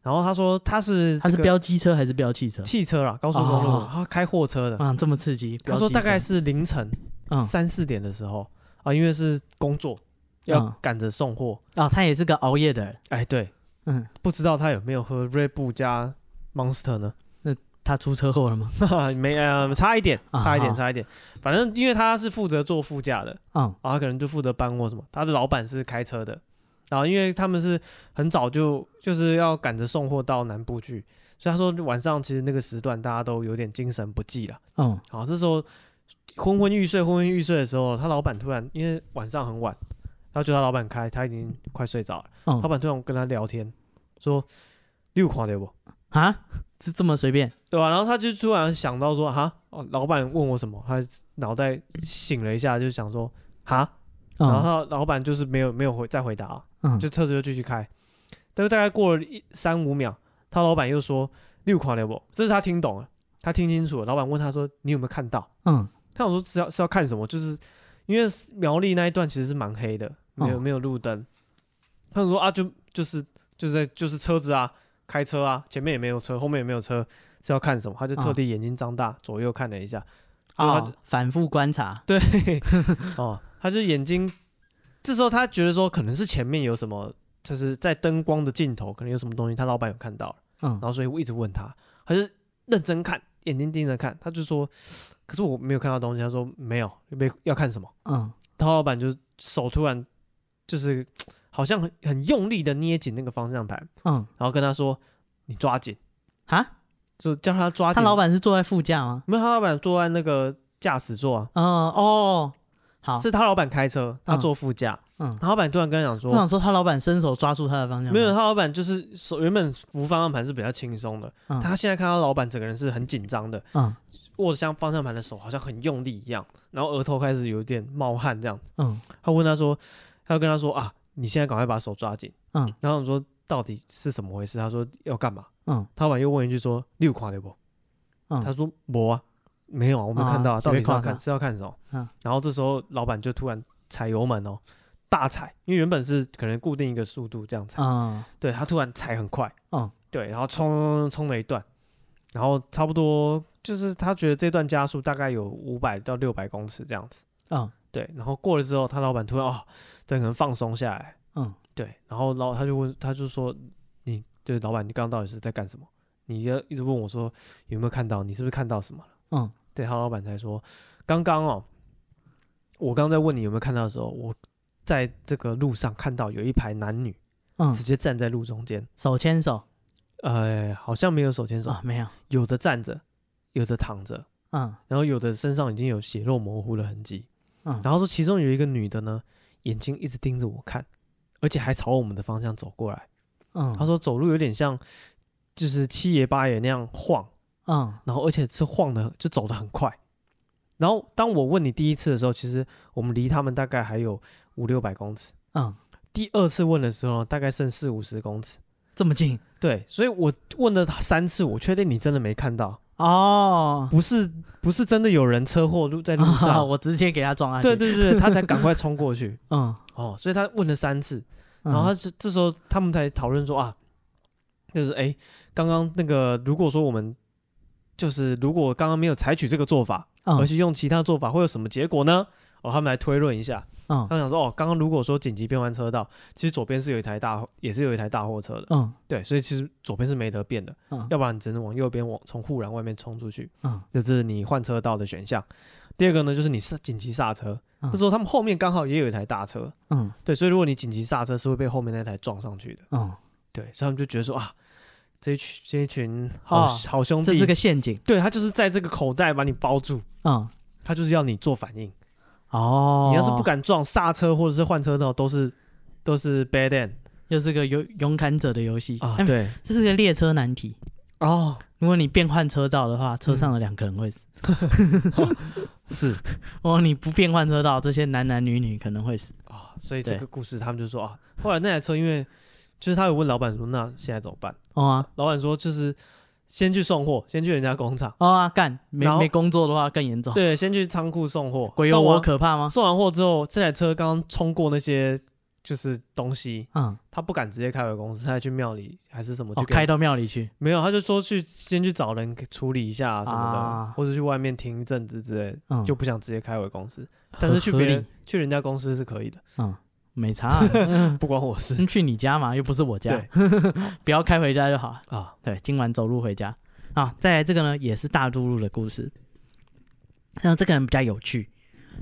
Speaker 1: 然后他说他是
Speaker 2: 它是
Speaker 1: 这个
Speaker 2: 飙机车还是飙汽车？
Speaker 1: 汽车啦，高速公路，
Speaker 2: 哦
Speaker 1: 他开货车的。
Speaker 2: 啊，这么刺激！
Speaker 1: 他说
Speaker 2: 飙机车
Speaker 1: 大概是凌晨
Speaker 2: 嗯
Speaker 1: 三四点的时候啊，因为是工作，要
Speaker 2: 嗯
Speaker 1: 赶着送货。
Speaker 2: 哦，他也是个熬夜的人，
Speaker 1: 哎，对，
Speaker 2: 嗯，
Speaker 1: 不知道他有没有喝 Red Bull 加 Monster 呢？
Speaker 2: 他出车祸了吗？
Speaker 1: 没，呃，差一点，
Speaker 2: 啊
Speaker 1: 差一点，
Speaker 2: 好
Speaker 1: 差一点。反正因为他是负责坐副驾的，
Speaker 2: 嗯
Speaker 1: 然后他可能就负责搬货什么。他的老板是开车的，然后因为他们是很早就就是要赶着送货到南部去，所以他说晚上其实那个时段大家都有点精神不济了。
Speaker 2: 嗯
Speaker 1: 好，这时候昏昏欲睡、昏昏欲睡的时候，他老板突然因为晚上很晚，然后就他老板开，他已经快睡着了。老
Speaker 2: 嗯
Speaker 1: 板突然跟他聊天，说：“你有看到不？”
Speaker 2: 啊，是这么随便
Speaker 1: 对吧、然后他就突然想到说：“哈，哦，老板问我什么？”他脑袋醒了一下，就想说：“哈。”然后
Speaker 2: 嗯
Speaker 1: 他老板就是没有没有回再回答、啊，
Speaker 2: 嗯，
Speaker 1: 就车子就继续开。但是大概过了一三五秒，他老板又说：“你有看到不？”这是他听懂了，他听清楚了。老板问他说：“你有没有看到？”
Speaker 2: 嗯
Speaker 1: 他想说是要是要看什么，就是因为苗栗那一段其实是蛮黑的，没有、
Speaker 2: 哦
Speaker 1: 没有路灯。他想说啊，就就是就是在就是车子啊，开车啊，前面也没有车，后面也没有车，是要看什么？他就特地眼睛张大，左右看了一下，就他
Speaker 2: 啊，反复观察，
Speaker 1: 对， 哦，他就眼睛，这时候他觉得说可能是前面有什么，就是在灯光的尽头可能有什么东西，他老板有看到了，
Speaker 2: 嗯
Speaker 1: 然后所以我一直问他，他就认真看，眼睛盯着看，他就说，可是我没有看到东西，他说没有，没要看什么。
Speaker 2: 嗯
Speaker 1: 他老板就手突然就是好像很很用力的捏紧那个方向盘，
Speaker 2: 嗯，
Speaker 1: 然后跟他说：“你抓紧。
Speaker 2: 啊，”
Speaker 1: 就叫他抓紧。
Speaker 2: 他老板是坐在副驾吗？
Speaker 1: 没有，他老板坐在那个驾驶座啊，
Speaker 2: 嗯哦，好，
Speaker 1: 是他老板开车，他坐副驾。
Speaker 2: 嗯，
Speaker 1: 他老板突然跟他讲
Speaker 2: 我
Speaker 1: 说
Speaker 2: 想说他老板伸手抓住他的方：“向，
Speaker 1: 没有，，他老板就是手原本扶方向盘是比较轻松的，
Speaker 2: 嗯
Speaker 1: 他现在看到老板整个人是很紧张的，
Speaker 2: 嗯
Speaker 1: 握着像方向盘的手好像很用力一样，然后额头开始有点冒汗这样。
Speaker 2: 嗯
Speaker 1: 他问他说，他就跟他说啊，你现在赶快把手抓紧。
Speaker 2: 嗯
Speaker 1: 然后我说到底是怎么回事？他说要干嘛？
Speaker 2: 嗯
Speaker 1: 他老板又问一句说你有看到不？
Speaker 2: 嗯
Speaker 1: 他说没啊，没有啊，我没有看到啊，
Speaker 2: 啊
Speaker 1: 到底
Speaker 2: 随便
Speaker 1: 是要
Speaker 2: 看
Speaker 1: 看
Speaker 2: 啊
Speaker 1: 是要看什么？
Speaker 2: 嗯
Speaker 1: 然后这时候老板就突然踩油门哦，大踩，因为原本是可能固定一个速度这样踩，
Speaker 2: 嗯
Speaker 1: 对他突然踩很快，
Speaker 2: 嗯，
Speaker 1: 对，然后冲冲冲冲了一段，然后差不多就是他觉得这段加速大概有五百到六百公尺这样子，
Speaker 2: 嗯
Speaker 1: 对，然后过了之后，他老板突然哦，对，可能放松下来，
Speaker 2: 嗯，
Speaker 1: 对，然后老他就问，他就说你对老板，你刚刚到底是在干什么？你要一直问我说有没有看到，你是不是看到什么了？
Speaker 2: 嗯，
Speaker 1: 对，他老板才说刚刚哦，我刚在问你有没有看到的时候，我在这个路上看到有一排男女
Speaker 2: 嗯
Speaker 1: 直，接站在路中间，
Speaker 2: 手牵手
Speaker 1: 呃，好像没有手牵手，
Speaker 2: 啊，没有，
Speaker 1: 有的站着，有的躺着，
Speaker 2: 嗯
Speaker 1: 然后有的身上已经有血肉模糊的痕迹。
Speaker 2: 嗯，
Speaker 1: 然后说其中有一个女的呢，眼睛一直盯着我看，而且还朝我们的方向走过来。
Speaker 2: 嗯，
Speaker 1: 她说走路有点像，就是七爷八爷那样晃，
Speaker 2: 嗯
Speaker 1: 然后而且是晃的，就走得很快。然后当我问你第一次的时候，其实我们离他们大概还有五六百公尺。
Speaker 2: 嗯，
Speaker 1: 第二次问的时候，大概剩四五十公尺。
Speaker 2: 这么近
Speaker 1: 对，所以我问了三次，我确定你真的没看到，
Speaker 2: 哦，
Speaker 1: 不是不是真的有人车祸路在路
Speaker 2: 啊
Speaker 1: 上，
Speaker 2: 我直接给他撞下去，
Speaker 1: 对，对对，他才赶快冲过去。
Speaker 2: 嗯，
Speaker 1: 哦，所以他问了三次，然
Speaker 2: 嗯
Speaker 1: 后他这这时候他们才讨论说啊，就是哎，刚刚那个如果说我们就是如果刚刚没有采取这个做法，
Speaker 2: 嗯
Speaker 1: 而是用其他做法，会有什么结果呢？哦，他们来推论一下。
Speaker 2: 嗯
Speaker 1: 他们想说，哦，刚刚如果说紧急变换车道，其实左边是有一台大，也是有一台大货车的，
Speaker 2: 嗯
Speaker 1: 对，所以其实左边是没得变的，
Speaker 2: 嗯
Speaker 1: 要不然你只能往右边往从护栏外面冲出去。
Speaker 2: 嗯
Speaker 1: 这是你换车道的选项。第二个呢，就是你是紧急刹车。
Speaker 2: 嗯
Speaker 1: 这时候他们后面刚好也有一台大车，
Speaker 2: 嗯
Speaker 1: 对，所以如果你紧急刹车是会被后面那台撞上去的。
Speaker 2: 嗯，
Speaker 1: 对，所以他们就觉得说啊，这一群这一群好、
Speaker 2: 哦
Speaker 1: 好兄弟，
Speaker 2: 这是个陷阱，
Speaker 1: 对他就是在这个口袋把你包住，
Speaker 2: 嗯
Speaker 1: 他就是要你做反应。
Speaker 2: 哦，
Speaker 1: 你要是不，敢撞刹车或者是换车道，都是都是 bad end
Speaker 2: 又是个勇勇敢者的游戏
Speaker 1: 啊。
Speaker 2: 哎
Speaker 1: 对，
Speaker 2: 这是个列车难题。
Speaker 1: 哦，
Speaker 2: 如果你变换车道的话，车上的两个人会死；
Speaker 1: 是
Speaker 2: 哦，你不变换车道，这些男男女女可能会死。
Speaker 1: 啊、所以这
Speaker 2: 对
Speaker 1: 个故事他们就说啊，后来那台车因为就是他有问老板说，那现在怎么办？
Speaker 2: 哦啊，
Speaker 1: 老板说就是先去送货，先去人家工厂，
Speaker 2: 哦啊，干没
Speaker 1: 然后
Speaker 2: 没工作的话更严重。
Speaker 1: 对，先去仓库送货。
Speaker 2: 哦鬼有
Speaker 1: 送
Speaker 2: 我
Speaker 1: 完
Speaker 2: 可怕吗？
Speaker 1: 送完货之后，这台车刚刚冲过那些就是东西，
Speaker 2: 嗯，
Speaker 1: 他不敢直接开回公司，他还去庙里还是什么去
Speaker 2: 哦，
Speaker 1: 给、
Speaker 2: 开到庙里去。
Speaker 1: 没有，他就说去先去找人处理一下、什么的，
Speaker 2: 啊
Speaker 1: 或者去外面停一阵子之类的，
Speaker 2: 嗯，
Speaker 1: 就不想直接开回公司。但是去
Speaker 2: 合
Speaker 1: 别
Speaker 2: 合
Speaker 1: 人
Speaker 2: 理
Speaker 1: 去人家公司是可以的，
Speaker 2: 没差啊、
Speaker 1: 不关我事。
Speaker 2: 先去你家嘛，又不是我家
Speaker 1: 对，
Speaker 2: 不要开回家就好了。
Speaker 1: 啊，
Speaker 2: 对，今晚走路回家啊。再来这个呢，也是大渡路的故事。那这个人比较有趣，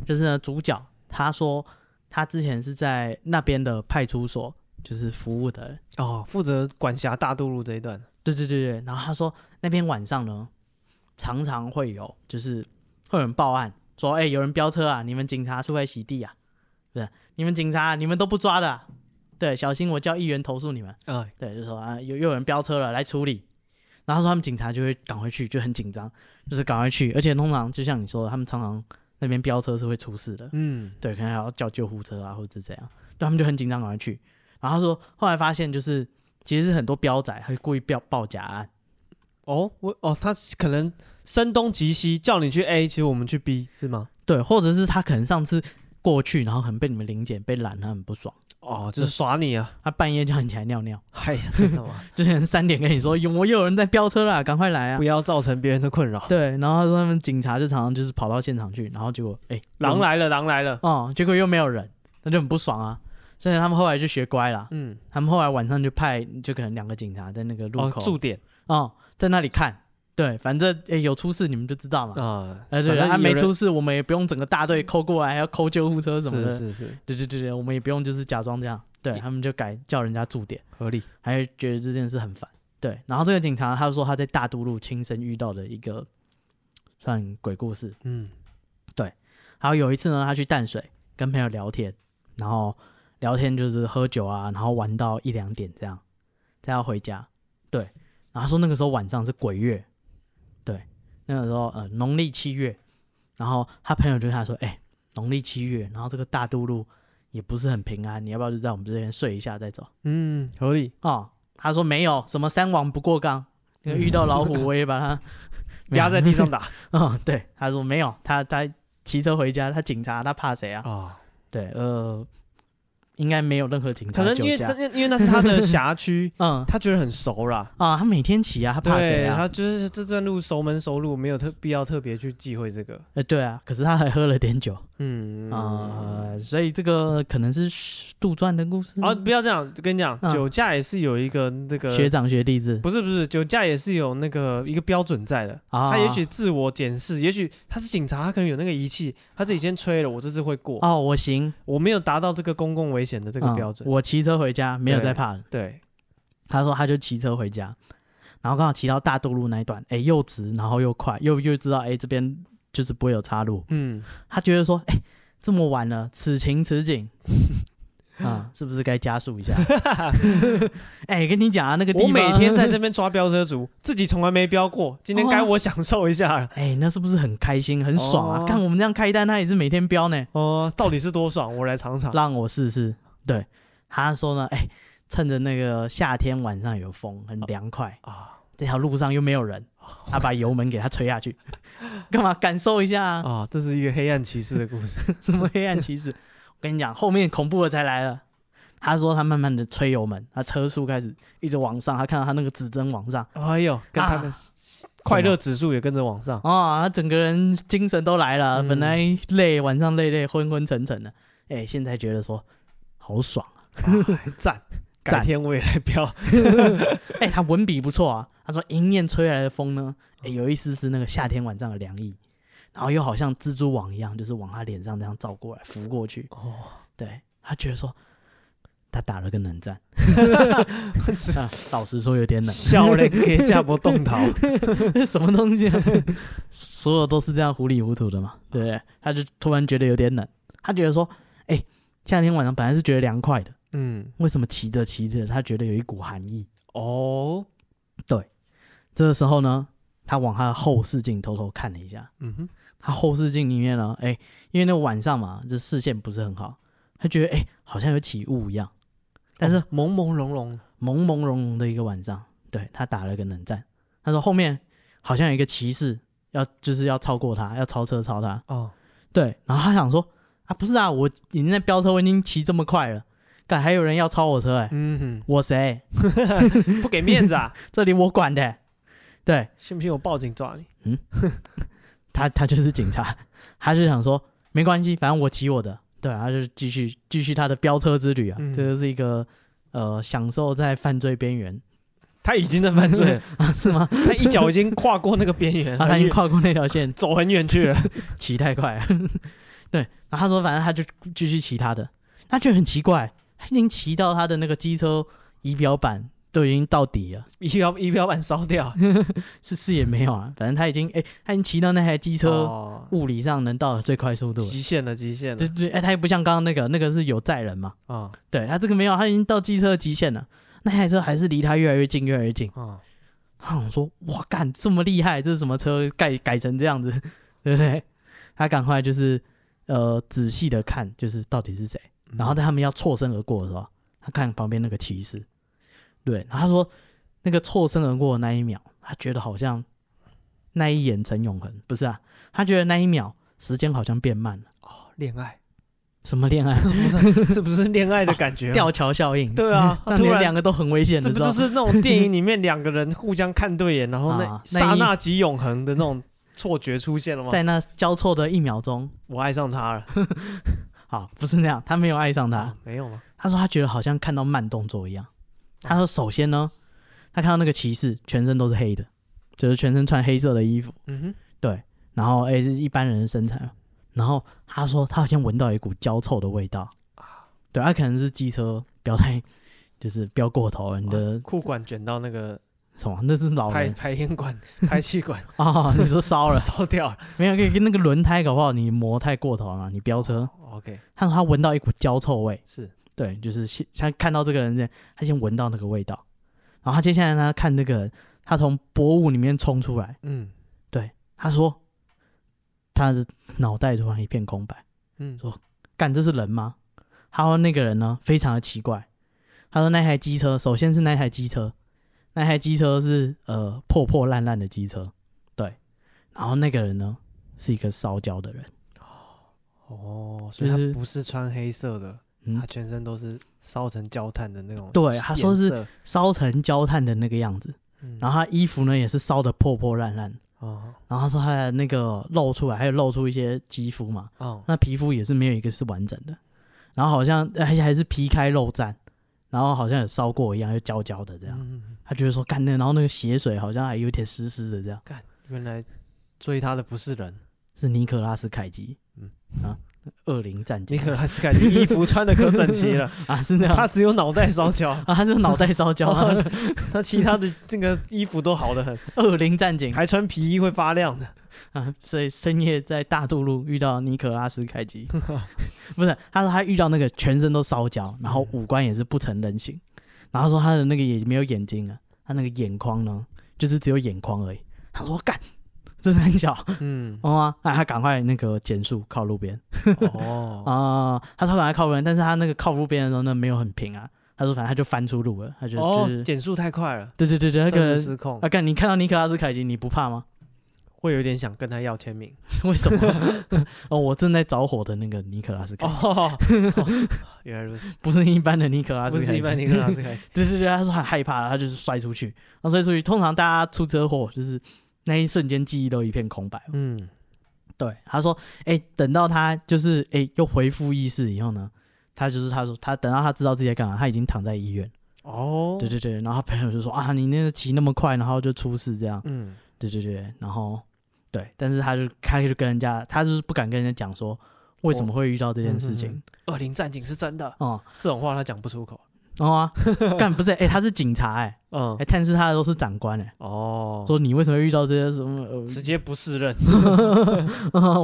Speaker 2: 就是呢，主角他说他之前是在那边的派出所就是服务的人，
Speaker 1: 哦，负责管辖大渡路这一段，
Speaker 2: 对对对对。然后他说那边晚上呢，常常会有就是会有人报案说，哎、有人飙车啊，你们警察出来洗地啊，对不对，你们警察你们都不抓的啊、对，小心我叫议员投诉你们。
Speaker 1: 啊，
Speaker 2: 对，就说啊，有又有人飙车了，来处理。然后说他们警察就会赶快去，就很紧张，就是赶快去。而且通常就像你说的，他们常常那边飙车是会出事的，
Speaker 1: 嗯，
Speaker 2: 对，可能还要叫救护车啊，或者是怎样。对，他们就很紧张，赶快去。然后他说，后来发现就是其实是很多飙仔会故意飙报假案，
Speaker 1: 哦，我哦，他可能声东击西，叫你去 A，其实我们去 B 是吗？
Speaker 2: 对，或者是他可能上次过去，然后可能被你们临检被拦，他很不爽，
Speaker 1: 哦，就是耍你啊！
Speaker 2: 他半夜叫你起来尿尿，
Speaker 1: 嗨，哎真的 吗？
Speaker 2: 就是三点跟你说，有我又有人在飙车啦，赶快来啊
Speaker 1: 不！要造成别人的困扰。
Speaker 2: 对，然后他说他们警察就常常就是跑到现场去，然后结果哎，
Speaker 1: 狼来了，狼来了。
Speaker 2: 哦，结果又没有人，那就很不爽啊。所以他们后来就学乖了，
Speaker 1: 嗯，
Speaker 2: 他们后来晚上就派，就可能两个警察在那个路
Speaker 1: 哦，
Speaker 2: 口
Speaker 1: 驻点
Speaker 2: 哦在那里看，对，反正诶有出事你们就知道嘛。
Speaker 1: 啊，
Speaker 2: 哎、对，
Speaker 1: 反正
Speaker 2: 啊
Speaker 1: 有
Speaker 2: 没
Speaker 1: 人
Speaker 2: 出事，我们也不用整个大队扣过来，还要扣救护车什么的。
Speaker 1: 是是是，
Speaker 2: 对对对对，我们也不用就是假装这样，对他们就改叫人家驻点，
Speaker 1: 合理。
Speaker 2: 还觉得这件事很烦。对，然后这个警察他说他在大都路亲身遇到的一个算鬼故事，
Speaker 1: 嗯，
Speaker 2: 然后有一次呢，他去淡水跟朋友聊天，然后聊天就是喝酒啊，然后玩到一两点这样，再要回家。对，然后他说那个时候晚上是鬼月，对，那个时候呃农历七月，然后他朋友就跟他说，哎、农历七月，然后这个大渡路也不是很平安，你要不要就在我们这边睡一下再走？
Speaker 1: 嗯，合理。
Speaker 2: 哦，他说没有什么三网不过冈，那
Speaker 1: 嗯
Speaker 2: 个遇到老虎我也把它
Speaker 1: 压在地上 打
Speaker 2: 啊、对，他说
Speaker 1: 哦
Speaker 2: 没有，他他骑车回家，他警察他怕谁啊？
Speaker 1: 啊，
Speaker 2: 对，呃，应该没有任何警
Speaker 1: 可
Speaker 2: 察
Speaker 1: 能因
Speaker 2: 酒
Speaker 1: 为
Speaker 2: 驾。，
Speaker 1: 那因为那是他 的辖区
Speaker 2: 嗯
Speaker 1: 他觉得很熟啦。
Speaker 2: 啊，他每天骑啊，他怕谁
Speaker 1: 对，
Speaker 2: 啊
Speaker 1: 他？就是这段路熟门熟路，没有特必要特别去忌讳这个。
Speaker 2: 呃，对啊，可是他还喝了点酒
Speaker 1: 嗯
Speaker 2: 啊、所以这个可能是杜撰的故事
Speaker 1: 啊，不要这样，跟你讲，
Speaker 2: 嗯
Speaker 1: 酒驾也是有一个那个
Speaker 2: 学长学弟制
Speaker 1: 不是不是，酒驾也是有那个一个标准在的。
Speaker 2: 啊，
Speaker 1: 他也许自我检视，也许他是警察，他可能有那个仪器，他自己先吹了，我这次会过，
Speaker 2: 哦，我行
Speaker 1: 我没有达到这个公共危险的这
Speaker 2: 这
Speaker 1: 个标准。
Speaker 2: 嗯我骑车回家没有在怕了。
Speaker 1: 对，
Speaker 2: 他说他就骑车回家，然后刚好骑到大渡路那一段，哎，又直，然后又快，又又知道哎这边就是不会有岔路，
Speaker 1: 嗯，
Speaker 2: 他觉得说，哎，这么晚了，此情 此景。啊，是不是该加速一下？ 哎，跟你讲啊，那个地
Speaker 1: 我
Speaker 2: 方，
Speaker 1: 每天在这边抓飙车族，自己从来没飙过，今天该
Speaker 2: 哦
Speaker 1: 我享受一下了。
Speaker 2: 哎、那是不是很开心、很爽啊？
Speaker 1: 哦
Speaker 2: 看我们这样开单，他也是每天飙呢，
Speaker 1: 哦，到底是多爽？我来尝尝。
Speaker 2: 让我试试。对，他说呢，哎、趁着那个夏天晚上有风，很凉快，
Speaker 1: 啊
Speaker 2: 这条路上又没有人，他把油门给他吹下去，干嘛感受一下、啊、
Speaker 1: 啊，这是一个黑暗骑士的故 事。
Speaker 2: 什么黑暗骑士？我跟你讲，后面恐怖的才来了。他说他慢慢的吹油门，他车速开始一直往上，他看到他那个指针往上，
Speaker 1: 哎呦，跟他的
Speaker 2: 啊
Speaker 1: 快乐指数也跟着往 上。
Speaker 2: 哦，他整个人精神都来了，
Speaker 1: 嗯
Speaker 2: 本来累，晚上累累昏昏沉沉的，哎、现在觉得说好爽啊！
Speaker 1: 哎 赞！
Speaker 2: 赞
Speaker 1: 改天我也来飙。
Speaker 2: 哎、他文笔不错啊，他说迎面吹来的风呢，哎、有一丝丝那个夏天晚上的凉意，然后又好像蜘蛛网一样，就是往他脸上这样照过来，拂过去，
Speaker 1: 哦，
Speaker 2: 对他觉得说。他打了个冷战， 啊老实说有点冷，
Speaker 1: 笑人给架不动逃。
Speaker 2: 什么东西、啊？所有都是这样糊里糊涂的嘛，对不对？他就突然觉得有点冷，他觉得说，哎、夏天晚上本来是觉得凉快的，
Speaker 1: 嗯，
Speaker 2: 为什么骑着骑着，他觉得有一股寒意？
Speaker 1: 哦，
Speaker 2: 这个时候呢，他往他的后视镜偷偷看了一下，
Speaker 1: 嗯哼，
Speaker 2: 他后视镜里面呢，哎、因为那晚上嘛，这视线不是很好，他觉得哎、好像有起雾一样，但是
Speaker 1: 哦朦朦胧胧，
Speaker 2: 朦朦胧胧的一个晚上，对他打了个冷战。他说后面好像有一个骑士要就是要超过他，要超车超他，
Speaker 1: 哦，
Speaker 2: 对，然后他想说啊，不是啊，我已经在飙车，我已经骑这么快了，敢还有人要超我车、哎、
Speaker 1: 嗯
Speaker 2: 我谁？
Speaker 1: 哼，不给面子啊，
Speaker 2: 这里我管的、对
Speaker 1: 信不信我报警抓你？
Speaker 2: 他，他就是警察， 他就想说没关系，反正我骑我的，对，他就继续继续他的飙车之旅啊，
Speaker 1: 嗯
Speaker 2: 这就是一个呃享受在犯罪边缘
Speaker 1: 他已经在犯罪了，
Speaker 2: 啊，是吗？
Speaker 1: 他一脚已经跨过那个边 缘，
Speaker 2: 啊，他
Speaker 1: 很
Speaker 2: 已经
Speaker 1: 远
Speaker 2: 跨过那条线，
Speaker 1: 走很远 去了。
Speaker 2: 骑太快了。 对，然后他说反正他就继续骑他的，他觉得很奇怪，他已经骑到他的那个机车仪表板都已经到底了，
Speaker 1: 仪表仪表板烧掉，
Speaker 2: 是是也没有啊，反正他已经哎、他已经骑到那台机车
Speaker 1: 哦
Speaker 2: 物理上能到的最快速度了。
Speaker 1: 极限了，极限了
Speaker 2: 对对，哎、他也不像刚刚那个，那个是有载人嘛，
Speaker 1: 啊
Speaker 2: 对他这个没有，他已经到机车的极限了。那台车还是离他越来越近，越来越近。
Speaker 1: 啊！
Speaker 2: 他想说：“哇，干这么厉害，这是什么车？改改成这样子， 对不对？”他赶快就是呃仔细的看，就是到底是谁。
Speaker 1: 嗯
Speaker 2: 然后在他们要错身而过的时候，他看旁边那个骑士，对，然后他说那个错身而过的那一秒，他觉得好像那一眼成永恒，不是啊？他觉得那一秒时间好像变慢了，
Speaker 1: 哦，恋爱，
Speaker 2: 什么恋爱
Speaker 1: 不是，这不是恋爱的感 觉吗？
Speaker 2: 吊桥效应，
Speaker 1: 啊对 啊
Speaker 2: 让
Speaker 1: 突
Speaker 2: 你们
Speaker 1: 然
Speaker 2: 两个都很危险
Speaker 1: 这
Speaker 2: 的
Speaker 1: 不
Speaker 2: 时候，
Speaker 1: 就是那种电影里面两个人互相看对眼，然后那
Speaker 2: 啊那一
Speaker 1: 刹那即永恒的那种错觉出现了吗？
Speaker 2: 在那交错的一秒钟，
Speaker 1: 我爱上他了
Speaker 2: 好，不是那样，他没有爱上他，
Speaker 1: 啊？没有吗？
Speaker 2: 他说他觉得好像看到慢动作一样。
Speaker 1: 嗯
Speaker 2: 他说首先呢，他看到那个骑士全身都是黑的，就是全身穿黑色的衣服，
Speaker 1: 嗯哼。
Speaker 2: 然后哎、是一般人的身材嘛。然后他说他好像闻到一股焦臭的味道对，啊他可能是机车飙太，就是飙过头啊了，你的
Speaker 1: 裤管卷到那个
Speaker 2: 什么？那是老
Speaker 1: 排
Speaker 2: 人
Speaker 1: 排烟管、 排气管？
Speaker 2: 哦， 你说烧了
Speaker 1: 烧掉了。
Speaker 2: 没有，跟那个轮胎搞不好你磨太过头了啊嘛，你飙车。
Speaker 1: OK，
Speaker 2: 他说他闻到一股焦臭味，
Speaker 1: 是
Speaker 2: 对，就是先他看到这个人，他先闻到那个味道，然后他接下来呢，看那个人，他从薄雾里面冲出来，
Speaker 1: 嗯
Speaker 2: 他说，他的脑袋突然一片空白，
Speaker 1: 嗯
Speaker 2: 说干这是人吗？他说那个人呢，非常的奇怪，他说那台机车，首先是那台机车，那台机车是呃破破烂烂的机车，对，然后那个人呢是一个烧焦的人，
Speaker 1: 哦，所以
Speaker 2: 就是
Speaker 1: 他不是穿黑色的
Speaker 2: 嗯
Speaker 1: 他全身都是烧成焦炭的那种颜色。
Speaker 2: 对他说是烧成焦炭的那个样子，
Speaker 1: 嗯，
Speaker 2: 然后他衣服呢也是烧的破破烂烂，
Speaker 1: 哦
Speaker 2: 然后他说他的那个露出来，还有露出一些肌肤嘛，
Speaker 1: 哦，
Speaker 2: 那皮肤也是没有一个是完整的，然后好像而且还是皮开肉绽，然后好像有烧过一样，又焦焦的这
Speaker 1: 这
Speaker 2: 样，他觉得说干那，然后那个血水好像还有点湿湿的这样，
Speaker 1: 原来追他的不是人，
Speaker 2: 是尼可拉斯凯奇，嗯
Speaker 1: 嗯
Speaker 2: 啊，恶灵战
Speaker 1: 尼
Speaker 2: 警
Speaker 1: 可拉斯凯奇衣服穿的可整齐了，
Speaker 2: 啊，是那 样，
Speaker 1: 他只哦有脑袋烧 焦，
Speaker 2: 啊，他是脑袋烧 焦， 啊
Speaker 1: 他其他的这个衣服都好的很，
Speaker 2: 恶灵战警
Speaker 1: 还穿皮衣会发亮 的。
Speaker 2: 啊，所以深夜在大渡路遇到尼可拉斯 凯奇，不是，他说他遇到那个全身都烧焦，然后五官也是不成人形，然后说他的那个也没有眼睛啊，他那个眼眶呢，就是只有眼眶而已。他说干，这是很小，
Speaker 1: 嗯，
Speaker 2: 哦啊，那他赶快那个减速靠路边啊、
Speaker 1: 哦，
Speaker 2: 他说赶快靠路边，但是他那个靠路边的时候呢，没有很平啊，他说反正他就翻出路了，他就
Speaker 1: 哦
Speaker 2: 就是，
Speaker 1: 减速太快了，
Speaker 2: 对对对对，那
Speaker 1: 甚
Speaker 2: 个
Speaker 1: 至失控
Speaker 2: 啊，，干你看到尼可拉斯凯奇，你不怕吗？
Speaker 1: 会有点想跟他要签名。
Speaker 2: 为什么？ 哦，我正在着火的那个尼可拉斯凯
Speaker 1: 哦
Speaker 2: 奇，，
Speaker 1: 哦 原来如此，
Speaker 2: 不是一般的尼可拉斯
Speaker 1: 不
Speaker 2: 凯奇，
Speaker 1: 是一般尼克拉斯凯奇。
Speaker 2: 对对对，他是很害怕，他就是摔出去，然后摔出去。通常大家出车祸，就是那一瞬间记忆都一片空白。
Speaker 1: 嗯，
Speaker 2: 对，他说，哎、等到他就是哎、又恢复意识以后呢，他就是他说他等到他知道自己在干嘛，他已经躺在医院。
Speaker 1: 哦，
Speaker 2: 对，对对，然后他朋友就说啊，你那个骑那么快，然后就出事这样。
Speaker 1: 嗯，
Speaker 2: 对对对，然后对，但是他就他就跟人家，他就是不敢跟人家讲说为什么会遇到这件事情。
Speaker 1: 嗯二零战警是真的，
Speaker 2: 哦、
Speaker 1: 这种话他讲不出口。
Speaker 2: 然后啊，干不是哎、欸他是警察哎、欸，
Speaker 1: 嗯
Speaker 2: 哎、，探视他的都是长官哎、
Speaker 1: 哦，
Speaker 2: 说你为什么会遇到这些什么？ 呃
Speaker 1: 直接不适任。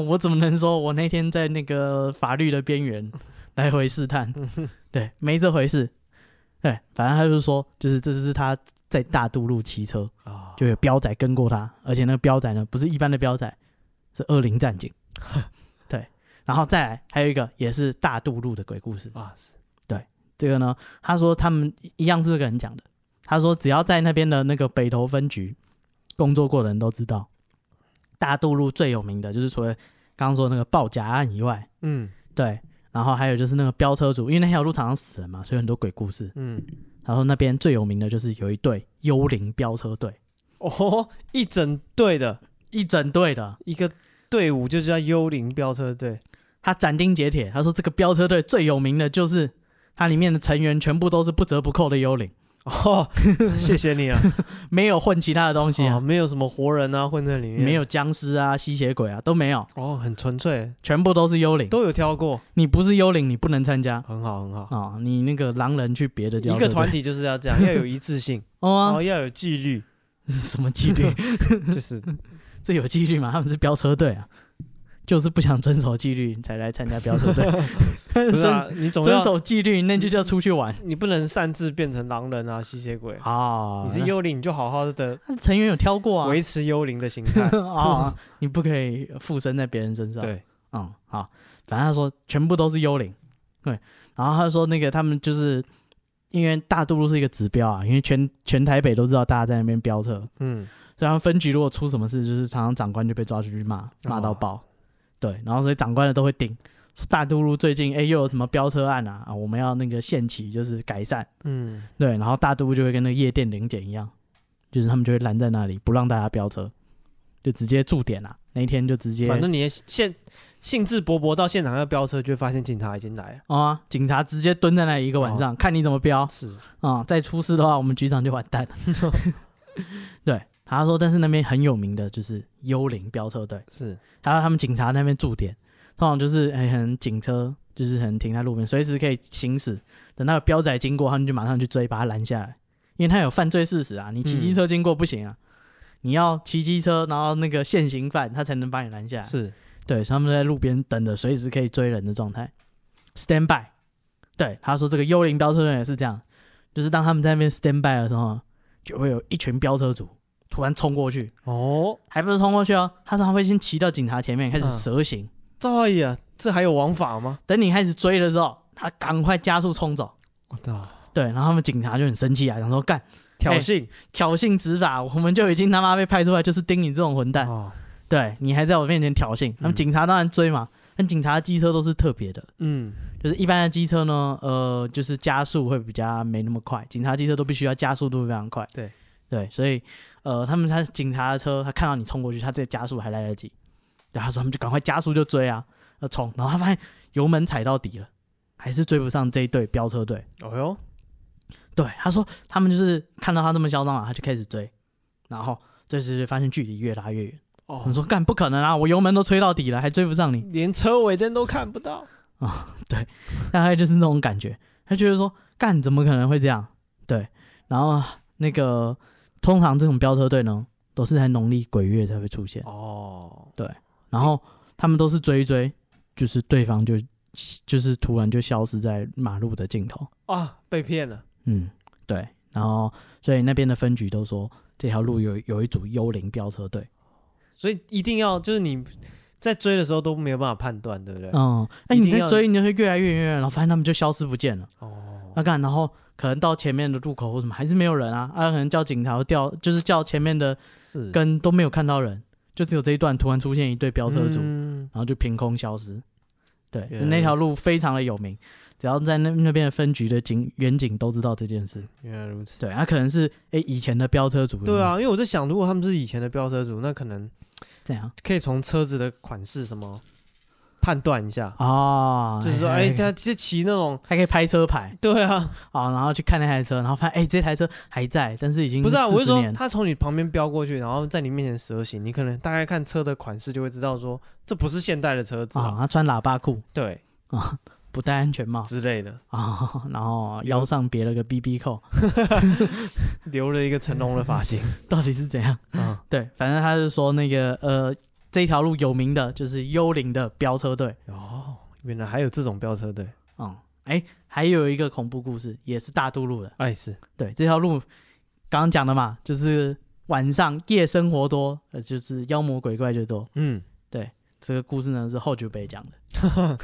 Speaker 2: 我怎么能说我那天在那个法律的边缘来回试探？对，没这回事。对，反正他就是说，就是这是他在大渡路骑车，
Speaker 1: 啊，
Speaker 2: 就有彪仔跟过他，而且那个彪仔呢不是一般的彪仔，是恶灵战 警。对，然后再来还有一个也是大渡路的鬼故事，
Speaker 1: 啊，是
Speaker 2: 这个呢，他说他们一样是这个人讲的。他说只要在那边的那个北投分局工作过的人都知道，大渡路最有名的就是除了刚刚说那个报假案以外，
Speaker 1: 嗯
Speaker 2: 对，然后还有就是那个飙车族，因为那条路常常死人嘛，所以很多鬼故事。
Speaker 1: 嗯，
Speaker 2: 他说那边最有名的就是有一队幽灵飙车队，
Speaker 1: 哦，一整队的
Speaker 2: 一整队的，
Speaker 1: 一个队伍就叫幽灵飙车队。
Speaker 2: 他斩钉截铁，他说这个飙车队最有名的就是它里面的成员全部都是不折不扣的幽灵，
Speaker 1: 哦，谢谢 你啊，
Speaker 2: 没有混其他的东西啊，
Speaker 1: 哦，没有什么活人啊混在里面，
Speaker 2: 没有僵尸啊、吸血鬼啊都没有，
Speaker 1: 哦，很纯粹，
Speaker 2: 全部都是幽灵。
Speaker 1: 都有挑过，
Speaker 2: 你不是幽灵，你不能参加啊、
Speaker 1: 很好很好。
Speaker 2: 哦你那个狼人去别的地
Speaker 1: 一
Speaker 2: 方
Speaker 1: 个团体就是要这样，要有一致性，
Speaker 2: 哦 啊
Speaker 1: 然后要有纪 律，
Speaker 2: 什么纪 律？
Speaker 1: 就是
Speaker 2: 这有纪律吗？他们是飙车队啊，就是不想遵守纪律才来参加飙 车队。
Speaker 1: 不
Speaker 2: 遵
Speaker 1: 是啊，你总
Speaker 2: 遵
Speaker 1: 要
Speaker 2: 守纪律，那就叫出去玩
Speaker 1: 你不能擅自变成狼人啊、吸血鬼啊。
Speaker 2: 啊
Speaker 1: 你是幽灵，你就好好的
Speaker 2: 那成员有挑过啊，。
Speaker 1: 维持幽灵的形态
Speaker 2: 啊，你不可以附身在别人身上。，
Speaker 1: 对，
Speaker 2: 嗯，好，反正他说全部都是幽灵，对。然后他说那个他们就是因为大渡路是一个指标啊，因为全全台北都知道大家在那边飙车，
Speaker 1: 嗯，
Speaker 2: 所以他们分局如果出什么事，就是常常长官就被抓出去骂，骂到爆。对，然后所以长官的都会盯。说大渡路最近哎又有什么飙车案啊？啊，我们要那个限期就是改善。
Speaker 1: 嗯，
Speaker 2: 对，然后大都就会跟那个夜店零检一样，就是他们就会拦在那里，不让大家飙车，就直接驻点啦、啊那一天就直接，
Speaker 1: 反正你也现兴致勃勃到现场要飙车，就会发现警察已经来了。
Speaker 2: 哦啊，警察直接蹲在那里一个晚
Speaker 1: 哦
Speaker 2: 上，看你怎么飙
Speaker 1: 是，
Speaker 2: 啊、再出事的话，我们局长就完蛋了。 对，他说，但是那边很有名的就是幽灵飙车队，
Speaker 1: 是，
Speaker 2: 还有他们警察那边驻点，通常就是很很警车，就是很停在路边，随时可以行驶。等那个飙仔经过，他们就马上去追，把他拦下来，因为他有犯罪事实啊。你骑机车经过不行啊，你要骑机车，然后那个现行犯他才能把你拦下来。
Speaker 1: 是，
Speaker 2: 对，所以他们在路边等着，随时可以追人的状态，stand by。对，他说这个幽灵飙车人也是这样，就是当他们在那边 stand by 的时候啊，就会有一群飙车族突然冲过去，
Speaker 1: 哦，
Speaker 2: 还不是冲过去哦，他常常会先骑到警察前面开始
Speaker 1: 嗯
Speaker 2: 蛇行，
Speaker 1: 赵阿姨啊，这还有王法吗？
Speaker 2: 等你开始追的时候，他赶快加速冲走。
Speaker 1: 我操，
Speaker 2: 对，然后他们警察就很生气啊，想说干
Speaker 1: 挑衅
Speaker 2: 挑衅执法，我们就已经他妈被派出来就是盯你这种混蛋，
Speaker 1: 哦，
Speaker 2: 对你还在我面前挑衅，那么
Speaker 1: 嗯
Speaker 2: 警察当然追嘛，那但警察的机车都是特别的，
Speaker 1: 嗯，
Speaker 2: 就是一般的机车呢，呃，就是加速会比较没那么快，警察机车都必须要加速度非常快。
Speaker 1: 对
Speaker 2: 对，所以呃，他们他警察的车，他看到你冲过去，他这加速还来得及，然后他说他们就赶快加速就追啊，要冲，然后他发现油门踩到底了，还是追不上这一队飙车队。
Speaker 1: 哦哟，
Speaker 2: 对，他说他们就是看到他这么嚣张啊，他就开始追，然后追追追，发现距离越拉越远。你
Speaker 1: 哦，
Speaker 2: 说干不可能啊，我油门都吹到底了，还追不上你。
Speaker 1: 连车尾灯都看不到，
Speaker 2: 大概就是那种感觉。他觉得说，干怎么可能会这样？对，然后那个通常这种飙车队呢，都是在农历鬼月才会出现，
Speaker 1: 哦，
Speaker 2: 然后他们都是追一追，就是对方就就是突然就消失在马路的尽头。
Speaker 1: 啊，被骗了，
Speaker 2: 嗯，对，然后所以那边的分局都说这条路有有一组幽灵飙车队。
Speaker 1: 所以一定要就是你在追的时候都没有办法判断，对不对？
Speaker 2: 嗯，哎、
Speaker 1: 一
Speaker 2: 你
Speaker 1: 定
Speaker 2: 在
Speaker 1: 要
Speaker 2: 追，你就会越来越远，然后发现他们就消失不见了。
Speaker 1: 哦，
Speaker 2: 那干，然后可能到前面的路口或什么还是没有人啊，啊，可能叫警察或调，就是叫前面的
Speaker 1: 是
Speaker 2: 跟都没有看到人，就只有这一段突然出现一对飙车族，
Speaker 1: 嗯
Speaker 2: 然后就凭空消失。对，
Speaker 1: 原来
Speaker 2: 那条
Speaker 1: 如此
Speaker 2: 路非常的有名，只要在那那边的分局的警远警都知道这件事。
Speaker 1: 原来如此。
Speaker 2: 对，他、可能是哎、以前的飙车族，
Speaker 1: 对，啊，因为我在想，如果他们是以前的飙车族，那可能
Speaker 2: 这样
Speaker 1: 可以从车子的款式什么判断一下，
Speaker 2: 啊，
Speaker 1: 就是说，
Speaker 2: 还
Speaker 1: 哦哎，他是骑那种，
Speaker 2: 还可以拍车牌
Speaker 1: 对啊，
Speaker 2: 啊、哦然后去看那台车，然后发现哎、这台车还在，但是已经
Speaker 1: 不是啊，我是
Speaker 2: 40
Speaker 1: 说
Speaker 2: 年，
Speaker 1: 他从你旁边飙过去，然后在你面前蛇行，你可能大概看车的款式就会知道说，这不是现代的车子
Speaker 2: 啊，
Speaker 1: 啊，
Speaker 2: 他穿喇叭裤
Speaker 1: 对
Speaker 2: 啊，不戴安全帽
Speaker 1: 之类的，
Speaker 2: 啊，然后腰上别了个 BB 扣，
Speaker 1: 留了一个成龙的发 型
Speaker 2: 到底是怎样？
Speaker 1: 啊，
Speaker 2: 对，反正他是说那个呃，这条路有名的就是幽灵的飙车队。
Speaker 1: 哦，原来还有这种飙车队，
Speaker 2: 嗯，哎，还有一个恐怖故事，也是大渡路的。
Speaker 1: 哎是，
Speaker 2: 对，这条路刚刚讲的嘛，就是晚上夜生活多，呃，就是妖魔鬼怪就多。
Speaker 1: 嗯，
Speaker 2: 这个故事呢是后久北讲的。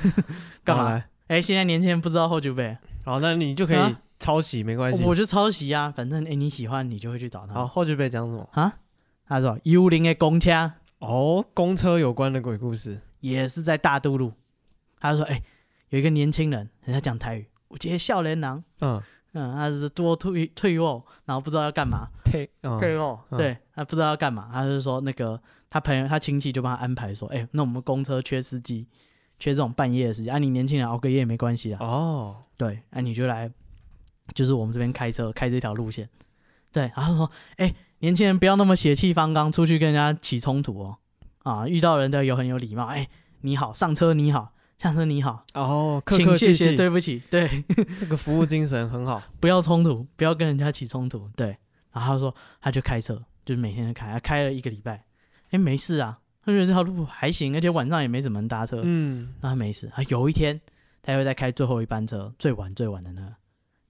Speaker 2: 干
Speaker 1: 干
Speaker 2: 嘛
Speaker 1: 嘛？来？
Speaker 2: 哎，现在年轻人不知道后久北，
Speaker 1: 好，那你就可以
Speaker 2: 啊
Speaker 1: 抄袭，没关系。
Speaker 2: 我就抄袭啊，反正哎你喜欢你就会去找他。
Speaker 1: 好，后续被讲什么？
Speaker 2: 啊，他说幽灵的公车。
Speaker 1: 哦，公车有关的鬼故事，
Speaker 2: 也是在大都路，他就说：“哎、有一个年轻人，人家讲台语，我接笑脸郎，
Speaker 1: 嗯，
Speaker 2: 嗯，他是多退退后，然后不知道要干嘛，
Speaker 1: 退，嗯，
Speaker 2: 后
Speaker 1: 嗯
Speaker 2: 对他不知道要干嘛，他就说那个他朋友他亲戚就帮他安排说，哎、那我们公车缺司机，缺这种半夜的司机，啊，你年轻人熬个夜也没关系啊，
Speaker 1: 哦，
Speaker 2: 对，啊，你就来，就是我们这边开车开这条路线，对，然后说，哎、年轻人不要那么血气方刚，出去跟人家起冲突哦，啊，遇到人都有很有礼貌，哎、你好，上车你好，下车你好，
Speaker 1: 哦，客
Speaker 2: 请
Speaker 1: 客
Speaker 2: 谢
Speaker 1: 气
Speaker 2: 谢，
Speaker 1: 气，
Speaker 2: 对不起，对，
Speaker 1: 这个服务精神很好。
Speaker 2: 不要冲突，不要跟人家起冲突，对，然后他说他就开车，就是每天都开，他开了一个礼拜，哎、没事啊，他觉得这条路还行，而且晚上也没什么人搭车，
Speaker 1: 嗯，
Speaker 2: 那他没事。他有一天，他会再开最后一班车，最晚最晚的那个，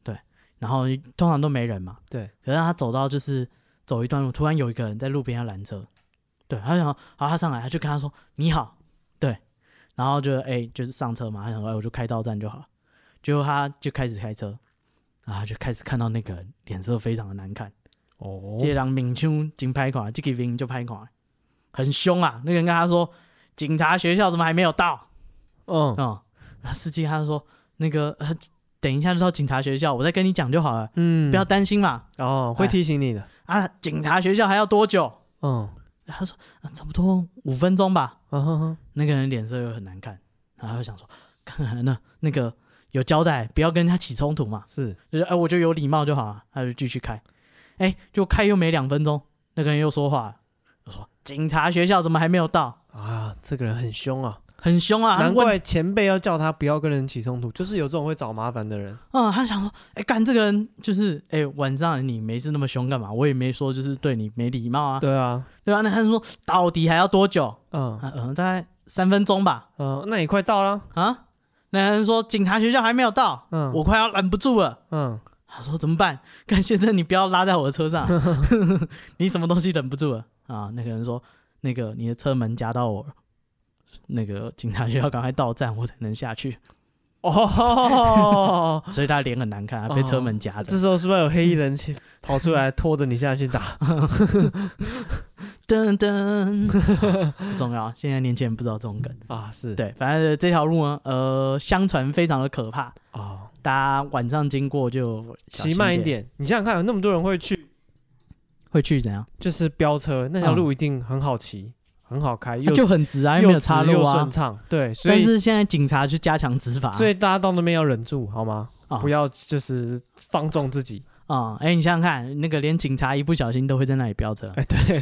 Speaker 2: 对。然后通常都没人嘛，
Speaker 1: 对。
Speaker 2: 可是他走到就是走一段路，突然有一个人在路边要拦车，对。他想，好，他上来，他就跟他说：“你好。”对。然后就哎、就是上车嘛，他想说：“哎，我就开到站就好。”结果他就开始开车，然后他就开始看到那个人脸色非常的难看，
Speaker 1: 哦
Speaker 2: 这个人面相真歹看，这个面就歹看，很凶啊。那个人跟他说：“警察学校怎么还没有到？”
Speaker 1: 嗯
Speaker 2: 哦，然后司机他就说那个、呃、等一下就到警察学校，我再跟你讲就好了，
Speaker 1: 嗯，
Speaker 2: 不要担心嘛。
Speaker 1: 哦，会
Speaker 2: 哎
Speaker 1: 提醒你的。
Speaker 2: 啊，警察学校还要多久？
Speaker 1: 嗯，
Speaker 2: 他说、啊、差不多五分钟吧。
Speaker 1: 啊哈哈，
Speaker 2: 那个人脸色又很难看，然后就想说，看看那那个有交代，不要跟人家起冲突嘛，
Speaker 1: 是
Speaker 2: 就是哎、我就有礼貌就好了，他就继续开，哎、就开又没两分钟，那个人又说话了，我说警察学校怎么还没有到？
Speaker 1: 啊，这个人很凶啊，
Speaker 2: 很凶啊！
Speaker 1: 难
Speaker 2: 问
Speaker 1: 怪前辈要叫他不要跟人起冲突，就是有这种会找麻烦的人。
Speaker 2: 嗯，他想说，哎、干这个人就是，哎、晚上你没事那么凶干嘛？我也没说就是对你没礼貌啊，
Speaker 1: 对啊，
Speaker 2: 对吧、那他就说到底还要多久？
Speaker 1: 嗯
Speaker 2: 啊，嗯、大概三分钟吧。
Speaker 1: 嗯，那你快到了，
Speaker 2: 啊，那人说警察学校还没有到，
Speaker 1: 嗯，
Speaker 2: 我快要拦不住了。
Speaker 1: 嗯，
Speaker 2: 他说怎么办？干先生，你不要拉在我的车上， 你什么东西忍不住了啊？那个人说，那个你的车门夹到我了，那个警察学校赶快到站，我才能下去。
Speaker 1: 哦，
Speaker 2: 所以他脸很难看，他被车门夹着。嗯
Speaker 1: 这时候是不是有黑衣人去跑出来拖着你下去打？
Speaker 2: 噔 噔，不重要。现在年轻人不知道这种梗。
Speaker 1: 啊，是
Speaker 2: 对，反正这条路呢，呃，相传非常的可怕，
Speaker 1: 哦，
Speaker 2: 大家晚上经过就小
Speaker 1: 骑
Speaker 2: 心
Speaker 1: 慢一，点。你想想看，有那么多人会去，
Speaker 2: 会去怎样？
Speaker 1: 就是飙车那条路一定很好骑，很好开，
Speaker 2: 啊
Speaker 1: 又
Speaker 2: 就很直啊，又没
Speaker 1: 又
Speaker 2: 有岔
Speaker 1: 直
Speaker 2: 路
Speaker 1: 又
Speaker 2: 啊
Speaker 1: 顺。畅。对，所
Speaker 2: 但
Speaker 1: 以
Speaker 2: 是现在警察去加强执法啊，
Speaker 1: 所以大家到那边要忍住，好吗？
Speaker 2: 啊
Speaker 1: 不要就是放纵自己。
Speaker 2: 啊，哎、你想想看，那个连警察一不小心都会在那里飙车，
Speaker 1: 哎，对，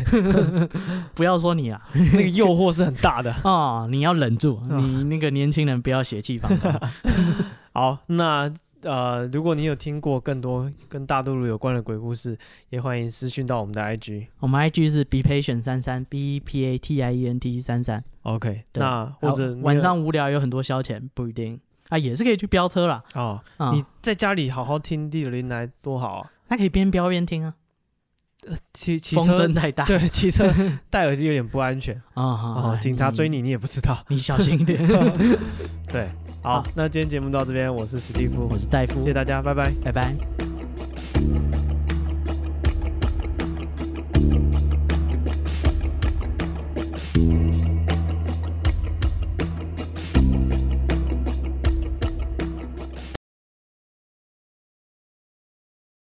Speaker 2: 不要说你啊，
Speaker 1: 那 个诱惑是很大的。
Speaker 2: 哦，你要忍住，你那个年轻人不要血气方刚。
Speaker 1: 好，那呃，如果你有听过更多跟大肚路有关的鬼故事，也欢迎私讯到我们的 IG。
Speaker 2: 我们 IG 是 be patient 三三 b e p a t i e n t 三三，
Speaker 1: OK，
Speaker 2: 对
Speaker 1: 那或者
Speaker 2: 啊
Speaker 1: 你有
Speaker 2: 晚上无聊有很多消遣，不一定啊，也是可以去飙车啦。
Speaker 1: 哦，
Speaker 2: 啊、
Speaker 1: 你在家里好好听地林来多好啊！
Speaker 2: 那可以边飙边听啊，
Speaker 1: 骑骑
Speaker 2: 风
Speaker 1: 车
Speaker 2: 声太大
Speaker 1: 对骑 车戴耳机有点不安全
Speaker 2: 啊
Speaker 1: 哦，警察追，你你也不知 道。
Speaker 2: 你小心 一点。
Speaker 1: 对，好
Speaker 2: 好，
Speaker 1: 那今天节目到这边，我是史蒂夫
Speaker 2: 我，是戴夫，
Speaker 1: 谢谢大家，拜拜。
Speaker 2: 拜拜。